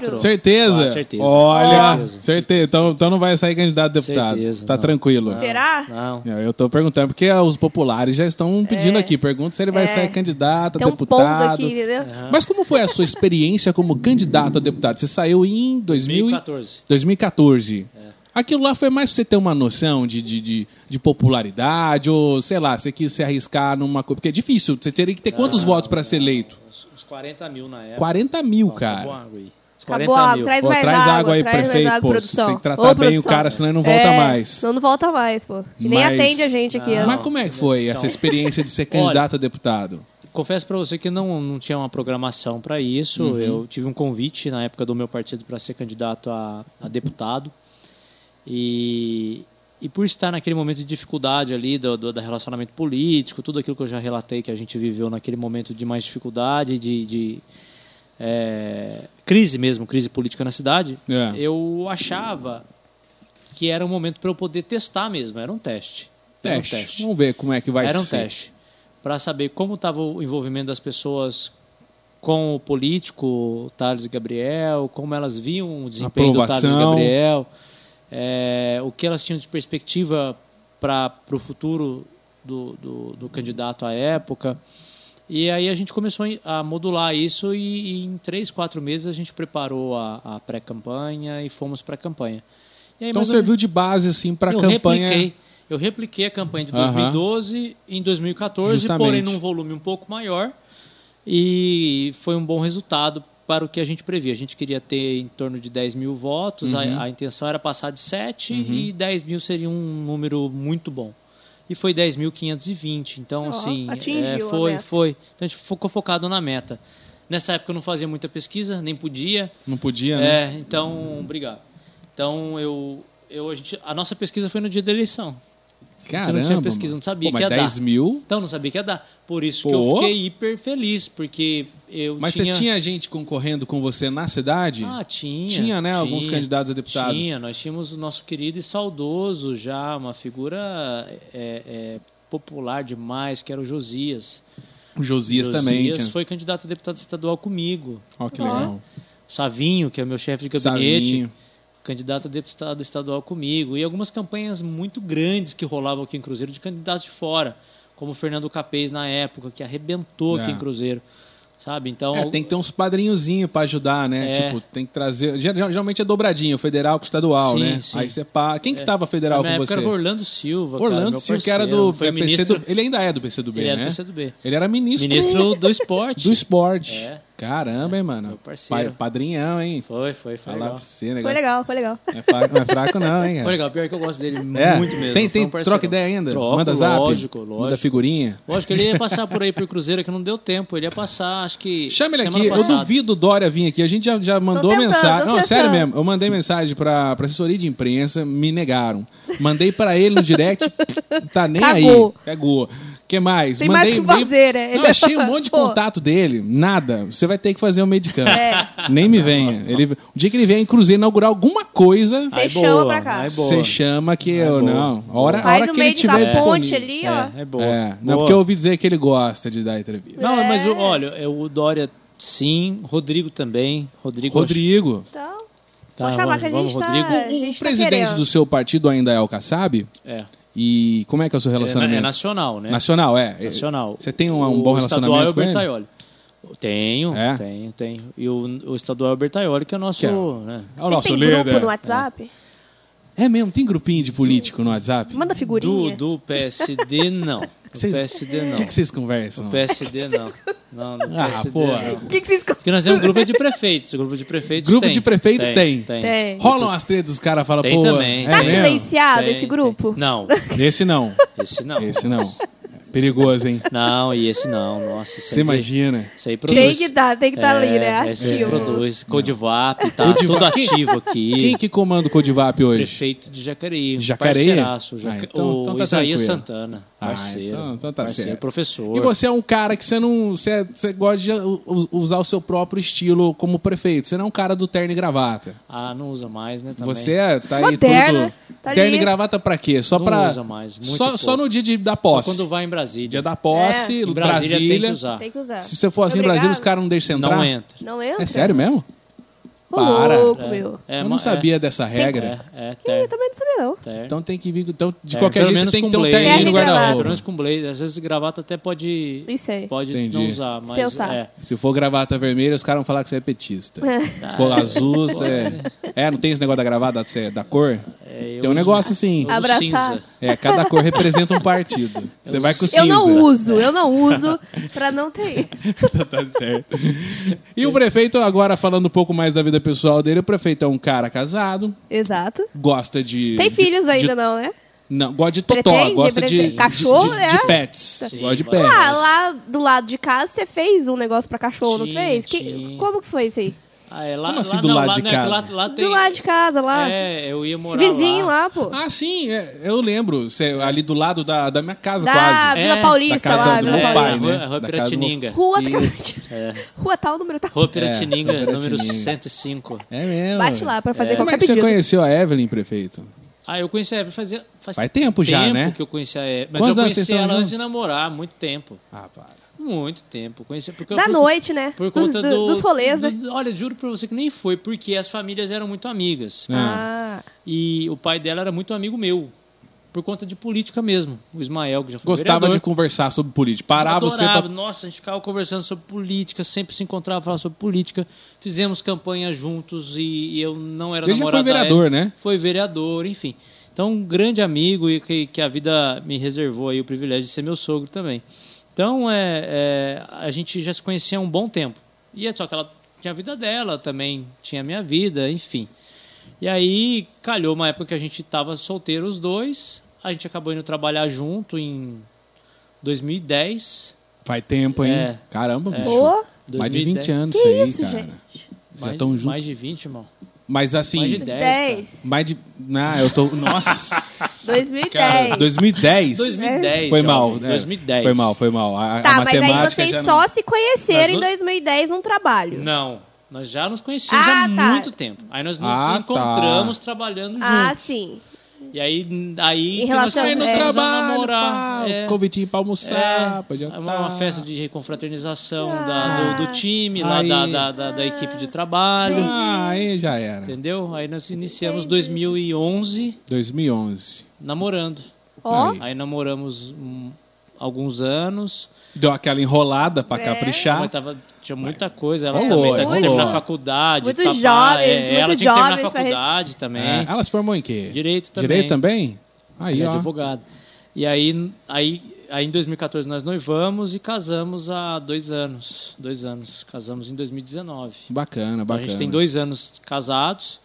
S3: Quatro.
S1: Certeza.
S3: Ah, certeza.
S1: Olha,
S3: Certeza.
S1: certeza. Então, então não vai sair candidato a deputado.
S3: Certeza,
S1: tá
S3: não.
S1: tranquilo. Ah. É,
S2: Será?
S3: Não.
S1: Eu tô perguntando, porque os populares já estão pedindo aqui. Pergunta se ele vai sair candidato a
S2: É. Tem um ponto
S1: deputado.
S2: aqui, entendeu?
S1: Mas como foi a sua experiência como candidato a deputado? Você saiu em 2000 e-
S3: 2014.
S1: 2014.
S3: É.
S1: Aquilo lá foi mais pra você ter uma noção de, de, de, de popularidade, ou sei lá, você quis se arriscar numa coisa. Porque é difícil, você teria que ter quantos
S3: Não,
S1: votos pra ser
S3: não,
S1: eleito?
S3: Uns, uns 40 mil na época.
S1: 40 mil,
S3: é. Não, tá
S1: cara.
S3: Acabou a água aí. Uns 40
S2: Acabou, a-
S3: mil.
S2: traz
S1: Pô,
S2: mais
S1: traz
S2: água,
S1: água aí,
S2: traz
S1: prefeito,
S2: mais água,
S1: pô,
S2: produção.
S1: você tem que tratar
S2: Ô,
S1: bem
S2: produção.
S1: o cara, senão ele não volta
S2: É,
S1: mais.
S2: Senão não volta mais, pô. Que nem
S1: Mas-
S2: atende a gente aqui. ó.
S1: Mas como é que foi essa
S3: Então.
S1: experiência de
S3: *laughs*
S1: ser candidato a deputado?
S3: Confesso para você que não, não tinha uma programação para isso.
S1: Uhum.
S3: Eu tive um convite na época do meu partido para ser candidato a, a deputado. E, e por estar naquele momento de dificuldade ali do, do, do relacionamento político, tudo aquilo que eu já relatei que a gente viveu naquele momento de mais dificuldade, de, de, eh, crise mesmo, crise política na cidade,
S1: É.
S3: eu achava que era um momento para eu poder testar mesmo. Era um teste. Era um
S1: Teste. Vamos ver como é que vai
S3: era um
S1: ser.
S3: teste para saber como estava o envolvimento das pessoas com o político Thales Gabriel, como elas viam o desempenho do Thales
S1: Aprovação.
S3: Gabriel, é, o que elas tinham de perspectiva para o futuro do, do, do candidato à época. E aí a gente começou a modular isso e, e em três, quatro meses a gente preparou a, a pré-campanha e fomos para a campanha. E aí,
S1: Então
S3: mais ou menos-
S1: serviu de base, assim, pra
S3: eu
S1: campanha.
S3: Repliquei, eu repliquei a campanha de
S1: Aham.
S3: 2012 em 2014,
S1: Justamente.
S3: porém num volume um pouco maior. E foi um bom resultado para o que a gente previa. A gente queria ter em torno de 10 mil votos, a-
S1: Uhum.
S3: a, intenção era passar de 7 e 10 mil seria um número muito bom. E foi 10.520, então
S2: Ó,
S3: assim, é,
S2: atingiu a
S3: foi,
S2: meta.
S3: foi. Então a gente focou focado na meta. Nessa época eu não fazia muita pesquisa, nem podia.
S1: Não podia, né?
S3: É, então, obrigado. Então, eu, eu a, gente, a nossa pesquisa foi no dia da eleição.
S1: Caramba.
S3: tinha pesquisa, não sabia
S1: Pô,
S3: que
S1: mas
S3: ia dar.
S1: 10 mil.
S3: Então, não sabia que ia dar. Por isso que
S1: Pô.
S3: eu fiquei hiper feliz, porque eu
S1: Mas
S3: tinha...
S1: você tinha gente concorrendo com você na cidade?
S3: Ah, tinha.
S1: Tinha, né, alguns candidatos a deputado.
S3: Tinha, nós tínhamos o nosso querido e saudoso já, uma figura é, é, popular demais, que era o Josias.
S1: o Josias, também. Tinha.
S3: foi candidato a deputado estadual comigo.
S1: Ó, que legal.
S3: Savinho, que é o meu chefe de gabinete.
S1: Savinho.
S3: candidato a deputado estadual comigo, e algumas campanhas muito grandes que rolavam aqui em Cruzeiro de candidatos de fora, como o Fernando Capês na época, que arrebentou
S1: É.
S3: aqui em Cruzeiro, sabe? Então,
S1: É, tem que ter uns padrinhozinhos pra ajudar, né?
S3: É.
S1: Tipo, tem que trazer. ger- Geralmente é dobradinho, federal com estadual,
S3: Sim,
S1: né?
S3: sim. É.
S1: Aí você pá. Quem que tava
S3: na
S1: federal
S3: minha
S1: com
S3: época
S1: você?
S3: era o Orlando Silva, cara,
S1: Orlando
S3: meu
S1: Silva, que era do.
S3: parceiro, foi
S1: é
S3: ministro,
S1: PCdoB. Ele ainda é do PCdoB,
S3: ele
S1: né?
S3: era PCdoB.
S1: Ele era ministro,
S3: Ministro do esporte.
S1: do esporte.
S3: É.
S1: Caramba, hein, mano?
S3: Meu parceiro.
S1: Pa- padrinhão, hein?
S3: Foi, foi, foi
S1: Falar
S3: legal.
S1: pra você,
S2: Foi
S1: negócio.
S2: legal, foi legal.
S1: Não é fraco, não, é fraco não, hein, cara?
S3: *laughs* Foi legal, pior que eu gosto dele
S1: É.
S3: muito mesmo.
S1: Tem,
S3: foi
S1: tem
S3: um parceiro.
S1: troca ideia ainda?
S3: Troco,
S1: Manda zap?
S3: Lógico,
S1: Manda
S3: lógico.
S1: figurinha?
S3: Lógico que ele
S1: *laughs*
S3: ia passar por aí pro Cruzeiro, que não deu tempo. Ele ia passar, acho que.
S1: Chama ele
S3: semana
S1: aqui, eu
S3: passada.
S1: duvido o Dória vir aqui. A gente já, já mandou
S2: tentando,
S1: mensagem.
S2: tô
S1: Não, sério
S2: tentando.
S1: mesmo. Eu mandei mensagem pra, pra assessoria de imprensa, me negaram. Mandei pra ele no direct, *laughs* tá nem
S2: Cagou.
S1: aí. Cagou. que mais?
S2: Tem mais
S1: mandei, um
S2: o que fazer, né?
S1: Não, achei um monte de
S2: *laughs* Pô.
S1: contato dele, nada. Você vai ter que fazer o meio de campo.
S2: É.
S1: Nem me venha. Ele, o dia que ele vier em Cruzeiro inaugurar alguma coisa,
S2: Você
S3: Aí
S2: chama
S3: boa,
S2: pra cá.
S3: aí Ah, é boa. É
S1: você chama que eu
S3: boa.
S1: não. A hora, a
S2: Faz
S1: hora
S2: o
S1: que ele
S2: meio de
S1: tiver
S2: da ponte
S1: disponível.
S2: ali, ó.
S3: É, é boa.
S1: É, não,
S3: Boa.
S1: porque eu ouvi dizer que ele gosta de dar entrevista.
S3: Não, mas o-
S2: É.
S3: olha, é o Dória sim, Rodrigo também. Rodrigo.
S1: Rodrigo.
S2: Então,
S3: Tá,
S2: pode chamar que a
S3: vamos,
S2: gente
S3: vamos,
S2: tá...
S3: Rodrigo.
S2: a
S1: O
S2: gente
S1: Um,
S2: tá
S1: presidente
S2: querendo.
S1: do seu partido ainda é o Kassab?
S3: É.
S1: E como é que é o seu
S3: É, na-
S1: relacionamento?
S3: é nacional, né?
S1: Nacional, é.
S3: Nacional.
S1: Você tem um, um
S3: O
S1: bom
S3: estadual é
S1: relacionamento
S3: o
S1: com ele?
S3: Bertaioli. Tenho,
S1: É?
S3: tenho, tenho. E o, o estadual é o Bertaioli, que é o nosso.
S1: Que é?
S3: né?
S1: É o
S2: Vocês
S1: nosso
S2: têm
S1: líder.
S2: grupo no WhatsApp?
S1: É mesmo, tem grupinho de político no WhatsApp?
S2: Manda figurinha.
S3: Do, do PSD, não. Do
S1: Vocês-
S3: PSD, não.
S1: O que, que vocês conversam?
S3: Do PSD, não. Não, do
S1: Ah,
S3: PSD,
S1: pô.
S2: O
S3: não.
S2: que, que vocês... co-
S3: Porque nós temos um grupo de prefeitos. O grupo de prefeitos
S1: Grupo
S3: tem.
S1: de prefeitos tem.
S3: Tem,
S2: Tem.
S1: Rolam as tretas dos caras, fala,
S3: Tem
S1: pô...
S3: também.
S1: é
S2: Tá
S1: mesmo?
S2: silenciado
S3: Tem,
S2: esse
S3: tem.
S2: grupo? *laughs*
S3: Não,
S1: Esse não,
S3: esse não.
S1: esse não. Perigoso, hein?
S3: Não, e esse não. Nossa, isso
S1: Você
S3: aí-
S1: imagina?
S3: Isso aí produz.
S2: Tem que dar, tem que
S1: É,
S2: estar ali, né?
S3: esse aí
S2: Ativo.
S3: produz. Codivap, tá
S1: Codivap.
S3: todo ativo aqui.
S1: Quem que comanda o Codivap hoje?
S3: Prefeito de Jacareí. um
S1: Jacareí?
S3: Parceiraço. Jaca...
S1: Ah, então-
S3: o
S1: então tá
S3: Isaías
S1: tranquilo.
S3: Santana.
S1: Ah,
S3: Parceiro.
S1: então- então tá
S3: parceiro,
S1: certo.
S3: professor.
S1: E você é um cara que você não. Você, é, você gosta de u- usar o seu próprio estilo como prefeito. Você não é um cara do terno e gravata.
S3: Ah, não usa mais, né? Também.
S1: Você é- tá aí
S2: Moderno,
S1: tudo.
S2: tá
S1: terno
S2: ali.
S1: e gravata pra quê? Só
S3: Não
S1: pra.
S3: usa mais, muito
S1: só, só
S3: pouco.
S1: no dia de, da
S3: Só
S1: posse.
S3: quando vai em Brasília.
S1: Dia da posse,
S3: Em Brasília,
S1: Brasília.
S3: tem que usar.
S2: Tem que usar.
S1: Se você for assim em Brasília, os caras não deixam você entrar.
S3: Não entra.
S2: Não entra?
S1: É sério mesmo?
S2: Ô,
S1: Para.
S2: louco,
S3: É,
S2: meu.
S3: é,
S1: Eu
S3: ma-
S1: não
S3: é,
S1: sabia dessa regra.
S3: É, é,
S2: Eu
S3: ter,
S2: também não sabia, não.
S3: ter.
S1: Então tem que vir. Então, de
S3: É,
S1: qualquer
S3: pelo
S1: jeito,
S3: menos
S1: tem que
S3: com
S1: ter um
S3: blazer.
S1: terninho no
S2: Terno e gravata. Então,
S3: Pelo menos
S1: guarda-roupa.
S3: com blazer. Às vezes gravata até pode,
S2: Isso aí.
S3: pode
S1: Entendi.
S3: não usar, mas
S2: Dispensar.
S3: é.
S1: Se for gravata vermelha, os caras vão falar que você é petista.
S2: É.
S1: Se for azul, você é. É, não tem esse negócio da gravata você é da cor?
S3: É, eu
S1: Tem
S3: Ah.
S1: um
S3: uso-
S1: negócio assim.
S3: eu uso
S2: Abraçar.
S3: cinza.
S1: É, cada cor representa um partido. Você vai com cinza.
S2: Eu não uso,
S1: É.
S2: eu não
S1: *laughs*
S2: uso pra não ter.
S1: Tá- tá certo. E o prefeito, agora falando um pouco mais da vida pessoal dele, o prefeito é um cara casado,
S2: Exato.
S1: gosta de...
S2: Tem
S1: de-
S2: filhos
S1: de-
S2: ainda, não, né?
S1: Não, gosta de totó,
S2: Pretende?
S1: gosta de,
S2: Pretende?
S1: de-
S2: Cachorro,
S1: de,
S2: é?
S1: de pets.
S3: Sim,
S1: gosta de
S3: gosta.
S1: pets.
S2: Ah, lá do lado de casa você fez um negócio pra cachorro, não
S3: Sim,
S2: fez? Que-
S3: sim.
S2: como que foi isso aí?
S3: Ah, é lá,
S1: Como
S3: lá
S1: assim do
S3: não,
S1: lado
S3: lá,
S1: de
S3: né,
S1: casa?
S3: Lá, lá tem,
S2: Do lado de casa, lá.
S3: É, eu ia morar
S2: vizinho lá, pô.
S1: Ah, sim, é, eu lembro. cê- ali do lado da, da minha casa,
S2: da
S1: quase.
S2: Vila
S3: É,
S1: Da
S2: Paulista
S1: casa
S2: lá,
S1: do meu
S2: Vila
S3: é,
S1: pai,
S2: Paulista.
S1: né?
S3: Rua- Rua
S1: Da casa do meu-
S3: Piratininga.
S2: Rua,
S1: Isso.
S2: rua tal, número tal.
S3: Rua Piratininga,
S1: É, Rua
S3: número
S1: Piratininga.
S3: 105.
S1: É mesmo.
S2: Bate lá pra fazer
S1: Como é
S2: qualquer
S1: que você
S2: pedido.
S1: conheceu a Evelyn, prefeito?
S3: Ah, eu conheci a Evelyn fazia, faz
S1: Faz tempo já, né?
S3: que eu conheci a Evelyn. Mas
S1: Quantos
S3: eu
S1: anos vocês
S3: conheci
S1: estão
S3: ela
S1: juntos?
S3: antes de namorar, muito tempo.
S1: Ah, para.
S3: Muito tempo. Conheci, porque eu-
S2: Da
S3: por-
S2: noite, né?
S3: Por
S2: Dos-
S3: conta
S2: do-
S3: do-
S2: dos rolês, né?
S3: do- olha, juro pra você que nem foi, porque as famílias eram muito
S1: É.
S3: amigas.
S2: Ah,
S3: E o pai dela era muito amigo meu. Por conta de política mesmo. O Ismael, que já
S1: É.
S3: foi
S1: Gostava de
S3: vereador.
S1: conversar sobre política. Parar
S3: Eu
S1: você
S3: adorava.
S1: pra...
S3: Nossa, a gente ficava conversando sobre política, sempre se encontrava pra falar sobre política. Fizemos campanha juntos e, e eu não era
S1: Ele já foi
S3: namorado da
S1: vereador,
S3: Ellen.
S1: né?
S3: Foi vereador, enfim. Então, um grande amigo e que, que a vida me reservou aí o privilégio de ser meu sogro também. Então, é, é, a gente já se conhecia há um bom tempo. E é só que ela tinha a vida dela também, tinha a minha vida, enfim. E aí, calhou uma época que a gente estava solteiro os dois. A gente acabou indo trabalhar junto em 2010.
S1: Faz tempo, hein?
S3: É.
S1: Caramba, bicho.
S2: Ô,
S1: Mais de 20
S3: 2010.
S1: anos
S2: Que
S1: isso aí,
S2: isso,
S1: cara.
S2: gente?
S1: Já
S3: Mais,
S1: estão juntos.
S3: mais de 20, irmão.
S1: Mas assim.
S3: Mais de 10.
S2: 10.
S1: Mais de. Ah, eu
S3: *laughs*
S1: tô. Nossa!
S2: 2010.
S1: Cara, 2010.
S3: 2010.
S1: Foi
S3: jovem.
S1: mal. né?
S3: 2010.
S1: Foi mal, foi mal. A, a
S2: Tá, mas aí
S1: matemática
S2: vocês
S1: já não-
S2: só se conheceram
S3: Mas
S2: em
S3: não-
S2: 2010 num trabalho.
S3: Não. Nós já nos conhecíamos
S2: Ah,
S3: há
S2: tá.
S3: muito tempo. Aí nós nos
S1: Ah, tá.
S3: encontramos trabalhando
S2: Ah,
S3: juntos.
S2: sim.
S3: E aí,
S2: Em
S3: aí que nós
S2: relação-
S1: Foi no
S2: É.
S3: começamos a
S1: trabalho,
S3: namorar.
S1: pá,
S3: É.
S1: convitinho pra almoçar, pra
S3: É,
S1: jantar.
S3: uma, uma festa de reconfraternização
S2: Ah.
S3: da- do, do time, lá
S1: Aí.
S3: da, da, da- da equipe de trabalho.
S1: Ah, aí já era.
S3: Entendeu? Aí nós iniciamos 2011
S1: 2011.
S3: namorando.
S2: Ó,
S1: Aí.
S3: Aí namoramos hum, alguns anos.
S1: Deu aquela enrolada pra caprichar.
S3: Mas tava, tinha muita coisa. Ela
S1: Rolou,
S3: também
S2: rolou.
S3: tá terminando a faculdade.
S2: Muitos
S3: papá,
S2: jovens,
S3: é,
S2: muitos
S3: Ela tinha que terminar a
S2: jovens pra
S3: faculdade também.
S1: É. Ela se formou em quê?
S3: Direito também.
S1: Direito também? Aí,
S3: Ela
S1: ó.
S3: é advogado. E é aí, aí Aí em 2014 nós noivamos e casamos há dois anos. Dois anos. Casamos em 2019.
S1: Bacana,
S3: Então,
S1: bacana.
S3: A gente tem dois anos casados.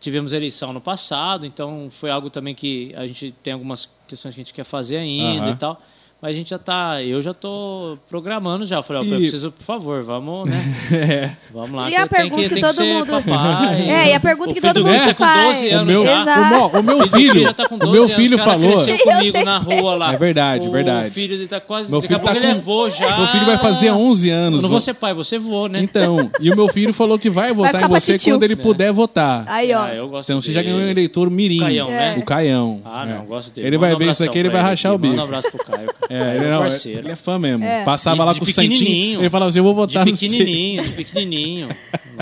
S3: Tivemos eleição no passado, então foi algo também que a gente tem algumas questões que a gente quer fazer ainda
S1: Aham.
S3: e tal. Mas a gente já tá, eu já tô programando já. Eu Falei, ó,
S1: E-
S3: eu preciso, por favor, vamos, né?
S1: *laughs* É.
S3: Vamos lá.
S2: E
S3: que
S2: a
S3: eu tenho
S2: pergunta que
S3: tenho
S2: todo mundo-
S3: ser papai.
S2: É, e a
S3: O
S2: pergunta que
S3: filho
S2: todo
S3: do
S2: mundo
S3: Beto com
S2: faz.
S3: 12
S1: O
S3: anos
S1: meu,
S3: já.
S1: o mo- o meu
S3: Ele
S1: filho,
S3: já tá com
S1: o
S3: 12
S1: meu
S3: anos,
S1: filho
S3: o cara
S1: falou,
S3: cresceu comigo na rua lá.
S1: É verdade,
S3: o
S1: verdade.
S3: filho dele tá quase,
S1: Meu
S3: daqui a
S1: filho tá
S3: pouco ele
S1: com-
S3: é vô já.
S1: meu filho vai fazer 11
S3: Eu
S1: anos.
S3: não vou ser pai, você voou, né?
S1: Então, e o meu filho falou que vai votar
S2: ficar
S1: em você
S2: patitio.
S1: quando ele
S3: É.
S1: puder votar.
S2: Aí, ó.
S3: Ah, eu gosto
S1: Então você já
S3: dele.
S1: ganhou um eleitor mirim.
S3: Caião,
S2: né?
S1: O Caião.
S3: Ah,
S1: é.
S3: não, gosto dele.
S1: Ele
S3: Manda
S1: vai
S3: um
S1: ver isso
S3: abração
S1: aqui, ele
S3: pra
S1: vai rachar
S3: aqui.
S1: o bico.
S3: Manda um abraço pro Caio.
S1: É, ele, não,
S3: é meu parceiro.
S1: ele é fã mesmo.
S2: É.
S1: Passava
S3: E
S1: lá
S3: de
S1: com o Santinho,
S3: pequenininho.
S1: ele falava assim, eu vou
S3: De
S1: votar no C.
S3: pequenininho, de pequenininho.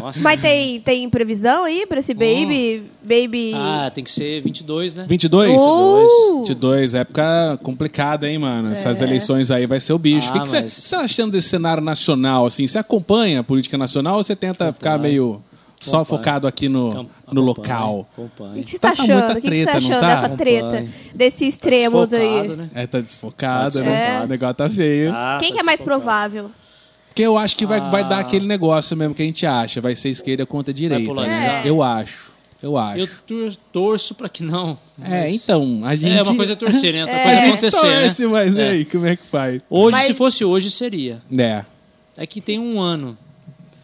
S3: Nossa.
S2: Mas tem, tem previsão aí pra esse baby? Baby.
S3: Ah, tem que ser 22, né?
S1: 22?
S2: Uh!
S1: 22, é época complicada, hein, mano? Essas eleições aí vai ser o bicho. O
S3: É. Ah,
S1: que que você
S3: mas-
S1: tá achando desse cenário nacional, assim? Você acompanha a política nacional ou você tenta ficar meio só
S3: Acompanho.
S1: focado aqui no, no
S3: Então, Acompanha,
S1: local?
S2: o
S3: acompanha.
S2: que você
S1: Tá-
S2: tá
S1: tá muita
S2: achando? O que você
S1: treta,
S2: tá
S1: não
S2: achando
S1: tá?
S2: dessa treta?
S3: Acompanha.
S2: Desses extremos aí?
S3: Desfocado, né?
S1: É, tá desfocado,
S3: Tá
S1: né?
S2: desfocado.
S1: O negócio tá feio.
S3: Ah,
S2: Quem
S3: tá
S2: que é mais
S3: desfocado.
S2: provável?
S1: Porque eu acho que vai, vai dar
S3: Ah.
S1: aquele negócio mesmo que a gente acha. Vai ser esquerda contra direita.
S3: polarizar?
S1: Eu acho. Eu acho.
S3: Eu tor- torço pra que não.
S1: É,
S3: mas-
S1: então, a gente...
S3: É, uma coisa é torcer, né? Outra
S1: Mas
S3: coisa é
S1: a gente torce,
S3: acontecer, né?
S1: mas e
S3: É.
S1: aí, como é que faz?
S3: Hoje,
S2: Mas-
S3: se fosse hoje, seria.
S1: É.
S3: É que tem um ano.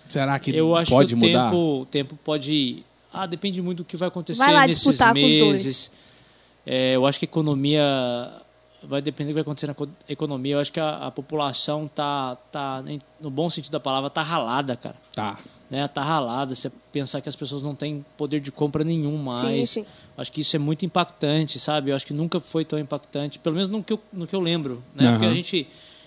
S1: Será que
S3: Eu acho
S1: pode
S3: que o
S1: mudar?
S3: tempo, o tempo pode. ir. Ah, depende muito do que vai acontecer
S2: Vai lá
S3: nesses
S2: disputar com os dois.
S3: meses. É, eu acho que a economia. Vai depender do que vai acontecer na co- economia. Eu acho que a, a população tá, tá, em- no bom sentido da palavra, tá ralada, cara.
S1: Tá.
S3: Né? Tá ralada. Você pensar que as pessoas não têm poder de compra nenhum mais.
S2: Sim, sim.
S3: Acho que isso é muito impactante, sabe? Eu acho que nunca foi tão impactante, pelo menos no que eu, no que eu lembro, né? Porque
S1: Aham.
S3: a gente,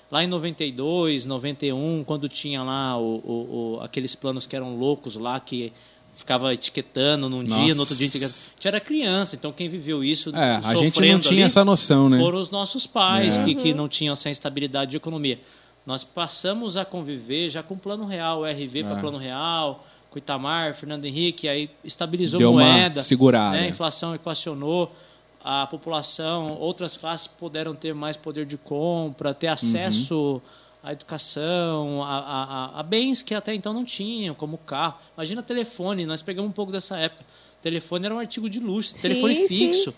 S3: lá em 92, 91, quando tinha lá o, o- o- aqueles planos que eram loucos lá, que ficava etiquetando num dia,
S1: Nossa.
S3: no outro dia... etiquetando. A gente era criança, então quem viveu isso
S1: É, a
S3: tá sofrendo
S1: gente não tinha
S3: ali,
S1: essa noção, né?
S3: foram os nossos pais
S1: É.
S3: que, que não tinham essa instabilidade de economia. Nós passamos a conviver já com o Plano Real, o RV para
S1: É.
S3: Plano Real, com o Itamar, Fernando Henrique, aí estabilizou
S1: Deu
S3: a
S1: uma
S3: moeda.
S1: segurada.
S3: né? A inflação equacionou, a população, outras classes puderam ter mais poder de compra, ter acesso à educação, a, a- a- a bens que até então não tinham, como carro. Imagina telefone, nós pegamos um pouco dessa época. Telefone era um artigo de luxo,
S2: sim.
S3: telefone fixo.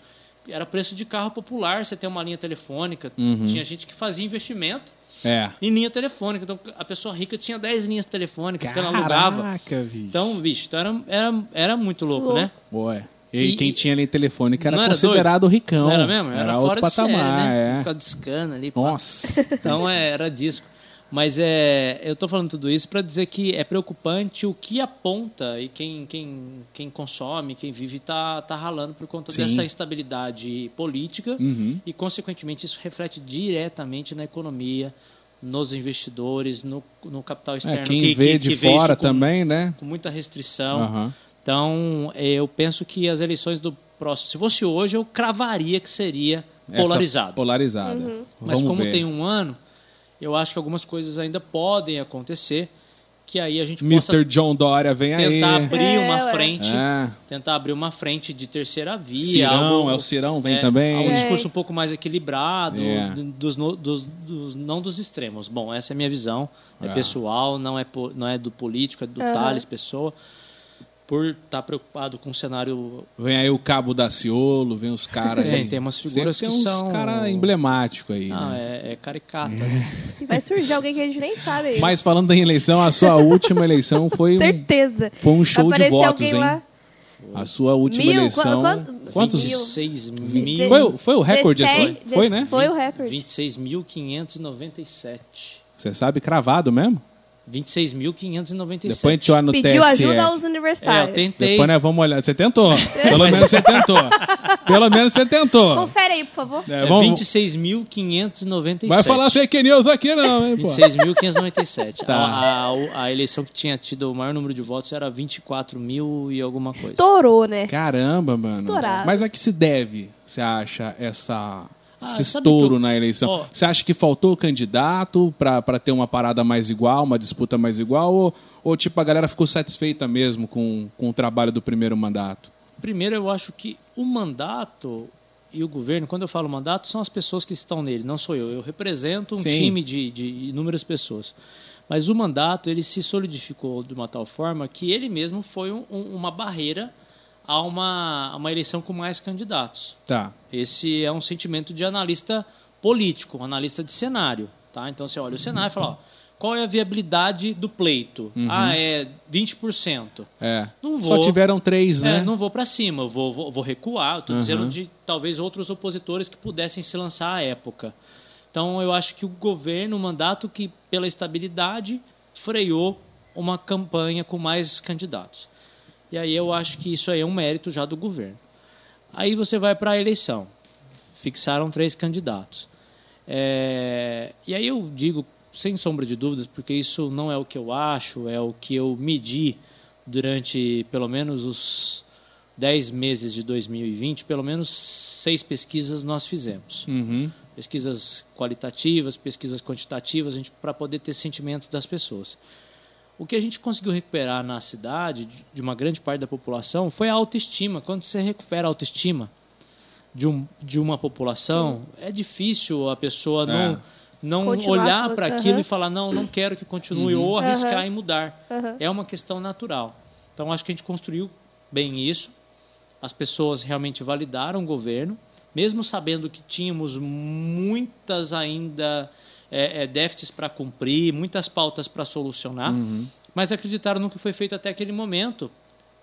S3: Era preço de carro popular, você tem uma linha telefônica. Tinha gente que fazia investimento
S1: É.
S3: em linha telefônica. Então, a pessoa rica tinha 10 linhas telefônicas que ela alugava.
S1: bicho.
S3: Então, bicho, então era, era, era muito louco,
S2: Louco.
S3: né?
S1: Pô, é. E,
S3: E-
S1: quem tinha ali telefônica era,
S3: Não era
S1: considerado ricão.
S3: Não era mesmo? Era, fora
S1: outro
S3: de série,
S1: patamar,
S3: né? Por
S1: é.
S3: causa de scan ali. pá.
S1: Nossa.
S3: Então, é, era disco. Mas é, eu tô falando tudo isso para dizer que é preocupante o que aponta e quem, quem, quem consome, quem vive, tá, tá ralando por conta
S1: Sim.
S3: dessa instabilidade política.
S1: Uhum.
S3: E, consequentemente, isso reflete diretamente na economia, nos investidores, no, no capital
S1: É,
S3: externo.
S1: quem
S3: que-
S1: vê
S3: que-
S1: de
S3: que vê
S1: fora
S3: isso com-
S1: também, né?
S3: Com muita restrição.
S1: Aham.
S3: Então, eh, eu penso que as eleições do próximo, se fosse hoje, eu cravaria que seria
S1: Essa
S3: polarizado.
S1: Polarizada.
S3: Mas
S1: Vamos
S3: como
S1: ver.
S3: tem um ano, eu acho que algumas coisas ainda podem acontecer, que aí a gente
S1: Mr.
S3: possa
S1: John Dória vem
S3: tentar
S1: aí.
S3: abrir
S2: É,
S3: uma
S2: ué.
S3: frente,
S1: É.
S3: tentar abrir uma frente de terceira via,
S1: Cirão,
S3: algo,
S1: é o Cirão, vem
S3: é,
S1: também.
S3: algo Um
S2: É.
S3: discurso um pouco mais equilibrado,
S1: É.
S3: do- dos, no- dos- dos- não dos extremos. Bom, essa é a minha visão. É,
S1: É.
S3: pessoal, não é, po- não é do político, é do
S2: Aham.
S3: Thales, pessoa. Por estar preocupado com o cenário
S1: Vem aí o Cabo Daciolo, vem os caras aí.
S3: Tem, tem umas figuras
S1: Sempre tem
S3: que
S1: uns
S3: são-
S1: cara emblemático aí,
S3: Ah,
S1: né?
S3: é, é caricata.
S1: *laughs*
S3: né?
S2: Vai surgir alguém que a gente nem sabe. aí.
S1: Mas falando em eleição, a sua última eleição foi um,
S2: Certeza.
S1: foi um show de
S2: Apareceu
S1: votos,
S2: alguém
S1: hein?
S2: lá.
S1: A sua última
S2: Mil?
S1: eleição.
S2: Qu- quanto-
S1: Quantos?
S2: Mil.
S3: 26
S2: Dezesseis.
S3: mil.
S1: Foi, o- foi o recorde
S2: Dezessete-
S1: assim? Foi, né?
S2: dezessete- Foi o recorde.
S3: 26.597.
S1: Você sabe cravado mesmo?
S3: 26.597.
S1: Depois a gente olha no
S2: Pediu
S1: TSE.
S2: ajuda aos
S3: É, eu
S2: universitários.
S3: tentei.
S1: Depois nós vamos olhar. Você
S2: *laughs*
S1: tentou. Pelo menos você tentou. Pelo menos você tentou.
S2: Confere aí, por favor.
S1: É,
S3: É
S1: vamos-
S3: 26.597.
S1: Vai falar fake news aqui não, hein, pô. *laughs*
S3: 26.597.
S1: Tá.
S3: A, a, a eleição que tinha tido o maior número de votos era 24 mil e alguma coisa.
S2: Estourou,
S3: É.
S2: né?
S1: Caramba, mano.
S2: Estourado.
S1: Mas a que se deve, você acha, essa...
S3: Ah,
S1: Esse
S3: sabe que
S1: estouro
S3: eu-
S1: na eleição.
S3: Ó.
S1: Você acha que faltou o candidato pra pra ter uma parada mais igual, uma disputa mais igual? Ou, ou tipo, a galera ficou satisfeita mesmo com, com o trabalho do primeiro mandato?
S3: Primeiro, eu acho que o mandato e o governo, quando eu falo mandato, são as pessoas que estão nele, não sou eu. Eu represento um
S1: Sim.
S3: time de, de inúmeras pessoas. Mas o mandato, ele se solidificou de uma tal forma que ele mesmo foi um- um- uma barreira a uma, a uma eleição com mais candidatos.
S1: Tá.
S3: Esse é um sentimento de analista político, um analista de cenário. Tá? Então você olha o cenário e fala, ó, qual é a viabilidade do pleito? Ah, é 20%.
S1: É.
S3: Não
S1: Só
S3: vou.
S1: tiveram três, né?
S3: É, não vou para cima, eu vou, vou, vou recuar. Estou dizendo de talvez outros opositores que pudessem se lançar à época. Então eu acho que o governo, o mandato que pela estabilidade freou uma campanha com mais candidatos. E aí eu acho que isso aí é um mérito já do governo. Aí você vai para a eleição. Fixaram três candidatos. É, E aí eu digo, sem sombra de dúvidas, porque isso não é o que eu acho, é o que eu medi durante pelo menos os 10 meses de 2020, pelo menos seis pesquisas nós fizemos.
S1: Uhum.
S3: Pesquisas qualitativas, pesquisas quantitativas, para poder ter sentimento das pessoas. O que a gente conseguiu recuperar na cidade, de- de uma grande parte da população, foi a autoestima. Quando você recupera a autoestima de, um, de uma população, é difícil a pessoa não,
S1: É.
S3: não
S2: Continuar,
S3: olhar para
S2: aham.
S3: aquilo e falar: não, não quero que continue, ou arriscar e mudar.
S2: Aham.
S3: É uma questão natural. Então, acho que a gente construiu bem isso. As pessoas realmente validaram o governo, mesmo sabendo que tínhamos muitas ainda é, é, déficits para cumprir, muitas pautas para solucionar, mas acreditaram no que foi feito até aquele momento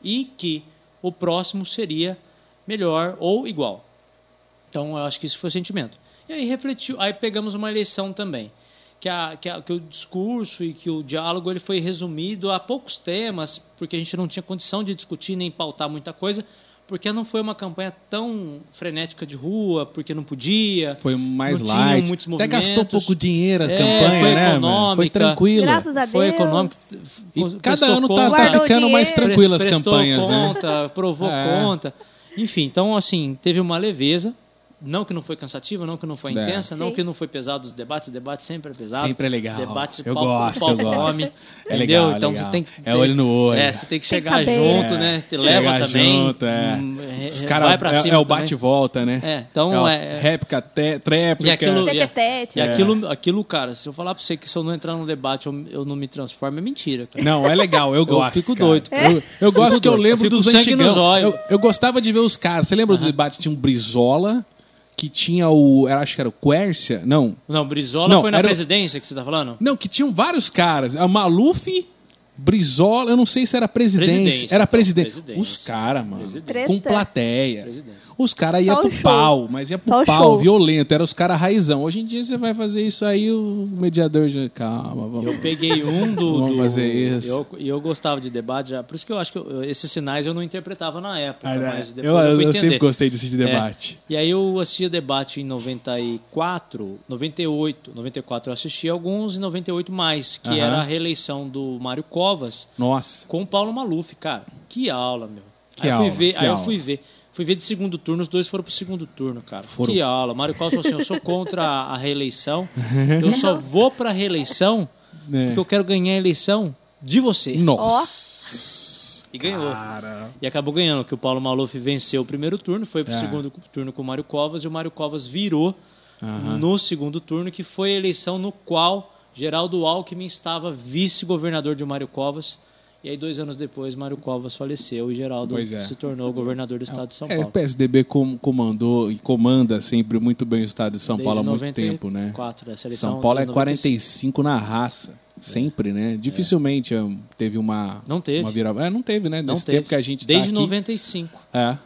S3: e que o próximo seria melhor ou igual. Então, eu acho que isso foi o sentimento. E aí refletiu, aí pegamos uma eleição também, que, a, que, a- que o discurso e que o diálogo ele foi resumido a poucos temas, porque a gente não tinha condição de discutir nem pautar muita coisa, porque não foi uma campanha tão frenética de rua, porque não podia.
S1: Foi mais
S3: Não tinham
S1: light.
S3: muitos
S1: Até gastou
S3: movimentos.
S1: pouco dinheiro a
S3: É,
S1: campanha,
S3: foi
S1: né? mano?
S3: econômica.
S1: Foi tranquila.
S2: Graças a
S3: foi
S2: Deus.
S3: econômico.
S1: E
S3: prestou
S1: cada ano tá,
S3: conta.
S1: tá
S2: Guardou
S1: ficando mais
S2: dinheiro.
S1: tranquila as
S3: Prestou
S1: campanhas, né?
S3: conta, provou
S1: É.
S3: conta. Enfim, então, assim, teve uma leveza. Não que não foi cansativa, não que não foi
S1: É.
S3: intensa, não
S2: Sim.
S3: que não foi pesado os debates. Debate sempre é pesado.
S1: Sempre é legal.
S3: Debate
S1: eu
S3: pau por
S1: gosto,
S3: pau
S1: eu
S3: com
S1: gosto.
S3: homem,
S1: É
S3: entendeu?
S1: legal, é
S3: então
S1: legal.
S3: você tem que...
S1: É olho no olho.
S3: É, você tem que
S2: Tem que
S3: chegar
S2: tá bem.
S3: junto,
S1: É,
S3: né? Te
S1: chegar
S3: leva também.
S1: junto, é.
S3: hum, é,
S1: Os caras
S3: vai pra
S1: é,
S3: cima
S1: é o
S3: também.
S1: bate e volta, né?
S3: É, então é-
S1: réplica, te, tréplica.
S3: E aquilo-
S2: Tete a tete.
S3: E
S1: É.
S3: aquilo, aquilo, cara, se eu falar pra você que se eu não entrar no debate eu, eu não me transformo, é mentira, cara.
S1: Não, é legal,
S3: *laughs*
S1: eu gosto.
S3: fico
S1: cara.
S3: doido.
S1: Eu, eu gosto
S3: Fico
S1: que eu
S3: doido.
S1: lembro
S3: Fico
S1: dos
S3: com sangue
S1: antigão.
S3: nos olhos.
S1: Eu, eu gostava de ver os caras. Você lembra do debate? Tinha um Brizola, que tinha o. era- Acho que era o Quércia. Não.
S3: Não, Brizola
S1: Não,
S3: foi na
S1: era o-
S3: presidência que você tá falando?
S1: Não, que tinham vários caras. A Maluf, Brizola, eu não sei se era presidente.
S3: Presidência,
S1: era
S3: então,
S1: presidente.
S3: presidência.
S1: Os caras, mano.
S3: Presidência.
S1: Com
S2: Treta.
S1: plateia.
S3: Presidência.
S1: Os caras iam
S2: Só
S1: pro
S2: o show.
S1: pau, mas ia pro
S2: Só o
S1: pau,
S2: show.
S1: violento. Era os caras raizão. Hoje em dia você vai fazer isso aí, o mediador já. Calma, vamos.
S3: Eu peguei um do.
S1: Vamos
S3: do-
S1: fazer isso.
S3: Eu, e eu gostava de debate já. Por isso que eu acho que eu- esses sinais eu não interpretava na época.
S1: Ah, né?
S3: mas depois
S1: eu,
S3: eu, fui
S1: eu
S3: entender. É.
S1: sempre gostei disso de debate.
S3: E aí eu assisti o debate em 94, 98, 94 eu assisti alguns e 98 mais, que
S1: Aham.
S3: era a reeleição do Mário Covas
S1: Nossa.
S3: com o Paulo Maluf, cara. Que aula, meu.
S1: Que
S3: aí eu
S1: aula,
S3: fui ver,
S1: que
S3: aí
S1: aula.
S3: eu fui ver. Fui ver de segundo turno, os dois foram pro segundo turno, cara.
S1: Foram.
S3: Que aula. Mário Covas falou assim: eu sou contra a
S1: *laughs*
S3: a reeleição. Eu só vou pra reeleição
S1: É. Hum.
S3: porque eu quero ganhar a eleição de você.
S1: Nossa.
S3: E ganhou.
S1: Cara.
S3: E acabou ganhando, que o Paulo Maluf venceu o primeiro turno, foi pro
S1: É.
S3: segundo turno com o Mário Covas, e o Mário Covas virou no segundo turno, que foi a eleição no qual Geraldo Alckmin estava vice-governador de Mário Covas. E aí, dois anos depois, Mário Covas faleceu e Geraldo
S1: Pois é.
S3: se tornou governador do estado de São
S1: É, o
S3: Paulo.
S1: PSDB com- comandou e comanda sempre muito bem o estado de São
S3: Desde
S1: Paulo há muito
S3: 94,
S1: tempo, né?
S3: Essa eleição
S1: São Paulo é
S3: de 95.
S1: 45 na raça. Sempre, né? Dificilmente hum, teve uma.
S3: É. Não teve.
S1: Uma vira... é, não teve, né?
S3: Não
S1: Nesse
S3: teve.
S1: tempo que a gente
S3: Desde
S1: tá aqui.
S3: 95.
S1: É.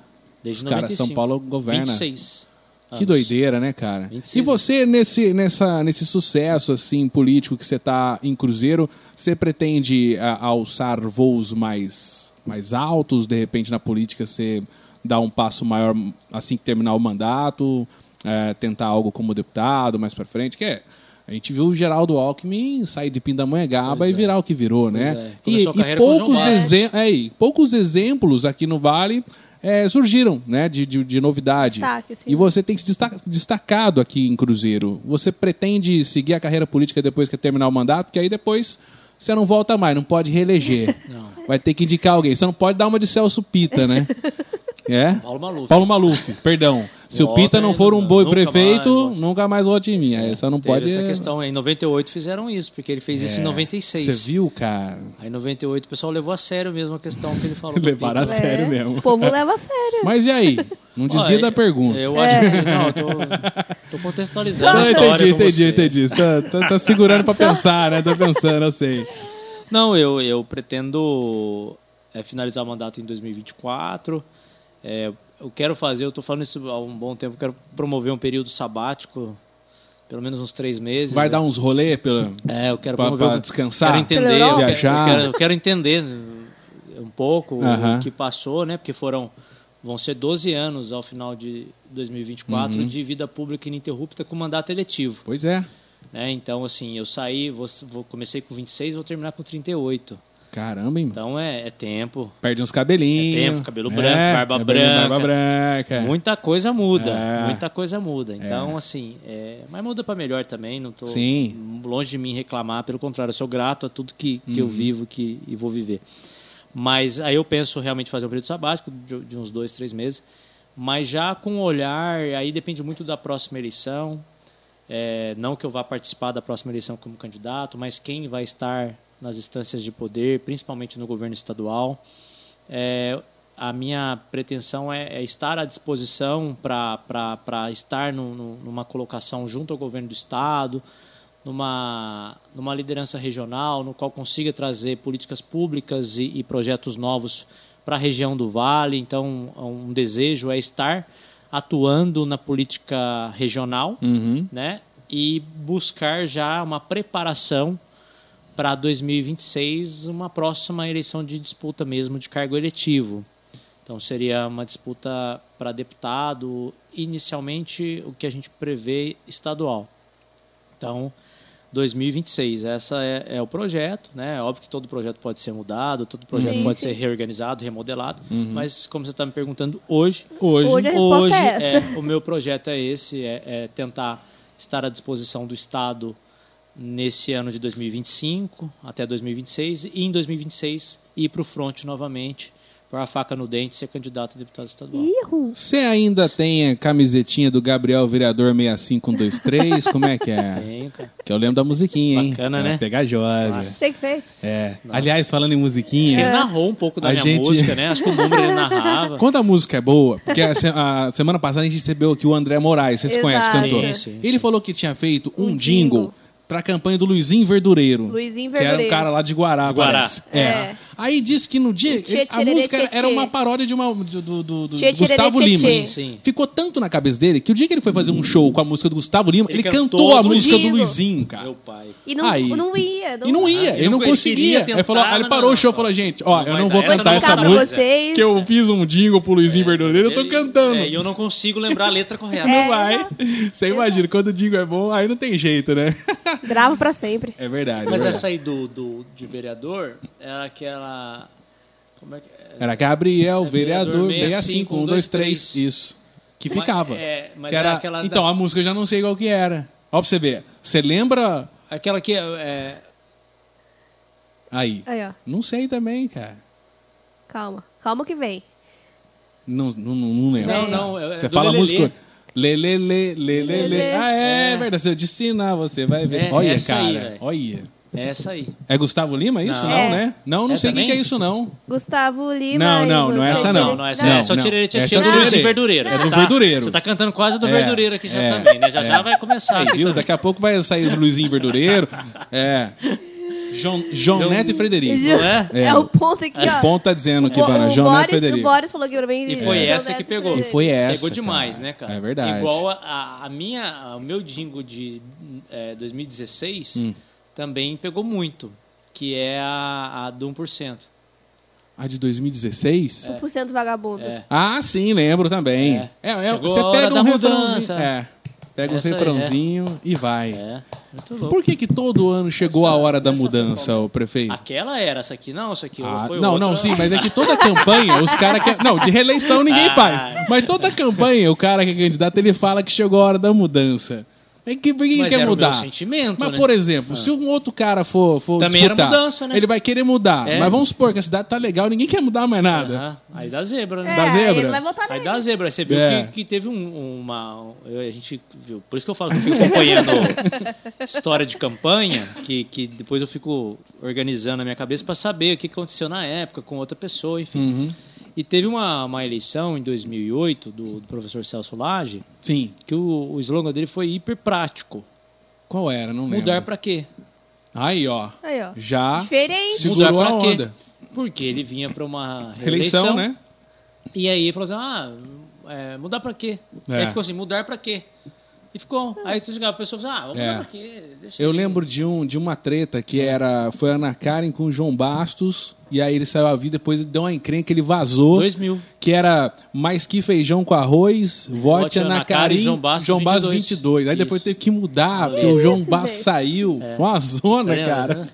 S3: Desde
S1: Os caras,
S3: 95.
S1: São Paulo governa.
S3: 26.
S1: Que
S3: anos.
S1: doideira, né, cara?
S3: 26
S1: E você, nesse, nessa, nesse sucesso assim político que você tá em Cruzeiro, você pretende a- alçar voos mais, mais altos? De repente, na política, você dá um passo maior assim que terminar o mandato? é, tentar algo como deputado mais pra frente? Que é, a gente viu o Geraldo Alckmin sair de Pindamonhangaba
S3: Pois
S1: e
S3: é.
S1: virar o que virou, né?
S3: é. Começou a
S1: E, e
S3: carreira com o João
S1: poucos,
S3: Barros.
S1: exem- é, e poucos exemplos aqui no Vale é, surgiram, né, de, de, de novidade.
S2: Destaque, Tá, sim.
S1: E você tem se desta- destacado aqui em Cruzeiro. Você pretende seguir a carreira política depois que terminar o mandato? Porque aí depois você não volta mais, não pode reeleger.
S3: *laughs* Não.
S1: Vai ter que indicar alguém. Você não pode dar uma de Celso Pita, né? É?
S3: Paulo Maluf.
S1: Paulo Maluf, perdão. Se o
S3: Volta
S1: Pita não
S3: aí,
S1: for um
S3: não-
S1: boi
S3: nunca mais
S1: prefeito,
S3: vote.
S1: nunca mais vote em mim. Aí só não
S3: Teve
S1: pode. é.
S3: essa questão aí. Em 98 fizeram isso, porque ele fez isso em 96.
S1: Você viu, cara?
S3: Aí em 98 o pessoal levou a sério mesmo a questão que ele
S1: *laughs*
S3: falou.
S1: Levaram a
S3: Pita.
S1: sério mesmo.
S2: É. O povo leva a sério.
S1: Mas e aí? Não desvia
S3: Ó,
S1: da
S3: eu-
S1: pergunta.
S3: Eu
S2: É.
S3: acho que. Não, eu tô, tô contextualizando.
S1: Não,
S3: a história
S1: entendi,
S3: com você.
S1: entendi, entendi. Você Tá, tá- tá segurando
S3: *laughs*
S1: pra pensar, né? Tá pensando, eu sei.
S3: Não, eu, eu pretendo é, finalizar o mandato em 2024. É, eu quero fazer, eu estou falando isso há um bom tempo, eu quero promover um período sabático, pelo menos uns três meses.
S1: Vai dar uns rolê pela.
S3: É, eu quero
S1: pra-
S3: promover.
S1: pra
S3: um-
S1: descansar?
S3: Quero entender,
S2: Pela
S3: eu quero, eu
S1: Viajar?
S3: quero- eu quero entender um pouco
S1: Aham.
S3: o que passou, né? Porque foram. Vão ser 12 anos ao final de 2024
S1: Uhum.
S3: de vida pública ininterrupta com mandato eletivo.
S1: Pois é.
S3: Né? Então, assim, eu saí, vou, vou- comecei com 26, vou terminar com 38.
S1: Caramba, hein?
S3: Então é, é tempo.
S1: Perde uns cabelinhos.
S3: É tempo, cabelo branco, barba
S1: cabelinho,
S3: branca.
S1: Barba branca.
S3: Muita coisa muda.
S1: É.
S3: Muita coisa muda. Então, assim, é, mas muda pra melhor também. Não tô
S1: Sim. Uhum.
S3: longe de mim reclamar. Pelo contrário, eu sou grato a tudo que, que eu vivo que, e vou viver. Mas aí eu penso realmente fazer um período sabático de, de uns dois, três meses. Mas já com o olhar, aí depende muito da próxima eleição. É, não que eu vá participar da próxima eleição como candidato, mas quem vai estar nas instâncias de poder, principalmente no governo estadual. É, a minha pretensão é, é estar à disposição para estar num- num- numa colocação junto ao governo do Estado, numa, numa liderança regional, no qual consiga trazer políticas públicas e, e projetos novos para a região do Vale. Então, um desejo é estar atuando na política regional
S1: Uhum.
S3: né? E buscar já uma preparação para 2026, uma próxima eleição de disputa mesmo de cargo eletivo. Então seria uma disputa para deputado, inicialmente o que a gente prevê estadual. Então 2026, essa é, é o projeto, né? Óbvio que todo projeto pode ser mudado, todo projeto
S2: Sim,
S3: pode
S2: sim.
S3: ser reorganizado, remodelado, mas como você está me perguntando hoje,
S1: Hoje.
S2: Hoje- a resposta
S3: Hoje,
S2: é essa.
S3: é, o meu projeto é esse, é, é tentar estar à disposição do Estado nesse ano de 2025 até 2026 e em 2026 ir para o front novamente, pôr a faca no dente e ser candidato a deputado estadual.
S2: Ih, Ru.
S1: Você ainda tem a camisetinha do Gabriel Vereador 6523? Como é que
S3: *laughs*
S1: é?
S3: Tenho, cara.
S1: Que eu lembro da musiquinha, hein?
S3: Bacana,
S1: Era
S3: né?
S1: Pegajosa.
S3: Nossa.
S2: Sei que fez.
S1: É. Aliás, falando em musiquinha.
S2: É.
S3: Acho que ele narrou um pouco da
S1: A
S3: minha
S1: gente-
S3: música, né? Acho que o número
S1: *laughs*
S3: ele narrava.
S1: Quando a música é boa, porque a, se- a semana passada a gente recebeu aqui o André Moraes, vocês
S2: Exato.
S1: conhecem o cantor?
S3: Sim, sim,
S1: Ele
S3: sim.
S1: falou que tinha feito um,
S2: Um
S1: jingle,
S2: jingle.
S1: pra campanha do Luizinho Verdureiro.
S2: Luizinho
S1: Que era um
S2: Verdureiro.
S1: cara lá de Guará,
S3: De Guará.
S1: parece. É.
S2: É.
S1: Aí disse que no dia.
S2: O tchê,
S1: ele- a
S2: tchê,
S1: música
S2: tchê,
S1: era
S2: tchê.
S1: uma paródia de uma, do, do- do- do
S2: Tchê, tchê,
S1: Gustavo
S2: tchê,
S1: Lima.
S2: tchê.
S3: Sim, sim.
S1: Ficou tanto na cabeça dele que o dia que ele foi fazer um show com a música do Gustavo Lima, ele,
S3: Ele
S1: cantou,
S3: cantou
S1: a
S2: do
S1: música do
S2: Jingle.
S1: Luizinho, cara.
S3: Meu pai.
S2: E não,
S1: Aí.
S2: não ia. Não
S1: E não ia,
S3: Ah,
S1: ele não
S3: ele
S1: conseguia.
S3: queria
S1: aí falou,
S3: tentar,
S1: aí ele
S3: mas
S1: parou
S3: não,
S1: o show e
S3: não.
S1: falou, gente, ó,
S3: Não
S1: eu
S3: vai
S1: não
S3: dar.
S1: vou
S3: Essa
S1: cantar
S3: não
S1: essa
S3: tá
S2: pra
S1: música,
S2: vocês.
S1: que eu fiz um jingle pro Luizinho Verdureiro, eu tô
S3: É. Ele-
S1: cantando.
S3: é, E eu não consigo lembrar a letra correta.
S2: É.
S1: Não vai. *laughs* Você imagina, quando o Dingo é bom, aí não tem jeito, né?
S2: Grava pra sempre.
S1: É verdade.
S3: Mas assim,
S1: é
S3: essa aí do, do, de vereador era aquela... Como é que... é?
S1: Era Gabriel,
S3: É
S1: vereador, um,
S3: vereador
S1: 65, 123.
S3: 123.
S1: Isso. Que
S3: Mas-
S1: ficava.
S3: é, mas
S1: que
S3: era
S1: era...
S3: aquela da-
S1: Então, a música eu já não sei qual que era. Ó, pra você ver. Você lembra.
S3: Aquela que é...
S1: Aí.
S2: Aí, ó.
S1: Não sei também, cara.
S2: Calma. Calma que vem.
S1: Não, não, não, não lembro.
S3: Não,
S1: cara.
S3: não, é- é
S1: Você
S3: do
S1: fala a
S3: Lelê.
S1: música. Lelê, lê, lê, lê, lê. Ah, é,
S3: É.
S1: verdade. Se eu te ensinar, você vai ver.
S3: É,
S1: olha,
S3: essa aí,
S1: cara.
S3: velho.
S1: olha.
S3: É essa aí.
S1: É Gustavo Lima isso? Não,
S3: Não.
S2: É.
S1: né? Não, não
S3: É
S1: sei o que, que é
S3: também?
S1: isso,
S3: *laughs*
S1: não.
S2: Gustavo Lima.
S1: Não,
S2: e
S1: não, não é
S2: você,
S1: essa
S2: Tiriri.
S1: não.
S3: não é essa.
S1: Não,
S3: é só
S1: não.
S3: tirei tia,
S1: Essa é
S3: tia
S1: do
S3: do Luiz
S1: Verdureiro.
S3: Verdureiro.
S1: É do
S3: Você tá-
S1: Verdureiro.
S3: Você tá cantando quase do
S1: É,
S3: Verdureiro aqui já
S1: é,
S3: também, né? Já
S1: é.
S3: já vai começar.
S1: Aí,
S3: aqui
S1: viu?
S3: também.
S1: Daqui a pouco vai sair os Luizinho Verdureiro. É. João, João Neto e Frederico.
S3: Não é?
S1: É.
S2: É. o ponto aqui, ó.
S1: O ponto tá dizendo aqui,
S2: O-
S1: Bana.
S2: o,
S1: João Neto e
S2: Boris,
S1: Frederico.
S2: o Boris falou aqui pra mim.
S3: E foi
S2: João
S3: essa
S2: Neto
S3: que
S2: e
S3: pegou.
S1: E
S2: Frederico.
S1: foi essa.
S3: Pegou demais,
S1: cara.
S3: né, cara?
S1: É verdade.
S3: Igual a- a, a minha, o meu Dingo de é, 2016
S1: Hum.
S3: também pegou muito, que é a, a do 1%.
S1: A de 2016?
S2: 1% vagabundo.
S3: É.
S1: Ah, sim, lembro também.
S3: É.
S1: É, é,
S3: Chegou
S1: você
S3: a hora
S1: pega
S3: da
S1: um refrãozinho.
S3: mudança.
S1: É. Pega um
S3: Essa aí,
S1: refrãozinho e vai.
S3: É, muito louco.
S1: Por que, que todo ano chegou a
S3: Essa-
S1: hora da
S3: essa
S1: mudança,
S3: ficou-
S1: o prefeito?
S3: Aquela era, essa aqui não, essa aqui
S1: Ah,
S3: foi
S1: não,
S3: outra.
S1: não, sim, mas é que toda campanha, os caras que. Não, de reeleição ninguém
S3: Ah.
S1: faz. Mas toda campanha, o cara que é candidato, ele fala que chegou a hora da mudança. Mas que- por que
S3: Mas
S1: quer
S3: era o
S1: mudar?
S3: meu sentimento,
S1: mas,
S3: né?
S1: por exemplo, se um outro cara for, for
S3: Também era
S1: disputar,
S3: mudança, né?
S1: ele vai querer mudar.
S3: É.
S1: Mas vamos supor que a cidade tá legal, ninguém quer mudar mais nada.
S3: Aham. Aí dá zebra, né?
S1: Da
S2: aí
S1: zebra?
S2: É, ele vai votar
S3: Aí
S2: nele.
S3: dá zebra. Aí você viu
S1: É.
S3: que, que teve um- uma. eu- a gente viu. Por isso que eu falo que eu fico acompanhando história de campanha, que, que depois eu fico organizando na minha cabeça para saber o que aconteceu na época com outra pessoa, enfim.
S1: Uhum.
S3: E teve uma, uma eleição em 2008 do, do professor Celso Lage
S1: Sim.
S3: que o, o slogan dele foi hiper prático.
S1: Qual era? Não lembro.
S3: Mudar para quê?
S1: Aí, ó.
S2: Aí, ó.
S1: Já
S2: Diferente.
S1: segurou
S3: Mudar
S1: a
S3: pra quê?
S1: onda.
S3: Porque ele vinha para uma reeleição,
S1: Eleição, né?
S3: E aí ele falou assim: ah, é, mudar pra quê?
S1: É.
S3: Aí ficou assim: mudar pra quê? E ficou. Aí tu chegava, a pessoa falou assim: ah, vamos
S1: É.
S3: mudar pra quê? Deixa
S1: Eu
S3: aí."
S1: lembro de, um, de uma treta que era. Foi a Ana Karen com o João Bastos. E aí ele saiu a vida, depois ele deu uma encrenca, ele vazou.
S3: 2000.
S1: Que era mais que feijão com arroz, vote Ana Karen,
S3: João Bastos 22.
S1: 22. Aí
S3: Isso. É.
S1: depois teve que mudar, porque o João
S2: isso,
S1: Bastos
S2: gente?
S1: saiu. Foi uma zona,
S3: Lembra,
S1: cara.
S3: né?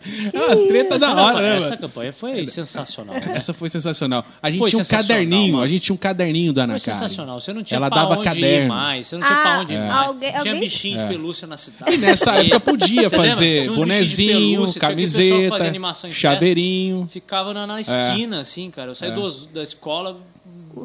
S1: As tretas da
S3: Essa, é
S1: hora, né?
S3: essa
S1: mano?
S3: campanha foi sensacional. né?
S1: Essa foi sensacional. A gente
S3: Foi
S1: tinha um
S3: sensacional,
S1: caderninho,
S3: mano.
S1: a gente tinha um caderninho da Ana
S3: Foi
S1: Karen.
S3: sensacional. Você não tinha
S1: Ela
S3: pra
S1: dava
S3: onde ir
S1: caderno. É.
S3: mais. Você não tinha pra
S2: Ah,
S3: onde
S2: é.
S3: ir mais.
S2: Alguém-
S3: tinha
S2: alguém-
S3: bichinho de pelúcia na cidade.
S1: Nessa
S3: *laughs*
S1: época podia
S3: Você lembra?
S1: fazer
S3: Tinha uns bichinhos de
S1: bonezinho,
S3: pelúcia, que aquele pessoal que fazia
S1: camiseta, É.
S3: animação em festa.
S1: chaveirinho.
S3: Ficava na, na esquina, assim, cara. Eu
S1: É.
S3: saí do- da escola,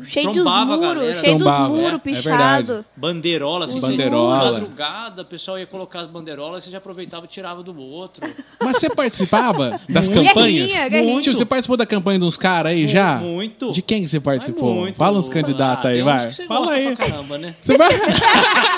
S2: Cheio dos
S3: trombava a
S2: muros,
S3: galera.
S2: cheio
S1: Trombava,
S2: dos muros,
S1: é, é
S2: pichado.
S1: verdade.
S3: Banderola, assim,
S1: Banderola.
S3: você- de madrugada, o pessoal ia colocar as bandeirolas, você já aproveitava e tirava do outro.
S1: Mas você
S3: *laughs*
S1: participava das
S2: Guerrinha,
S1: campanhas?
S2: guerrinha.
S1: Muito. Você participou da campanha de uns caras aí já?
S3: Muito.
S1: De quem que você
S3: Mas
S1: participou?
S3: muito.
S1: Fala uns candidatos
S3: Ah,
S1: aí,
S3: tem
S1: vai.
S3: uns que você
S1: Fala
S3: gosta
S1: aí.
S3: pra caramba, né?
S1: Você vai... *laughs*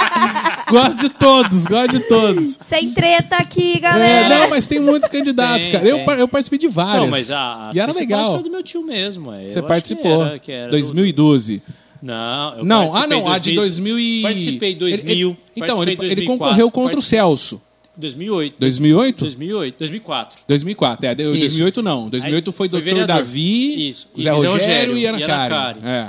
S1: gosto de todos, gosto de todos.
S2: Sem treta aqui,
S1: É,
S2: galera.
S1: não, mas tem muitos candidatos,
S3: Tem,
S1: cara. Eu,
S3: tem.
S1: par- eu participei de várias.
S3: Não, mas a, as
S1: e era
S3: principais
S1: legal.
S3: foi do meu tio mesmo. é. Eu
S1: Você
S3: acho
S1: participou.
S3: Que era, que era do-
S1: 2012.
S3: Não, eu
S1: Não, ah
S3: participei
S1: não, a de 2000 e...
S3: Participei em
S1: Ele-
S3: 2000,
S1: ele- Então, ele,
S3: participei em
S1: ele
S3: 2004,
S1: concorreu contra o
S3: participei-
S1: Celso.
S3: 2008.
S1: 2008?
S3: 2008, 2004.
S1: 2004, é. deu-
S3: Isso.
S1: 2008 não. 2008 foi
S3: Aí, foi
S1: Dr.
S3: vereador.
S1: Davi,
S3: Isso.
S1: Zé
S3: E Zé
S1: Rogério,
S3: Rogério
S1: e Ana
S3: e Ana
S1: Karen.
S3: Karen.
S1: É.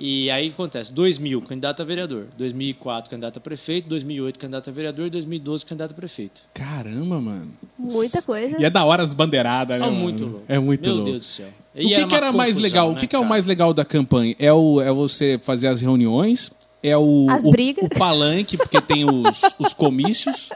S3: E aí acontece, 2000, candidato a vereador. 2004, candidato a prefeito. 2008, candidato a vereador. 2012, candidato a prefeito.
S1: Caramba, mano.
S2: Muita coisa.
S1: E é da hora as bandeiradas, né?
S3: É
S1: mano?
S3: muito louco.
S1: É muito
S3: Meu
S1: louco.
S3: Deus do céu. E
S1: O que, que
S3: uma
S1: era mais
S3: confusão,
S1: legal? O
S3: né,
S1: que, que é o
S3: cara?
S1: mais legal da campanha? É, o, é você fazer as reuniões, é o,
S2: As
S1: o,
S2: brigas.
S1: o palanque, porque tem
S2: *laughs*
S1: os, os comícios,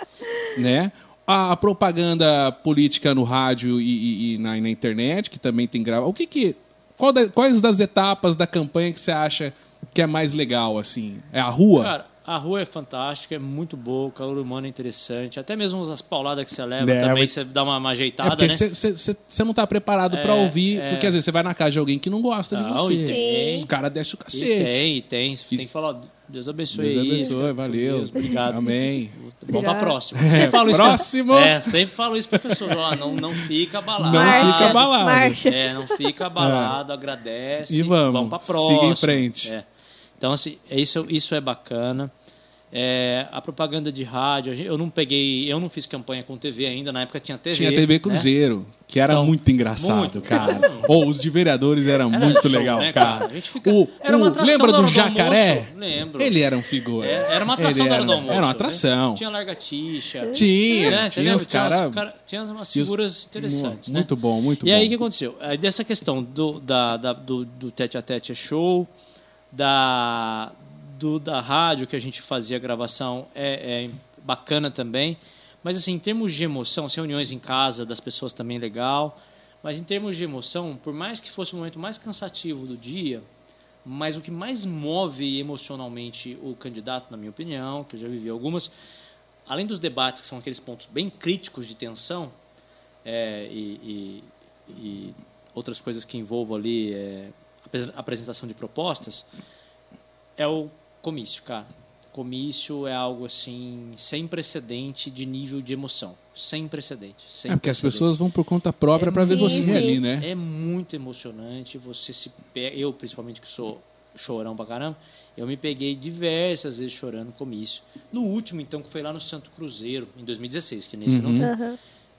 S1: né? A, a propaganda política no rádio e, e- e na, e na internet, que também tem grava. O que que. qual da- quais das etapas da campanha que você acha que é mais legal, assim? É a rua?
S3: Cara, a rua é fantástica, é muito boa, o calor humano é interessante. Até mesmo as pauladas que você leva
S1: É,
S3: também,
S1: mas-
S3: você dá uma, uma
S1: é
S3: ajeitada,
S1: porque
S3: né? É,
S1: você não tá preparado pra ouvir, porque às vezes você vai na casa de alguém que não gosta de
S3: Não,
S1: você.
S3: e tem.
S1: Os caras descem o
S3: E
S1: cacete.
S3: tem, e tem. Você
S1: E-
S3: tem que falar, "Ó, Deus abençoe
S1: Deus
S3: isso.
S1: abençoe,
S3: Deus,
S1: valeu.
S3: obrigado.
S1: Amém.
S3: Vamos pra
S2: Obrigado.
S1: *laughs*
S3: próxima. Sempre falo isso pra-
S1: Próximo.
S3: É, sempre falo isso pra pessoas. Ó, não, não fica abalado.
S1: Não
S2: marcha,
S1: fica abalado.
S2: Marcha.
S3: É, não fica abalado, agradece.
S1: E vamos,
S3: pra
S1: siga
S3: próxima.
S1: em frente.
S3: É. Então, assim, é isso, isso é bacana. É, a propaganda de rádio, a gente- eu não peguei, eu não fiz campanha com TV ainda, na época tinha TV.
S1: Tinha TV
S3: né?
S1: Cruzeiro, que era
S3: Então,
S1: muito engraçado,
S3: muito. *laughs*
S1: cara. Ou os de vereadores era,
S3: Era
S1: muito
S3: show,
S1: legal,
S3: né,
S1: cara.
S3: cara? A gente fica-
S1: O,
S3: era uma
S1: o-
S3: atração
S1: lembra
S3: da
S1: do
S3: hora do
S1: jacaré?
S3: almoço? Lembro.
S1: Ele era um figura.
S3: É, era uma atração
S1: Ele
S3: da hora
S1: era-
S3: do almoço.
S1: Era uma
S3: né?
S1: atração.
S3: Tinha largatixa.
S1: Tinha,
S3: né? Você
S1: tinha
S3: lembra?
S1: os cara-
S3: umas cara- tinha umas
S1: tinha os-
S3: figuras interessantes, né?
S1: Muito bom, muito
S3: e
S1: bom.
S3: aí o que aconteceu? Aí Dessa questão do, da, da- do, do tete a tete é show, da, do, da rádio que a gente fazia gravação é, é bacana também. Mas assim, em termos de emoção, as reuniões em casa das pessoas também é legal. Mas em termos de emoção, por mais que fosse o momento mais cansativo do dia, mas o que mais move emocionalmente o candidato, na minha opinião, que eu já vivi algumas, além dos debates, que são aqueles pontos bem críticos de tensão, é, e, e- e outras coisas que envolvam ali é, apres- apresentação de propostas, é o comício, cara. Comício é algo assim sem precedente de nível de emoção, sem precedente. sem
S1: É porque as
S3: precedente.
S1: pessoas vão por conta própria pra ver
S2: muito-
S1: você ali, né?
S3: É muito emocionante. Você se pega. Eu, principalmente, que sou chorão pra caramba, eu me peguei diversas vezes chorando no comício. No último, então, que foi lá no Santo Cruzeiro, em 2016, que nesse
S1: Uhum.
S3: não tem.
S2: Aham.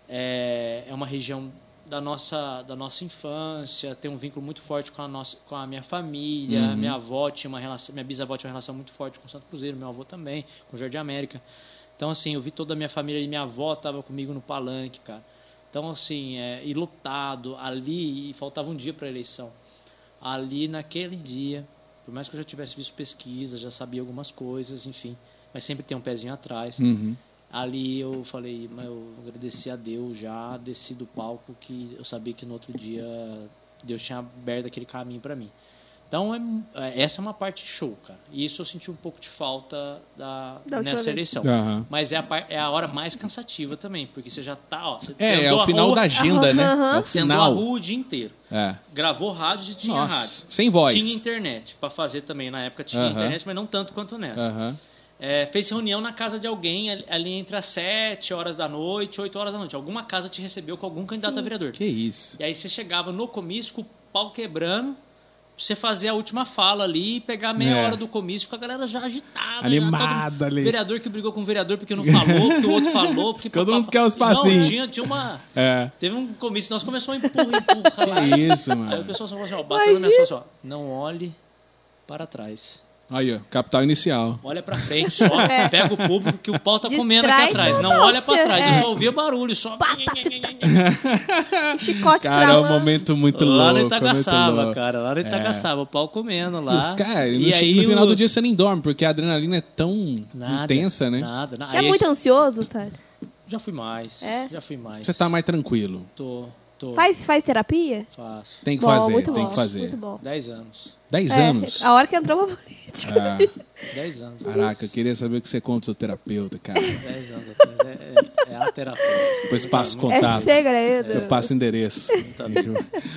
S3: É, é uma região da nossa, da nossa infância, tem um vínculo muito forte com a, nossa, com a minha família. Minha avó tinha uma relação, minha bisavó tinha uma relação muito forte com o Santo Cruzeiro, meu avô também, com o Jardim América. Então, assim, eu vi toda a minha família e minha avó estava comigo no palanque, cara. Então, assim, é, e lotado ali, e faltava um dia para a eleição. Ali, naquele dia, por mais que eu já tivesse visto pesquisa, já sabia algumas coisas, enfim, mas sempre tem um pezinho atrás.
S1: Uhum.
S3: Ali eu falei, mas eu agradeci a Deus já, desci do palco, que eu sabia que no outro dia Deus tinha aberto aquele caminho para mim. Então, é, é, essa é uma parte show, cara. E isso eu senti um pouco de falta da,
S2: Da última
S3: nessa
S2: vez.
S3: eleição.
S1: Aham.
S3: Mas é a, par- é a hora mais cansativa também, porque você já tá, ó. Você,
S1: É,
S3: você
S1: é
S3: andou
S1: o
S3: a
S1: final
S3: rua,
S1: da agenda, né?
S2: Aham.
S1: É o
S3: Você andou a
S1: final.
S3: rua o dia inteiro.
S1: É.
S3: Gravou rádio e tinha
S1: Nossa,
S3: rádio.
S1: sem voz.
S3: Tinha internet pra fazer também. Na época tinha
S1: Aham.
S3: internet, mas não tanto quanto nessa.
S1: Aham.
S3: É, fez reunião na casa de alguém ali, ali entre as 7 horas da noite, 8 horas da noite. Alguma casa te recebeu com algum candidato a vereador.
S1: Que isso.
S3: E aí você chegava no comício com o pau quebrando, você fazia a última fala ali e pegar meia
S1: É.
S3: hora do comício com a galera já agitada.
S1: Animada
S3: já todo-
S1: ali.
S3: Vereador que brigou com o vereador porque não falou, porque o outro falou.
S1: *laughs*
S3: Porque
S1: Todo mundo
S3: papapá.
S1: quer os passinhos.
S3: Não, tinha, tinha uma...
S1: É.
S3: Teve um comício, nós começamos a empurrar, empurrar. lá.
S1: Que isso,
S3: Aí o
S1: mano.
S3: pessoal só falou assim, ó, bateu na minha sócia, ó, não olhe para trás.
S1: Aí, ó, capital inicial.
S3: Olha pra frente, só
S2: *laughs* É.
S3: pega o público que o pau tá comendo aqui
S2: Distrai
S3: atrás. Não
S2: total,
S3: olha pra
S2: cê-
S3: trás,
S2: é.
S3: eu só ouvia barulho, só...
S2: Chicote
S1: Cara, é um
S2: tralando.
S1: momento *laughs* muito
S3: lá
S1: louco.
S3: no
S1: é muito
S3: Itagaçava,
S1: louco.
S3: cara. Lá no Itagaçava, o pau comendo
S1: E
S3: lá.
S1: Os cara, no,
S3: e
S1: chi-
S3: aí
S1: no final
S3: o-
S1: do dia você nem dorme, porque a adrenalina é tão
S3: Nada,
S1: intensa, né?
S3: Nada, nada.
S2: Você é
S3: Aí
S2: muito ansioso, Thales?
S3: Já fui mais.
S2: É?
S3: Já fui mais.
S1: Você tá mais tranquilo.
S3: Tô, tô.
S2: Faz, faz terapia?
S3: Faço.
S1: Tem que
S2: Bom,
S1: fazer,
S2: muito
S1: tem
S2: bom,
S1: que fazer.
S2: Muito bom.
S3: Dez anos.
S1: Dez
S2: É,
S1: anos.
S2: a hora que entrou pra política.
S1: Ah,
S3: Dez anos.
S1: caraca, eu queria saber o que você conta do seu terapeuta, cara.
S3: Dez anos atrás. É, é- Tá é a terapia.
S1: Depois passo o
S2: É
S1: contato.
S2: segredo.
S1: Eu passo o endereço.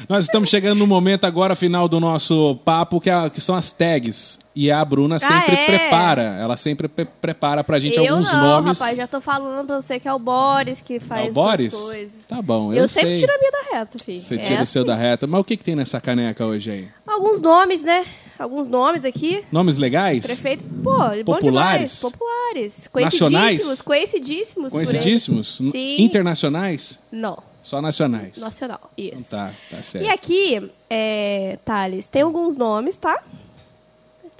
S1: Nós estamos chegando no momento agora final do nosso papo, que, é- que são as tags. E a Bruna sempre
S2: é?
S1: prepara. Ela sempre pre prepara pra gente
S2: eu
S1: alguns
S2: não,
S1: nomes.
S2: rapaz, já tô falando pra você que é o Boris que
S1: Ah,
S2: faz
S1: o Boris?
S2: essas coisas.
S1: Tá bom, eu,
S2: Eu,
S1: sei.
S2: sempre tiro a minha da reta, filho.
S1: Você
S2: É
S1: tira o seu
S2: assim.
S1: da reta. Mas o que, que tem nessa caneca hoje aí?
S2: Alguns nomes, né? Alguns nomes aqui.
S1: Nomes legais?
S2: Prefeito, pô, bom
S1: Populares?
S2: demais. Populares.
S1: Nacionais?
S2: Conhecidíssimos, conhecidíssimos. por aí.
S1: Conhecidíssimos? N-
S2: Sim.
S1: Internacionais?
S2: Não,
S1: Só nacionais.
S2: nacional, isso.
S1: Tá, tá certo.
S2: E aqui, é, Thales, tem alguns nomes, tá?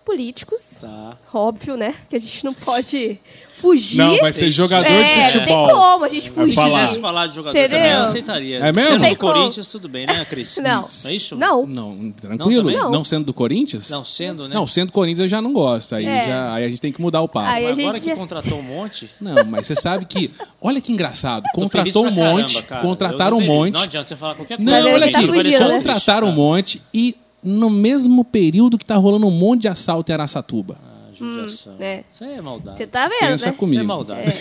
S2: Políticos.
S3: Tá.
S2: Óbvio, né? Que a gente não pode fugir.
S1: Não, vai ser jogador
S2: é,
S1: de futebol.
S2: Não tem como a gente
S1: Vai
S2: fugir.
S3: Se
S1: falar.
S3: quisesse falar de jogador
S2: Entendeu?
S3: também, eu aceitaria.
S1: É mesmo?
S3: Sendo
S2: Tem
S3: do
S2: como.
S3: Corinthians, tudo bem, né, Cris?
S2: Não.
S3: É isso?
S2: Não.
S1: Não, tranquilo?
S3: Não, também.
S1: Não,
S2: Não.
S1: sendo do Corinthians?
S3: Não, sendo, né?
S1: Não, sendo Corinthians eu já não gosto. Aí,
S2: É.
S1: já, aí a gente tem que mudar o papo.
S2: Aí- a
S3: Mas agora
S2: gente
S3: que
S2: já-
S3: contratou
S2: *laughs*
S3: um monte...
S1: Não, mas você sabe que. Olha que engraçado.
S3: *laughs* tô feliz pra
S1: Contratou um monte.
S3: caramba, cara.
S1: contrataram
S3: Eu
S1: um
S3: tô feliz.
S1: monte.
S3: Não adianta você falar qualquer coisa.
S1: Não,
S3: é
S2: Mas ele
S1: olha
S2: tá
S1: aqui.
S2: fugindo, né?
S1: Contrataram um monte e no mesmo período que tá rolando um monte de assalto em Araçatuba.
S3: Ah, judiação.
S2: né?
S3: Isso aí é maldade.
S2: Você tá vendo,
S1: Pensa
S2: né?
S3: Isso é
S1: comigo.
S3: maldade.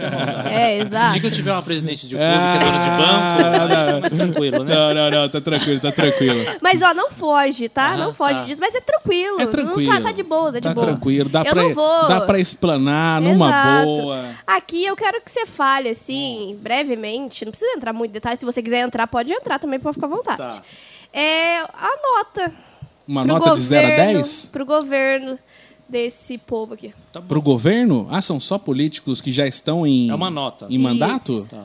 S2: É,
S3: O
S2: exato.
S3: dia que eu tiver uma presidente de clube
S1: Ah.
S3: que é dona de banco, aí
S1: *laughs*
S3: fica mais
S2: *laughs*
S3: tranquilo, né?
S1: Não, não, não, tá tranquilo, tá tranquilo.
S2: Mas, ó, não foge, tá?
S3: Aham,
S2: não foge
S3: tá.
S2: disso. Mas é tranquilo.
S1: É tranquilo.
S2: Não tá, tá de boa, tá de
S1: Tá
S2: boa.
S1: tranquilo, dá
S2: Eu
S1: pra,
S2: não vou.
S1: dá pra explanar numa
S2: Exato.
S1: boa.
S2: Aqui eu quero que você fale, assim, brevemente. Não precisa entrar muito em detalhes. Se você quiser entrar, pode entrar também, pode ficar à vontade.
S3: Tá.
S2: É a nota.
S1: Uma
S2: pro
S1: nota
S2: governo,
S1: de 0 a 10?
S2: Pro governo desse povo aqui.
S3: Tá bom.
S1: Pro governo? Ah, são só políticos que já estão em.
S3: É uma nota.
S1: Em mandato?
S3: Tá.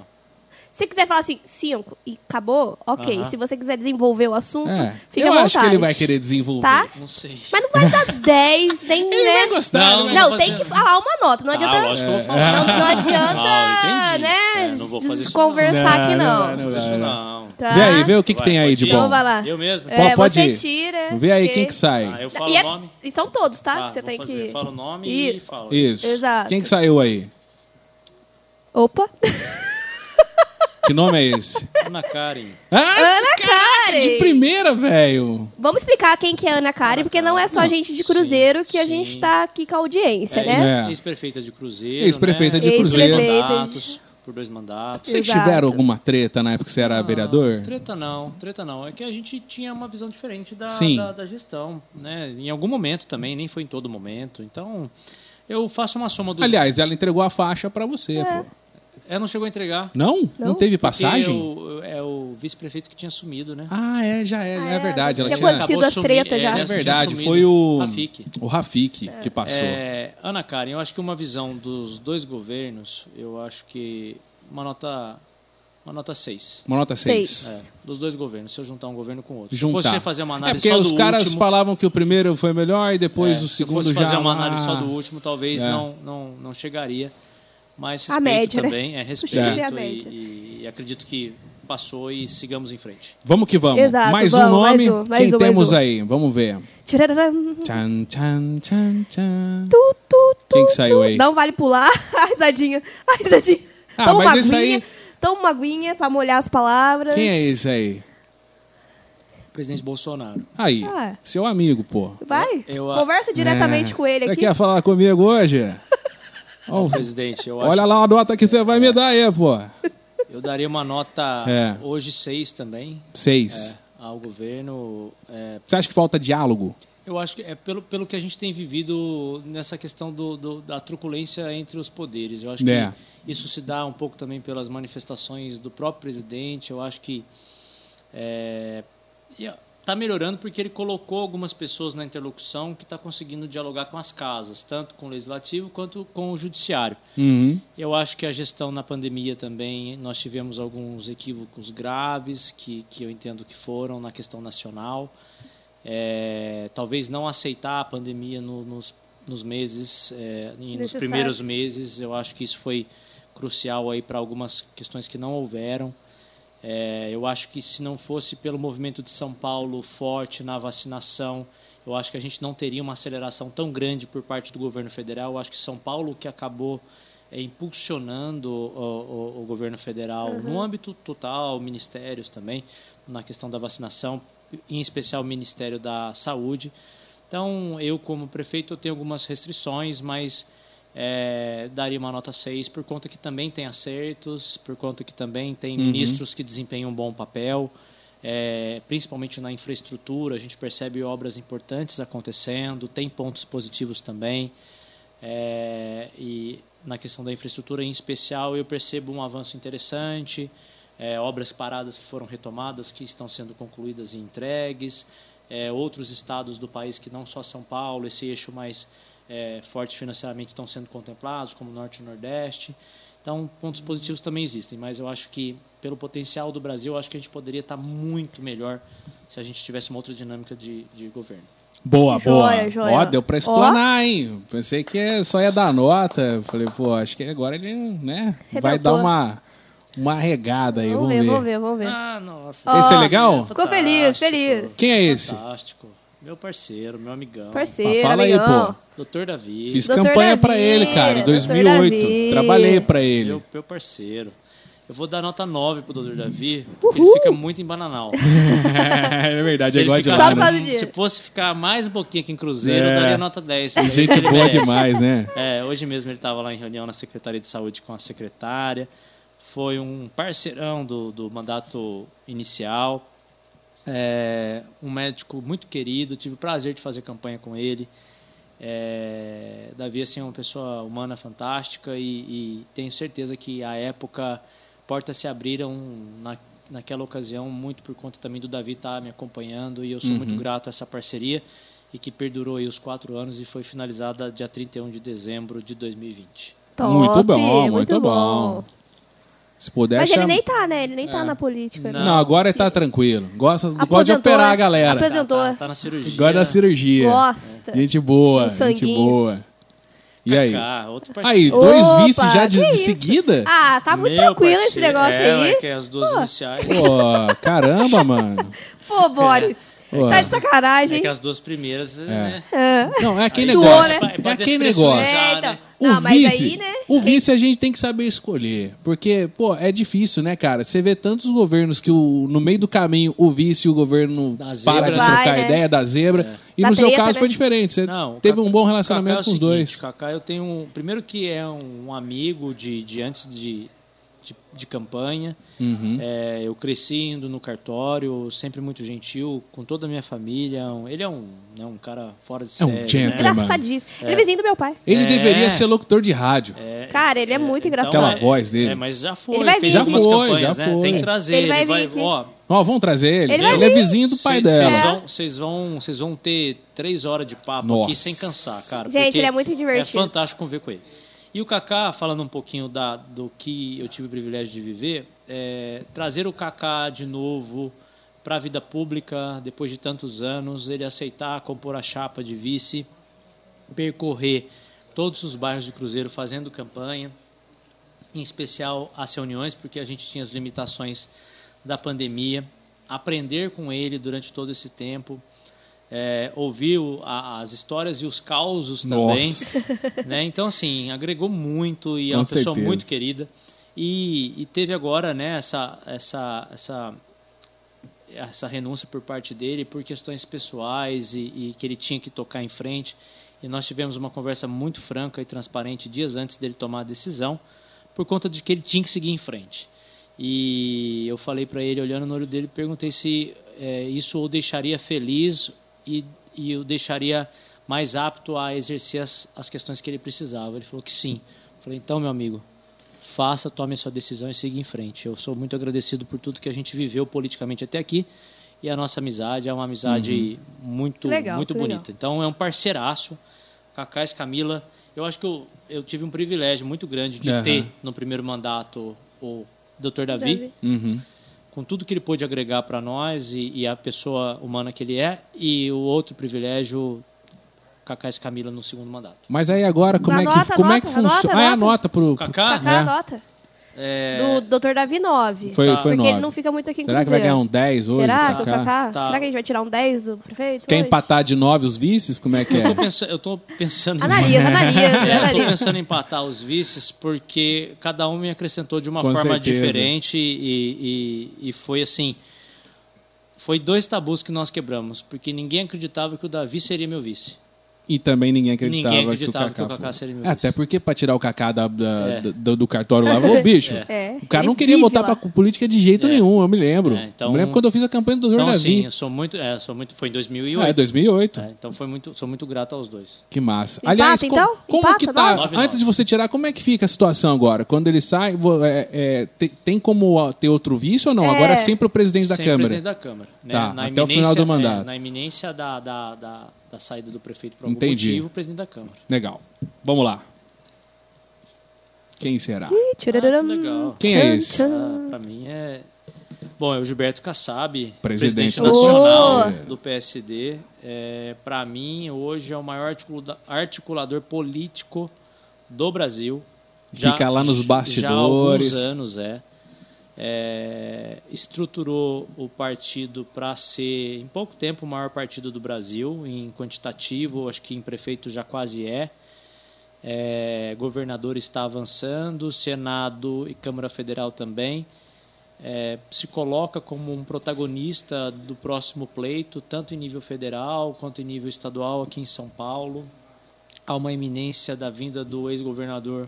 S2: Se quiser falar assim, cinco e acabou, ok.
S3: Aham.
S2: Se você quiser desenvolver o assunto,
S1: É.
S2: fica
S1: Eu
S2: à vontade.
S1: acho que ele vai querer desenvolver.
S2: Tá?
S3: Não sei.
S2: Mas não vai dar
S1: *laughs*
S2: 10, nem...
S1: Ele
S2: né?
S1: vai gostar,
S3: Não,
S1: ele vai
S3: não.
S2: Não,
S3: Mas
S2: tem
S3: é-
S2: que falar uma nota. Não adianta,
S3: Ah, lógico que eu vou falar. *laughs*
S2: não, não adianta
S3: Ah, entendi.
S2: né,
S3: É, não vou fazer isso,
S2: conversar aqui, não.
S1: Não,
S3: Não,
S1: não,
S3: isso
S1: não.
S3: não.
S2: Tá?
S1: né? Vê aí, vê o que, que
S3: Vai,
S1: tem aí de
S3: pode ir?
S1: bom.
S2: Então vai lá.
S3: Eu mesmo?
S1: Pô,
S2: É,
S1: pode ir.
S2: você tira.
S1: Vê aí
S2: porque-
S1: quem que sai.
S3: Ah, eu falo
S2: e,
S3: o
S2: é-
S3: nome.
S2: e são todos, tá?
S3: Ah,
S2: Que você
S3: vou
S2: tem
S3: fazer.
S2: que...
S3: Falo o nome
S2: E-
S3: e, falo.
S1: Isso.
S2: Exato.
S1: Quem que saiu aí?
S2: Opa.
S1: Que nome é
S2: *laughs*
S1: esse?
S3: Ana Karen.
S1: Ah,
S2: Ana
S1: de
S2: Karen!
S1: primeira, velho.
S2: Vamos explicar quem que é Ana Karen, porque não é só
S1: Não,
S2: gente de cruzeiro que a
S3: sim.
S2: gente tá aqui com a audiência,
S3: É,
S2: né?
S1: É.
S3: Ex-prefeita de Cruzeiro.
S1: Ex-prefeita
S3: né?
S1: de
S2: Cruzeiro.
S3: Por dois
S2: Ex-prefeita de-
S3: mandatos. Por dois mandatos.
S1: Vocês
S2: Exato.
S1: tiveram alguma treta na época que você era
S3: Ah,
S1: vereador?
S3: Treta não, treta não. É que a gente tinha uma visão diferente da,
S1: Sim.
S3: da, da gestão, né? Em algum momento também, nem foi em todo momento. Então, eu faço uma soma dos.
S1: Aliás, ela entregou a faixa pra você, pô.
S3: ela não chegou a entregar.
S1: Não? Não,
S2: É. Não.
S1: teve
S3: Porque
S1: passagem?
S3: eu- é o vice-prefeito que tinha sumido, né?
S1: Ah, é, já é,
S2: Ah,
S1: é
S2: é,
S1: verdade. Ela
S2: tinha
S1: tinha...
S2: acontecido as
S3: sumi-
S2: tretas já.
S1: É
S3: ela né, tinha
S1: verdade,
S3: sumido.
S1: foi o
S3: Rafik.
S1: o Rafik que passou.
S3: É, Ana Karen, eu acho que uma visão dos dois governos, eu acho que uma nota uma nota 6.
S1: Uma nota 6.
S2: Seis.
S3: dos dois governos, se eu juntar um governo com o outro.
S1: Juntar.
S3: É. Se eu fosse fazer uma
S1: É
S3: análise
S1: porque
S3: só
S1: os
S3: do
S1: caras
S3: último,
S1: falavam que o primeiro foi melhor e
S3: É,
S1: depois o
S3: se eu
S1: segundo
S3: fosse
S1: já...
S3: fazer uma
S1: Ah,
S3: análise só do último, talvez
S1: É.
S3: não, não, não chegaria. Mas
S2: A
S3: respeito
S2: média, né? *laughs*
S3: também, é
S2: chegaria
S3: respeito
S2: à
S3: e,
S2: média.
S3: e- e acredito que passou e sigamos em frente.
S1: Vamos que vamos.
S2: Exato,
S1: mais um
S2: vamos,
S1: nome.
S2: mais um, mais
S1: Quem
S2: um, mais
S1: temos
S2: um.
S1: aí? Vamos ver.
S2: Tchararam.
S1: Tchan, tchan, tchan, tchan.
S2: Tu, tu, tu,
S1: Quem que saiu
S2: tu.
S1: aí?
S2: Não vale pular. *laughs* A risadinha. A risadinha.
S1: Ah,
S2: Toma
S1: mas
S2: uma
S1: esse
S2: aguinha.
S1: aí-
S2: Toma uma aguinha pra molhar as palavras.
S1: Quem é esse aí?
S3: Presidente Bolsonaro.
S1: Aí,
S2: Ah.
S1: seu amigo, pô.
S2: Vai.
S3: Eu- eu-
S2: Conversa diretamente
S1: É.
S2: com ele
S1: Você
S2: aqui.
S1: quer falar comigo
S2: *laughs*
S1: hoje? Ó,
S3: Presidente, eu
S1: Olha
S3: acho
S1: lá a nota que você vai me dar aí, pô.
S3: eu daria uma nota
S1: É.
S3: hoje seis também
S1: Seis.
S3: é, ao governo. é,
S1: Você acha que falta diálogo?
S3: Eu acho que é pelo, pelo que a gente tem vivido nessa questão do, do- da truculência entre os poderes. Eu acho
S1: É.
S3: que isso se dá um pouco também pelas manifestações do próprio presidente. Eu acho que é, está tá melhorando porque ele colocou algumas pessoas na interlocução que está conseguindo dialogar com as casas, tanto com o legislativo quanto com o judiciário.
S1: Uhum.
S3: Eu acho que a gestão na pandemia também, nós tivemos alguns equívocos graves, que, que eu entendo que foram na questão nacional. É, talvez não aceitar a pandemia no- nos, nos meses, é, e nos
S2: Necessários.
S3: primeiros meses, eu acho que isso foi crucial aí para algumas questões que não houveram. É, eu acho que se não fosse pelo movimento de São Paulo forte na vacinação, eu acho que a gente não teria uma aceleração tão grande por parte do governo federal. Eu acho que São Paulo que acabou é, impulsionando o, o- o governo federal no âmbito total, ministérios também, na questão da vacinação, em especial o Ministério da Saúde. Então, eu como prefeito eu tenho algumas restrições, mas é, daria uma nota 6 por conta que também tem acertos, por conta que também tem ministros que desempenham um bom papel, é, principalmente na infraestrutura, a gente percebe obras importantes acontecendo, tem pontos positivos também. É, e na questão da infraestrutura em especial, eu percebo um avanço interessante, é, obras paradas que foram retomadas, que estão sendo concluídas e entregues, é, outros estados do país que não só São Paulo, esse eixo mais é, forte financeiramente estão sendo contemplados, como Norte e Nordeste. Então, pontos positivos também existem, mas eu acho que, pelo potencial do Brasil, eu acho que a gente poderia estar muito melhor se a gente tivesse uma outra dinâmica de, de governo.
S1: Boa,
S2: Joia,
S1: boa.
S2: joia.
S1: Ó, deu pra explanar, hein? Pensei que é- só ia dar nota. Falei, pô, acho que agora ele, né? Vai dar
S2: Arrebentou.
S1: uma, uma regada aí,
S2: Vamos ver, vamos ver, vamos ver.
S3: Ah, nossa.
S1: Esse é
S2: Ó,
S1: legal?
S2: Ficou feliz, feliz.
S1: Quem é esse?
S3: Fantástico. Meu parceiro, meu amigão.
S1: Ah,
S2: Parceiro,
S1: fala aí,
S2: amigão.
S1: pô.
S3: Doutor Davi.
S1: Fiz
S2: Doutor
S1: campanha pra
S2: Davi,
S1: ele, cara, em
S2: doutor
S1: 2008.
S2: Davi.
S1: Trabalhei pra ele.
S3: Meu, meu parceiro. Eu vou dar nota 9 pro doutor Davi, porque ele fica muito
S1: *laughs*
S3: em bananal.
S1: *laughs* é verdade,
S3: Se
S1: é
S3: ele
S1: igual de
S3: ficar-
S2: Só
S1: lá,
S2: por
S1: né?
S2: causa disso.
S3: Se fosse ficar mais um pouquinho aqui em Cruzeiro,
S1: É.
S3: eu daria nota 10. pra ele, que
S1: Gente
S3: ele
S1: boa
S3: merece.
S1: demais, né?
S3: É, hoje mesmo ele estava lá em reunião na Secretaria de Saúde com a secretária. Foi um parceirão do, do mandato inicial. É, um médico muito querido. Tive o prazer de fazer campanha com ele. É, Davi assim, é uma pessoa humana fantástica e, e tenho certeza que a época portas se abriram na, naquela ocasião muito por conta também do Davi estar me acompanhando e eu sou
S1: Uhum.
S3: muito grato a essa parceria e que perdurou aí os quatro anos e foi finalizada dia 31 de dezembro de 2020.
S2: Top,
S1: muito bom, muito, bom. Se puder,
S2: Mas
S1: chama...
S2: ele nem tá, né? Ele nem
S3: É.
S2: tá na política.
S1: Não, agora ele tá tranquilo. Gosta, gosta de
S2: Aposentou,
S1: operar a
S2: né?
S1: galera.
S2: Apos-
S3: Tá,
S2: Apresentou.
S3: tá, tá na cirurgia.
S1: Gosta da cirurgia.
S2: Gosta.
S1: Gente boa,
S2: Um
S1: gente
S2: sanguinho.
S1: boa. E aí?
S3: Kaká, Tá outro
S1: Aí,
S3: parceiro.
S1: dois
S2: Opa,
S1: vices já de,
S2: que
S1: de
S2: isso?
S1: seguida?
S2: Ah, tá muito
S3: Meu
S2: tranquilo esse
S3: parceiro.
S2: negócio
S3: É,
S2: aí.
S3: É, que é as duas iniciais.
S1: Pô, caramba, mano.
S2: Pô, Boris. *laughs*
S1: Pô.
S2: Tá de
S3: É
S2: sacanagem.
S3: que as duas primeiras,
S1: É.
S3: né?
S1: Não, é aquele
S3: Aí
S2: suou,
S1: negócio.
S3: né?
S1: É aquele
S3: É,
S1: negócio.
S3: já,
S2: então.
S3: né? É.
S1: O
S2: Não, mas
S1: vice,
S2: aí, né?
S1: o vice a gente tem que saber escolher. Porque, pô, é difícil, né, cara? Você vê tantos governos que o, no meio do caminho o vice e o governo
S3: Da zebra, É.
S1: para de
S2: né?
S1: trocar
S2: Vai, né?
S1: ideia da zebra. E
S2: Da
S1: no seu
S2: treta,
S1: caso
S2: né?
S1: foi diferente. Você
S3: Não, o
S1: teve
S3: Kaká-
S1: um bom relacionamento
S3: Kaká é o
S1: com os
S3: seguinte,
S1: dois.
S3: Kaká, eu tenho um, primeiro que é um amigo de, de antes de, de, de campanha.
S1: Uhum.
S3: É, eu cresci indo no cartório, sempre muito gentil com toda a minha família. Um- Ele é um, né, um cara fora de
S1: É um
S3: série.
S1: gentleman.
S3: Né?
S2: Engraçadíssimo. Ele é vizinho do meu pai.
S1: Ele
S3: É.
S1: deveria ser locutor de rádio.
S2: Cara, ele é muito
S3: né? Então,
S2: engraçado.
S1: Aquela
S3: é-
S1: voz dele.
S3: É, mas já foi.
S2: Ele vai
S3: fez
S2: vir
S3: algumas
S1: aqui.
S3: campanhas,
S1: Já
S3: né?
S1: foi.
S3: Tem que trazer.
S2: Ele vai
S3: vai,
S2: vir aqui.
S3: ó,
S1: Ó, vamos trazer ele.
S2: Ele
S1: Ele,
S2: vai
S1: é
S2: vir.
S1: vizinho do pai
S3: Vocês-
S1: dela.
S3: Vocês
S2: É.
S3: vão, vocês vão, vocês vão ter três horas de papo
S1: Nossa.
S3: aqui sem cansar, cara.
S2: Gente,
S3: porque
S2: ele é muito divertido.
S3: É fantástico conviver com ele. E o Kaká, falando um pouquinho da, do que eu tive o privilégio de viver, é, trazer o Kaká de novo para a vida pública, depois de tantos anos, ele aceitar compor a chapa de vice, percorrer todos os bairros de Cruzeiro fazendo campanha, em especial as reuniões, porque a gente tinha as limitações da pandemia, aprender com ele durante todo esse tempo, é, ouvir o- a- as histórias e os causos também.
S1: Nossa.
S3: né? Então, assim, agregou muito e é
S1: Com
S3: uma pessoa
S1: certeza.
S3: muito querida. E, e teve agora né, essa, essa, essa, essa renúncia por parte dele por questões pessoais e, e que ele tinha que tocar em frente. E nós tivemos uma conversa muito franca e transparente dias antes dele tomar a decisão, por conta de que ele tinha que seguir em frente. E eu falei para ele, olhando no olho dele, perguntei se eh, isso o deixaria feliz e, e o deixaria mais apto a exercer as, as questões que ele precisava. Ele falou que sim. Eu falei, então, meu amigo, faça, tome a sua decisão e siga em frente. Eu sou muito agradecido por tudo que a gente viveu politicamente até aqui. E a nossa amizade é uma amizade muito,
S2: Legal,
S3: muito
S2: legal.
S3: bonita. Então é um parceiraço. Cacás, Camila. Eu acho que eu, eu tive um privilégio muito grande de
S1: Aham.
S3: ter no primeiro mandato o Dr. Davi,
S2: Davi.
S1: Uhum.
S3: com tudo que ele pôde agregar para nós e, e a pessoa humana que ele é. E o outro privilégio, Cacás Camila no segundo mandato.
S1: Mas aí agora, como é que,
S2: Anota,
S1: como é que
S2: anota,
S1: funciona?
S2: anota,
S1: Ah, é a
S2: anota.
S1: nota pro...
S3: Cacá?
S2: Cacá,
S1: né?
S2: anota.
S3: É,
S2: Do Dr. Davi 9.
S1: Foi, foi
S2: Porque
S1: nove.
S2: ele não fica muito aqui em
S1: Será que vai ganhar um 10 hoje? pro
S2: Será que o
S1: Kaká?
S2: Kaká?
S3: Tá.
S2: Será que a gente vai tirar um 10 do prefeito?
S1: Quer
S2: hoje?
S1: empatar de 9 os vices? Como é que é?
S3: Eu tô pensa- eu tô pensando em
S2: Analisa,
S1: *laughs*
S2: analisa,
S3: É, *laughs* eu tô
S2: analisa.
S3: pensando em empatar os vices porque cada um me acrescentou de uma
S1: Com
S3: forma
S1: certeza.
S3: diferente e, e- e foi assim. Foi dois tabus que nós quebramos, porque ninguém acreditava que o Davi seria meu vice.
S1: E também ninguém acreditava,
S3: Ninguém acreditava
S1: que o Kaká, fosse. É,
S3: seria meu vice.
S1: Até porque pra tirar o Kaká da, da-
S3: É.
S1: do, do cartório lá, ô bicho,
S2: *laughs* É.
S1: o cara não
S2: Ele
S1: queria
S2: vive
S1: voltar
S2: lá.
S1: pra política de jeito
S3: É.
S1: nenhum, eu me lembro.
S3: É, então-
S1: Eu me lembro quando eu fiz a campanha do Dr.
S3: Então, assim,
S1: Davi.
S3: eu sou muito. É, sou muito foi em
S1: ah, é
S3: 2008.
S1: 2008.
S3: É, então, foi muito, sou muito grato aos dois.
S1: Que massa.
S2: Empata,
S1: Aliás, como,
S2: então?
S1: como
S2: Empata,
S1: que tá?
S3: nove? Nove,
S1: Antes de
S3: nove.
S1: você tirar, como é que fica a situação agora? Quando ele sai, vo- é, é, te- tem como ó, ter outro vice ou não?
S2: É.
S1: Agora é sempre o presidente da
S3: Sem
S1: Câmara.
S3: presidente da Câmara. né?
S1: Tá,
S3: Na
S1: até o
S3: iminência-
S1: final do
S3: é,
S1: mandato.
S3: na iminência da, da, da, da saída do prefeito por algum
S1: Entendi.
S3: motivo, o presidente da Câmara.
S1: Legal. Vamos lá. Quem será?
S2: Ih,
S3: Ah,
S2: tchararam.
S3: que legal.
S1: Quem é esse?
S3: Ah, pra mim é. Bom, é o Gilberto Kassab,
S1: Presidente
S3: presidente,
S1: da
S3: nacional
S1: Câmara.
S3: do PSD. É, para mim, hoje é o maior articula- articulador político do Brasil.
S1: Fica lá nos
S3: Já há alguns
S1: bastidores.
S3: anos, é. É, estruturou o partido para ser, em pouco tempo, o maior partido do Brasil, em quantitativo, acho que em prefeito já quase é. É, governador está avançando, Senado e Câmara Federal também. É, se coloca como um protagonista do próximo pleito, tanto em nível federal quanto em nível estadual aqui em São Paulo. Há uma iminência da vinda do ex-governador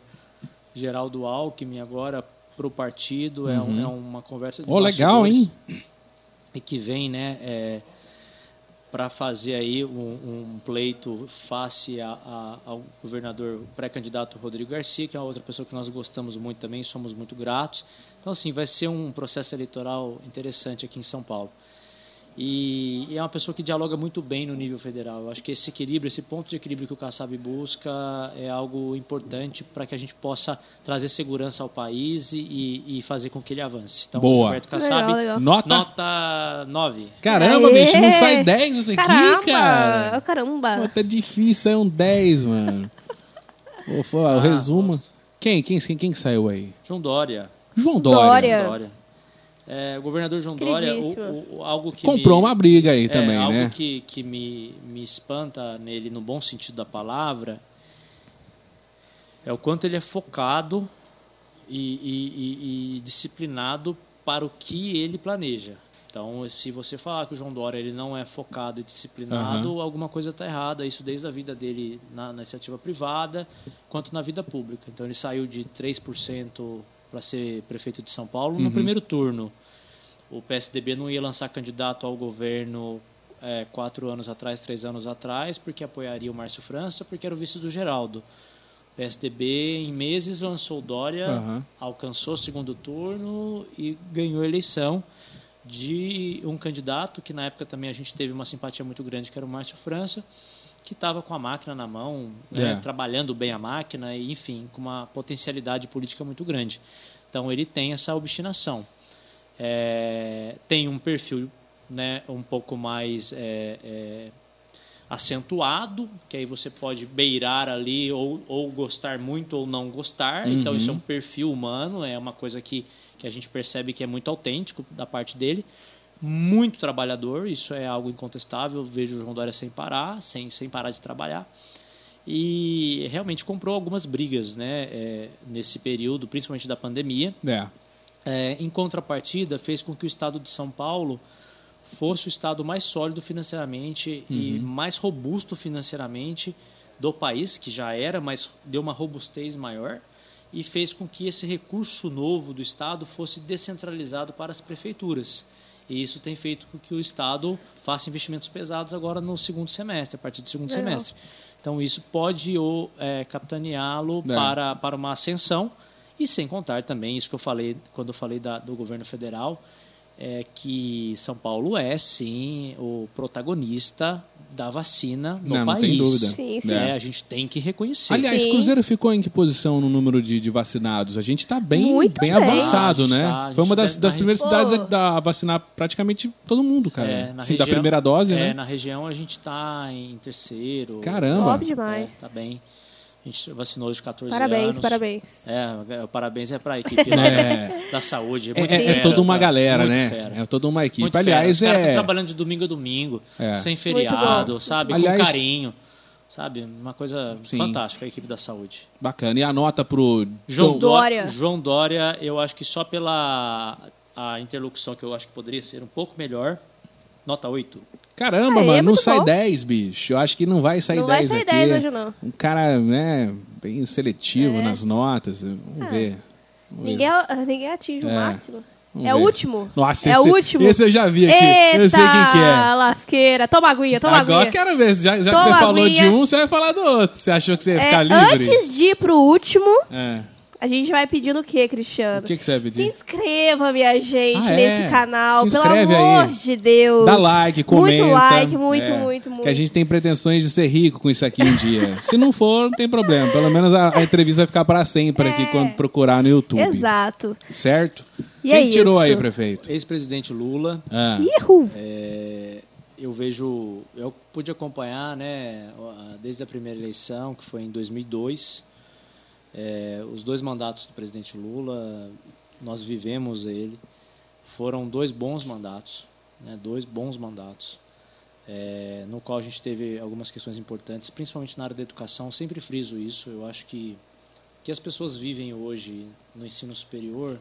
S3: Geraldo Alckmin agora para o partido. É, um- é uma conversa de
S1: Uhum. Ó, legal,
S3: bastidores
S1: hein?
S3: e que vem, né, para fazer aí um, um pleito face a- a- ao governador pré-candidato Rodrigo Garcia, que é outra pessoa que nós gostamos muito também, somos muito gratos. Então, assim, vai ser um processo eleitoral interessante aqui em São Paulo. E, e é uma pessoa que dialoga muito bem no nível federal. Eu acho que esse equilíbrio, esse ponto de equilíbrio que o Kassab busca é algo importante para que a gente possa trazer segurança ao país e- e, e fazer com que ele avance. Então,
S1: Boa.
S3: Roberto Kassab,
S2: Legal, legal.
S1: Nota?
S3: Nota 9.
S1: Caramba,
S2: Aê!
S1: bicho, não sai 10 isso aqui,
S2: Caramba!
S1: cara.
S2: Ô,
S1: Pô,
S2: Caramba!
S1: tá difícil sair um 10, mano. Pô, foi, ó, o
S3: Ah,
S1: resumo.
S3: gosto.
S1: Quem, quem, quem, quem que saiu aí?
S3: João Dória.
S1: João Dória.
S2: Dória.
S3: João Dória. É, o governador João Dória, o-
S2: Queridíssimo.
S3: o- o- algo que
S1: Comprou
S3: me-
S1: uma briga aí
S3: é,
S1: também,
S3: algo
S1: né?
S3: que, que me, me espanta nele, no bom sentido da palavra, é o quanto ele é focado e, e- e- e disciplinado para o que ele planeja. Então, se você falar que o João Dória ele não é focado e disciplinado, alguma coisa está errada. Isso desde a vida dele na, na iniciativa privada, quanto na vida pública. Então, ele saiu de 3% para ser prefeito de São Paulo
S1: Uhum.
S3: no primeiro turno. O PSDB não ia lançar candidato ao governo é, quatro anos atrás, três anos atrás, porque apoiaria o Márcio França, porque era o vice do Geraldo. O PSDB, em meses, lançou o Dória,
S1: Aham.
S3: alcançou o segundo turno e ganhou a eleição de um candidato que, na época, também a gente teve uma simpatia muito grande, que era o Márcio França, que estava com a máquina na mão, né,
S1: É.
S3: trabalhando bem a máquina, e, enfim, com uma potencialidade política muito grande. Então, ele tem essa obstinação é, tem um perfil né, um pouco mais é, é, acentuado, que aí você pode beirar ali ou, ou gostar muito ou não gostar. Então isso é um perfil humano, é uma coisa que, que a gente percebe que é muito autêntico da parte dele. Muito trabalhador, isso é algo incontestável. Eu vejo o João Dória sem parar, sem, sem parar de trabalhar. E realmente comprou algumas brigas né, é, nesse período, principalmente da pandemia.
S1: É.
S3: É, em contrapartida, fez com que o estado de São Paulo fosse o estado mais sólido financeiramente e mais robusto financeiramente do país, que já era, mas deu uma robustez maior, e fez com que esse recurso novo do estado fosse descentralizado para as prefeituras. E isso tem feito com que o estado faça investimentos pesados agora no segundo semestre, a partir do segundo
S2: Legal.
S3: semestre. Então, isso pode o, é, capitaneá-lo
S1: É.
S3: para, para uma ascensão. E sem contar também isso que eu falei quando eu falei da- do governo federal, é que São Paulo é, sim, o protagonista da vacina no
S1: Não, não
S3: país.
S1: tem dúvida.
S2: Sim, sim.
S1: É.
S3: É, a gente tem que reconhecer.
S1: Aliás,
S2: Sim.
S1: o Cruzeiro ficou em que posição no número de, de vacinados? A gente está bem,
S2: Muito
S1: bem,
S2: bem.
S1: avançado,
S3: Ah, a gente
S1: né?
S3: tá, a gente
S1: Foi uma
S3: tá
S1: das,
S3: na
S1: das
S3: re-
S1: primeiras cidades
S2: Pô.
S1: a, da- a vacinar praticamente todo mundo, cara.
S3: É, na
S1: Sim, da
S3: região-
S1: primeira dose,
S3: é,
S1: né?
S3: na região a gente está em terceiro.
S1: Caramba.
S2: Top demais.
S3: É, tá bem. A gente vacinou hoje 14
S2: Parabéns,
S3: anos.
S2: parabéns.
S3: É, o parabéns é para a equipe
S1: *laughs*
S2: *laughs*
S1: É.
S3: da saúde.
S1: É,
S3: muito
S1: é- é
S3: fera,
S1: toda uma
S3: tá?
S1: galera,
S3: Muito
S1: né?
S3: fera.
S1: É toda uma equipe.
S3: Muito
S1: Aliás,
S3: fera. Os caras
S1: é.
S3: tão trabalhando de domingo a domingo,
S1: É.
S3: sem
S2: bom.
S3: feriado, sabe?
S1: Aliás-
S3: Com carinho, sabe? Uma coisa
S1: Sim.
S3: fantástica, a equipe da saúde.
S1: Bacana. E a nota pro.
S3: João
S1: Tom-
S2: Dória.
S3: Dória. João Dória, eu acho que só pela a interlocução que eu acho que poderia ser um pouco melhor, nota 8.
S1: Caramba,
S2: Aí é
S1: mano, não
S2: muito
S1: sai
S2: bom.
S1: 10, bicho. Eu acho que não vai sair
S2: Não vai
S1: 10
S2: sair né,
S1: aqui.
S2: 10 hoje, não.
S1: Um cara, né, bem
S2: É.
S1: seletivo nas notas.
S2: Ah.
S1: Vamos ver. Vamos ver.
S2: Ninguém, é, ninguém atinge o máximo.
S1: Vamos
S2: É o
S1: ver.
S2: último.
S1: Nossa,
S2: é
S1: esse,
S2: o último.
S1: esse eu já vi aqui.
S2: Eita,
S1: eu sei quem que é.
S2: lasqueira. Toma aguinha, toma
S1: Agora
S2: aguinha.
S1: quero ver. Já, já que
S2: Toma
S1: você falou de
S2: aguinha.
S1: um, você vai falar do outro. Você achou que você ia
S2: É,
S1: ficar livre?
S2: antes de ir pro último,
S1: É.
S2: a gente vai pedindo o quê,
S1: O
S2: Cristiano?
S1: que, que você vai
S2: Se
S1: pedir?
S2: inscreva, minha gente,
S1: Ah, é?
S2: nesse canal.
S1: Se
S2: Pelo
S1: inscreve
S2: amor
S1: aí.
S2: de Deus.
S1: Dá like, comenta.
S2: Muito like, muito,
S1: É,
S2: muito, muito.
S1: Que a gente tem pretensões de ser rico com isso aqui um
S2: *laughs*
S1: dia. Se não for, não tem problema. Pelo menos a, a entrevista vai ficar pra sempre aqui quando procurar no YouTube.
S2: É. Exato.
S1: Certo?
S2: E
S1: Quem
S2: é
S1: que tirou
S2: isso.
S1: aí, prefeito?
S3: Ex-presidente Lula,
S1: Ah,
S2: Ihu.
S3: é, eu vejo, eu pude acompanhar, né, a- desde a primeira eleição, que foi em 2002, é, os dois mandatos do presidente Lula, nós vivemos ele, foram dois bons mandatos, né, dois bons mandatos, é, no qual a gente teve algumas questões importantes, principalmente na área da educação, sempre friso isso, eu acho que que as pessoas vivem hoje no ensino superior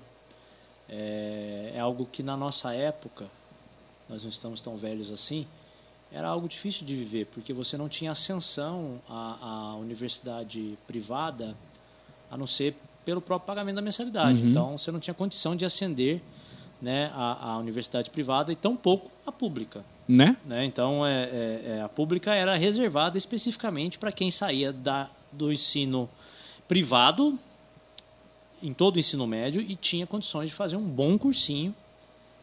S3: é, é algo que na nossa época nós não estamos tão velhos assim, era algo difícil de viver, porque você não tinha ascensão à, à universidade privada, a não ser pelo próprio pagamento da mensalidade. Então, você não tinha condição de ascender né, à, à universidade privada e tampouco à pública.
S1: né?
S3: Né? Então, é, é- é, a pública era reservada especificamente para quem saía da, do ensino privado, em todo o ensino médio, e tinha condições de fazer um bom cursinho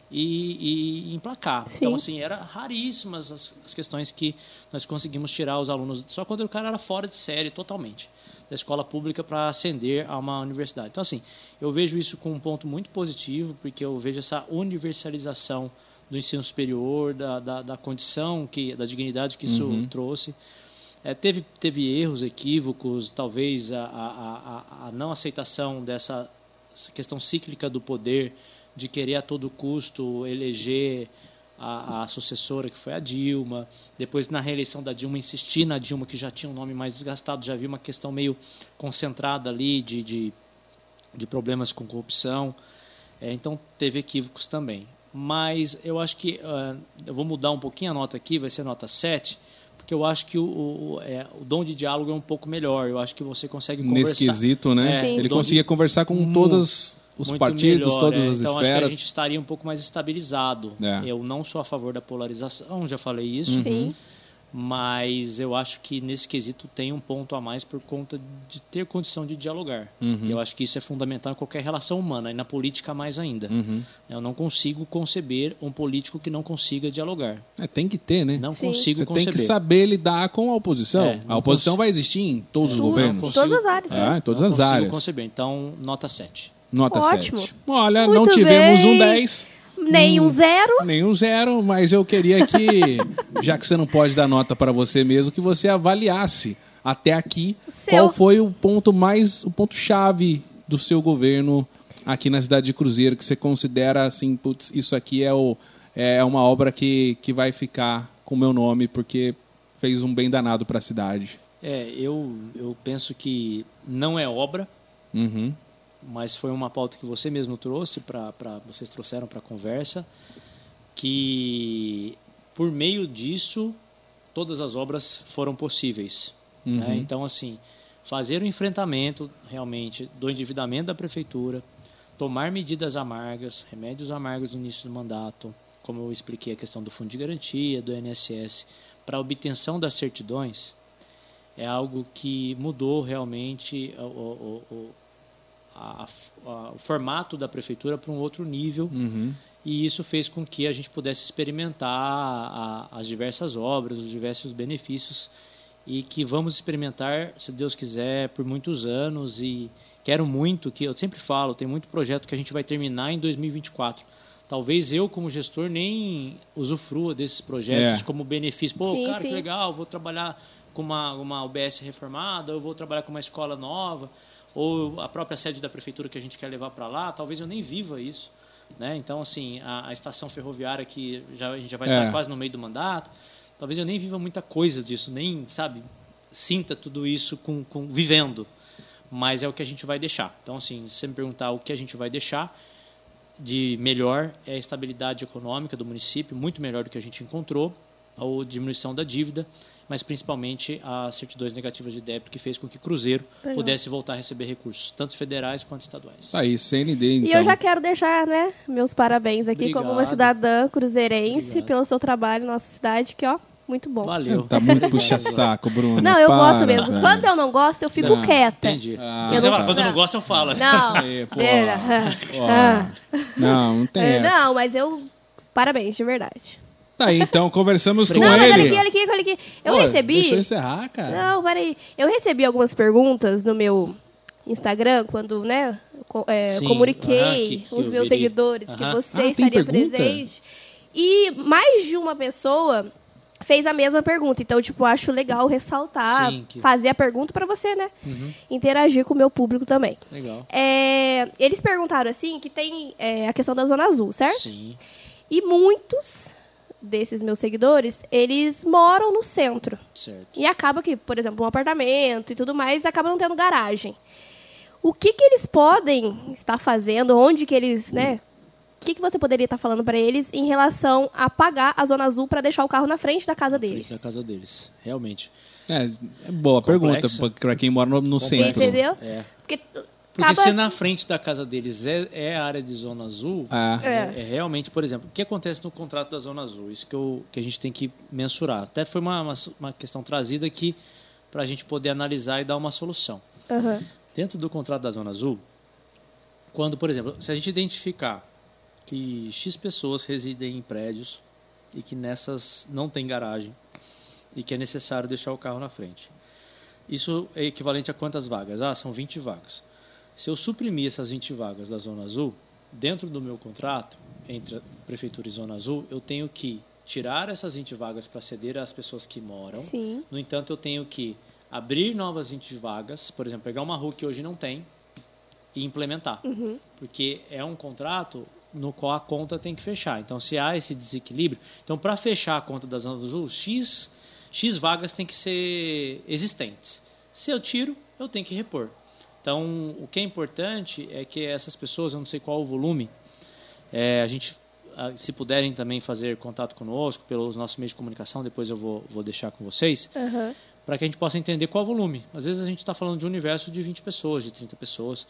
S3: e, e emplacar. Então, assim, era raríssimas as, as questões que nós conseguimos tirar os alunos, só quando o cara era fora de série totalmente, da escola pública para ascender a uma universidade. Então, assim, eu vejo isso com um ponto muito positivo, porque eu vejo essa universalização do ensino superior, da, da, da condição, que, da dignidade que isso trouxe. É, teve, teve erros, equívocos, talvez a, a, a- a, a não aceitação dessa essa questão cíclica do poder, de querer a todo custo eleger a, a sucessora, que foi a Dilma. Depois, na reeleição da Dilma, insistir na Dilma, que já tinha um nome mais desgastado, já havia uma questão meio concentrada ali de, de, de problemas com corrupção. É, então, teve equívocos também. Mas eu acho que. ah, eu vou mudar um pouquinho a nota aqui, vai ser nota 7, porque eu acho que o, o, é, o dom de diálogo é um pouco melhor. Eu acho que você consegue conversar.
S1: Nesse quesito, né?
S3: É, Sim.
S1: Ele
S3: Dom-
S1: conseguia conversar com todos os
S3: Muito
S1: partidos,
S3: melhor,
S1: todas
S3: é.
S1: as
S3: então, Acho que a
S1: esferas.
S3: gente estaria um pouco mais estabilizado.
S1: É.
S3: Eu não sou a favor da polarização, já falei isso.
S2: Uhum. Sim.
S3: Mas eu acho que nesse quesito tem um ponto a mais por conta de ter condição de dialogar.
S1: Uhum.
S3: Eu acho que isso é fundamental em qualquer relação humana e na política mais ainda.
S1: Uhum.
S3: Eu não consigo conceber um político que não consiga dialogar.
S1: É, tem que ter, né?
S3: Não
S2: Sim.
S3: consigo
S1: Você tem
S3: conceber.
S1: que saber lidar com a oposição.
S3: É,
S1: a
S3: não
S1: oposição vai existir em todos os
S2: Tudo.
S1: governos.
S3: consigo-
S2: Todas as áreas.
S1: Ah,
S2: né?
S1: em todas
S3: É, não
S1: as
S3: consigo
S1: áreas.
S3: conceber. Então, nota 7.
S1: Nota
S2: Ótimo.
S1: 7. Olha,
S2: Muito
S1: não tivemos um
S2: bem.
S1: 10.
S2: nem
S1: Hum.
S2: um zero.
S1: Nenhum zero, mas eu queria
S2: *laughs*
S1: que, já que você não pode dar nota para você mesmo, que você avaliasse até aqui
S2: Seu.
S1: qual foi o ponto mais, o ponto chave do seu governo aqui na cidade de Cruzeiro, que você considera assim, putz, isso aqui é, o, é uma obra que, que vai ficar com o meu nome, porque fez um bem danado para a cidade.
S3: É, eu, eu penso que não é obra,
S1: Uhum.
S3: mas foi uma pauta que você mesmo trouxe para vocês trouxeram para a conversa que por meio disso todas as obras foram possíveis né?
S1: Uhum.
S3: então assim fazer o enfrentamento realmente do endividamento da prefeitura tomar medidas amargas remédios amargos no início do mandato como eu expliquei a questão do fundo de garantia do INSS para a obtenção das certidões é algo que mudou realmente o- o- o- o- a- a- o formato da prefeitura para um outro nível
S1: Uhum.
S3: e isso fez com que a gente pudesse experimentar a- as diversas obras, os diversos benefícios e que vamos experimentar, se Deus quiser, por muitos anos e quero muito que eu sempre falo, tem muito projeto que a gente vai terminar em 2024. Talvez eu como gestor nem usufrua desses projetos
S1: É.
S3: como benefício. Pô,
S2: Sim,
S3: cara, que
S2: sim.
S3: legal, vou trabalhar com uma uma UBS reformada, eu vou trabalhar com uma escola nova ou a própria sede da prefeitura que a gente quer levar para lá, talvez eu nem viva isso. Né? Então, assim, a, a estação ferroviária que já, a gente já vai
S1: É.
S3: estar quase no meio do mandato, talvez eu nem viva muita coisa disso, nem, sabe, sinta tudo isso com, com vivendo. Mas é o que a gente vai deixar. Então, assim, se você me perguntar o que a gente vai deixar de melhor, é a estabilidade econômica do município, muito melhor do que a gente encontrou, ou diminuição da dívida, mas principalmente as certidões negativas de débito que fez com que Cruzeiro
S2: Legal.
S3: pudesse voltar a receber recursos, tanto federais quanto estaduais.
S1: Tá aí, CND, então.
S2: E eu já quero deixar, né, meus parabéns aqui como uma
S3: Obrigado.
S2: cidadã cruzeirense
S3: Obrigado.
S2: pelo seu trabalho na nossa cidade, que ó, muito bom.
S3: Valeu.
S1: Você tá muito
S3: Obrigado.
S1: puxa-saco, Bruno.
S2: Não, eu
S1: Para, né?
S2: gosto mesmo.
S1: velho.
S2: Quando eu não gosto, eu fico
S3: Ah,
S2: quieta.
S3: Entendi.
S1: Ah,
S3: Você
S1: tá.
S3: fala, quando eu não gosto, eu falo.
S2: Não.
S1: Aí, pô.
S2: É,
S1: Ó, Não, não tem
S2: é,
S1: essa.
S2: não, mas eu. Parabéns, de verdade.
S1: Tá aí, então, conversamos com
S2: não, mas olha
S1: ele.
S2: aqui, olha aqui, olha aqui. Eu
S1: Pô, Deixa eu
S2: recebi.
S1: encerrar, cara.
S2: Não, peraí. Eu recebi algumas perguntas no meu Instagram, quando, né, eu co- é,
S3: Sim. Aham, que-
S2: comuniquei
S3: que
S2: os
S3: eu
S2: meus
S3: virei.
S2: seguidores que
S3: Aham.
S2: você
S1: Ah, tem
S2: estaria
S1: pergunta?
S2: presente. E mais de uma pessoa fez a mesma pergunta. Então, tipo, acho legal ressaltar,
S3: Sim, que-
S2: fazer a pergunta pra você, né?
S3: Uhum.
S2: Interagir com o meu público também.
S3: Legal.
S2: É, eles perguntaram assim que tem é, a questão da Zona Azul, certo?
S3: Sim.
S2: E muitos desses meus seguidores, eles moram no centro.
S3: Certo.
S2: E acaba que, por exemplo, um apartamento e tudo mais, acaba não tendo garagem. O que que eles podem estar fazendo? Onde que eles, né? O que, que você poderia estar falando para eles em relação a pagar a Zona Azul para deixar o carro na frente da casa
S3: Frente
S2: deles?
S3: Da casa deles. Realmente.
S1: É, é boa
S3: Complexa.
S1: pergunta pra- pra quem mora no, no centro.
S2: Entendeu?
S3: É.
S2: Porque,
S3: Porque
S2: acaba-
S3: se na frente da casa deles é, é a área de zona azul,
S1: Ah,
S2: É.
S3: é realmente, por exemplo, o que acontece no contrato da zona azul? Isso que, eu, que a gente tem que mensurar. Até foi uma, uma, uma questão trazida aqui para a gente poder analisar e dar uma solução.
S2: Aham.
S3: Dentro do contrato da Zona Azul, quando, por exemplo, se a gente identificar que X pessoas residem em prédios e que nessas não tem garagem e que é necessário deixar o carro na frente. Isso é equivalente a quantas vagas? Ah, são 20 vagas. Se eu suprimir essas 20 vagas da Zona Azul, dentro do meu contrato, entre a Prefeitura e Zona Azul, eu tenho que tirar essas 20 vagas para ceder às pessoas que moram.
S2: Sim.
S3: No entanto, eu tenho que abrir novas 20 vagas, por exemplo, pegar uma rua que hoje não tem e implementar. Porque é um contrato no qual a conta tem que fechar. Então, se há esse desequilíbrio, então para fechar a conta das Andas Azul, X, X vagas tem que ser existentes. Se eu tiro, eu tenho que repor. Então, o que é importante é que essas pessoas, eu não sei qual o volume, é, a gente, ah, se puderem também fazer contato conosco pelos nossos meios de comunicação, depois eu vou, vou deixar com vocês,
S2: Aham.
S3: para que a gente possa entender qual o volume. Às vezes a gente está falando de um universo de 20 pessoas, de 30 pessoas,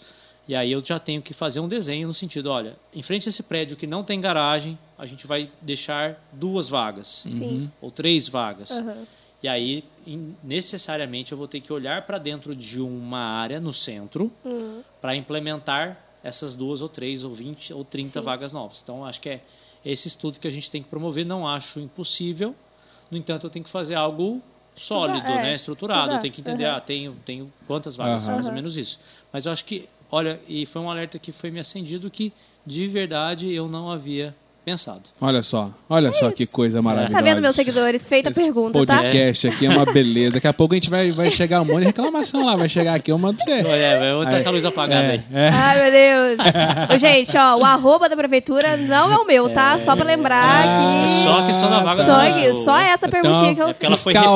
S3: e aí eu já tenho que fazer um desenho no sentido, olha, em frente a esse prédio que não tem garagem, a gente vai deixar duas vagas
S2: Sim.
S3: ou três vagas.
S2: Aham. Tá
S3: E aí, in- necessariamente, eu vou ter que olhar para dentro de uma área no centro
S2: Hum.
S3: para implementar essas duas ou três ou 20 ou 30
S2: Sim.
S3: vagas novas. Então, acho que é esse estudo que a gente tem que promover. Não acho impossível, no entanto, eu tenho que fazer algo sólido,
S2: Estudar, é,
S3: né? estruturado.
S2: estudar,
S3: Eu tenho que entender,
S2: aham.
S3: ah, tenho, tenho quantas vagas,
S1: Aham.
S3: mais ou menos isso. Mas eu acho que, olha, e foi um alerta que foi me acendido que, de verdade, eu não havia pensado.
S1: Olha só, olha só que coisa maravilhosa.
S2: É Tá vendo, meus seguidores? Feita a
S1: Esse
S2: pergunta, tá?
S1: podcast aqui é uma beleza. Daqui a pouco a gente vai, vai chegar um monte de reclamação lá. Vai chegar aqui, eu mando pra você.
S3: Olha, eu vou estar com a luz apagada aí.
S2: Ai, meu Deus. Ô, gente, ó, o arroba da prefeitura não é o meu, tá? Só pra lembrar
S1: Ah, É
S2: que...
S3: Só que só na vaga
S2: Só,
S3: do-
S2: que- só essa perguntinha que eu
S1: Então,
S3: Porque ela foi
S1: fiscal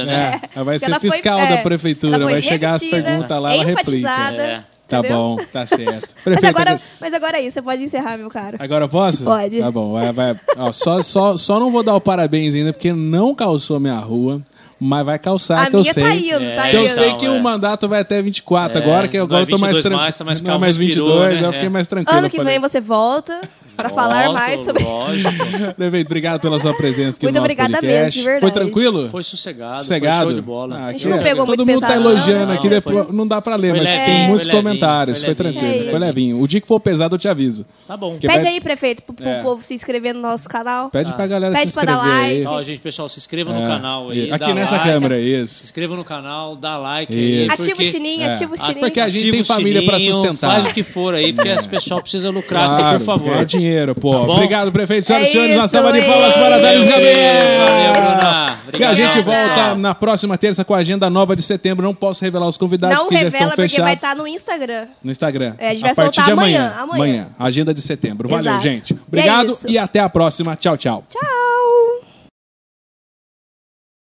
S2: *laughs*
S1: aqui.
S3: né?
S1: É, vai ser
S2: Ela foi-
S1: fiscal
S2: é,
S1: da prefeitura.
S2: ela foi
S1: Vai chegar as
S2: repetida,
S1: perguntas lá, ela replica.
S2: enfatizada,
S3: É.
S1: Tá
S2: entendeu?
S1: bom,
S2: *laughs*
S1: tá certo.
S2: Mas
S1: Prefeita,
S2: agora, mas agora é isso, você pode encerrar, meu cara.
S1: Agora eu posso?
S2: Pode.
S1: Tá bom, vai, vai. Ó, só, só, só não vou dar o parabéns ainda, porque não calçou a minha rua, mas vai calçar,
S2: a
S1: Ah, que eu
S2: minha
S1: sei.
S2: tá indo, tá
S1: Que eu
S2: indo.
S3: Então,
S1: sei que
S3: é.
S1: o mandato vai até 24
S3: É,
S1: agora, que agora eu tô mais
S3: 22
S1: tranquilo.
S3: mais, tá mais
S1: não,
S3: calmo,
S1: mais
S3: respirou,
S1: 22,
S3: né?
S1: eu fiquei
S3: É.
S1: mais tranquilo.
S2: Ano
S1: eu
S2: que
S1: falei.
S2: vem você volta pra falar
S3: Volto,
S2: mais
S1: *laughs*
S2: sobre...
S3: lógico.
S1: Prefeito, obrigado pela sua presença aqui
S2: Muito
S1: no nosso
S2: obrigada
S1: podcast.
S2: mesmo, de verdade.
S1: Foi tranquilo?
S3: Foi sossegado,
S1: Sossegado?
S3: foi show de bola.
S1: Ah,
S2: gente
S1: que
S2: não
S1: legal.
S2: pegou
S1: Todo
S2: muito
S1: mundo tá
S2: pesado, não,
S1: elogiando
S3: não,
S1: aqui,
S3: foi-
S1: depois não dá pra ler,
S3: foi
S1: mas
S3: levinho,
S1: tem muitos
S3: foi levinho,
S1: comentários. Foi,
S3: foi levinho,
S1: tranquilo,
S2: foi
S1: foi levinho. O dia que for pesado eu te aviso.
S3: Tá bom.
S1: Que-
S2: *laughs* Pede
S1: vai-
S2: aí, prefeito, pro, pro
S1: É.
S2: povo se inscrever no nosso canal.
S1: Pede pra galera
S2: Tá. Pede
S1: se
S2: pra dar
S1: inscrever aí.
S2: like.
S3: Ó, gente, pessoal, se inscreva
S1: É,
S3: no canal aí.
S1: Aqui
S3: dá
S1: nessa
S3: like,
S1: câmera, isso.
S3: Se inscreva no canal, dá like
S1: Isso.
S3: aí.
S2: Ativa
S3: porque-
S2: o sininho,
S1: É.
S2: ativa o
S1: Ah,
S2: sininho.
S1: porque a gente tem
S3: Ativa o
S1: família pra
S3: sininho,
S1: sustentar.
S3: Faz o que for aí, porque esse pessoal precisa lucrar,
S1: Claro,
S3: por favor.
S1: É dinheiro, pô.
S3: bom?
S1: Obrigado, prefeito. Senhoras
S2: É
S1: e senhores, uma
S2: isso,
S1: salva de
S2: é.
S1: palmas para Dani
S3: Valeu,
S1: Gabriel.
S3: Bruna.
S1: E a
S3: Obrigado,
S1: gente
S2: pessoal.
S1: volta na próxima terça com a agenda nova de setembro. Não posso revelar os convidados
S2: Não
S1: que já estão
S2: revela, porque
S1: fechados
S2: vai tá estar no Instagram.
S1: no Instagram.
S2: É, a gente vai
S1: partir
S2: soltar
S1: de
S2: amanhã,
S1: amanhã.
S2: amanhã.
S1: Agenda de setembro. Valeu,
S2: Exato.
S1: gente.
S2: E é
S1: Obrigado
S2: isso.
S1: e até a próxima. Tchau, tchau.
S2: Tchau!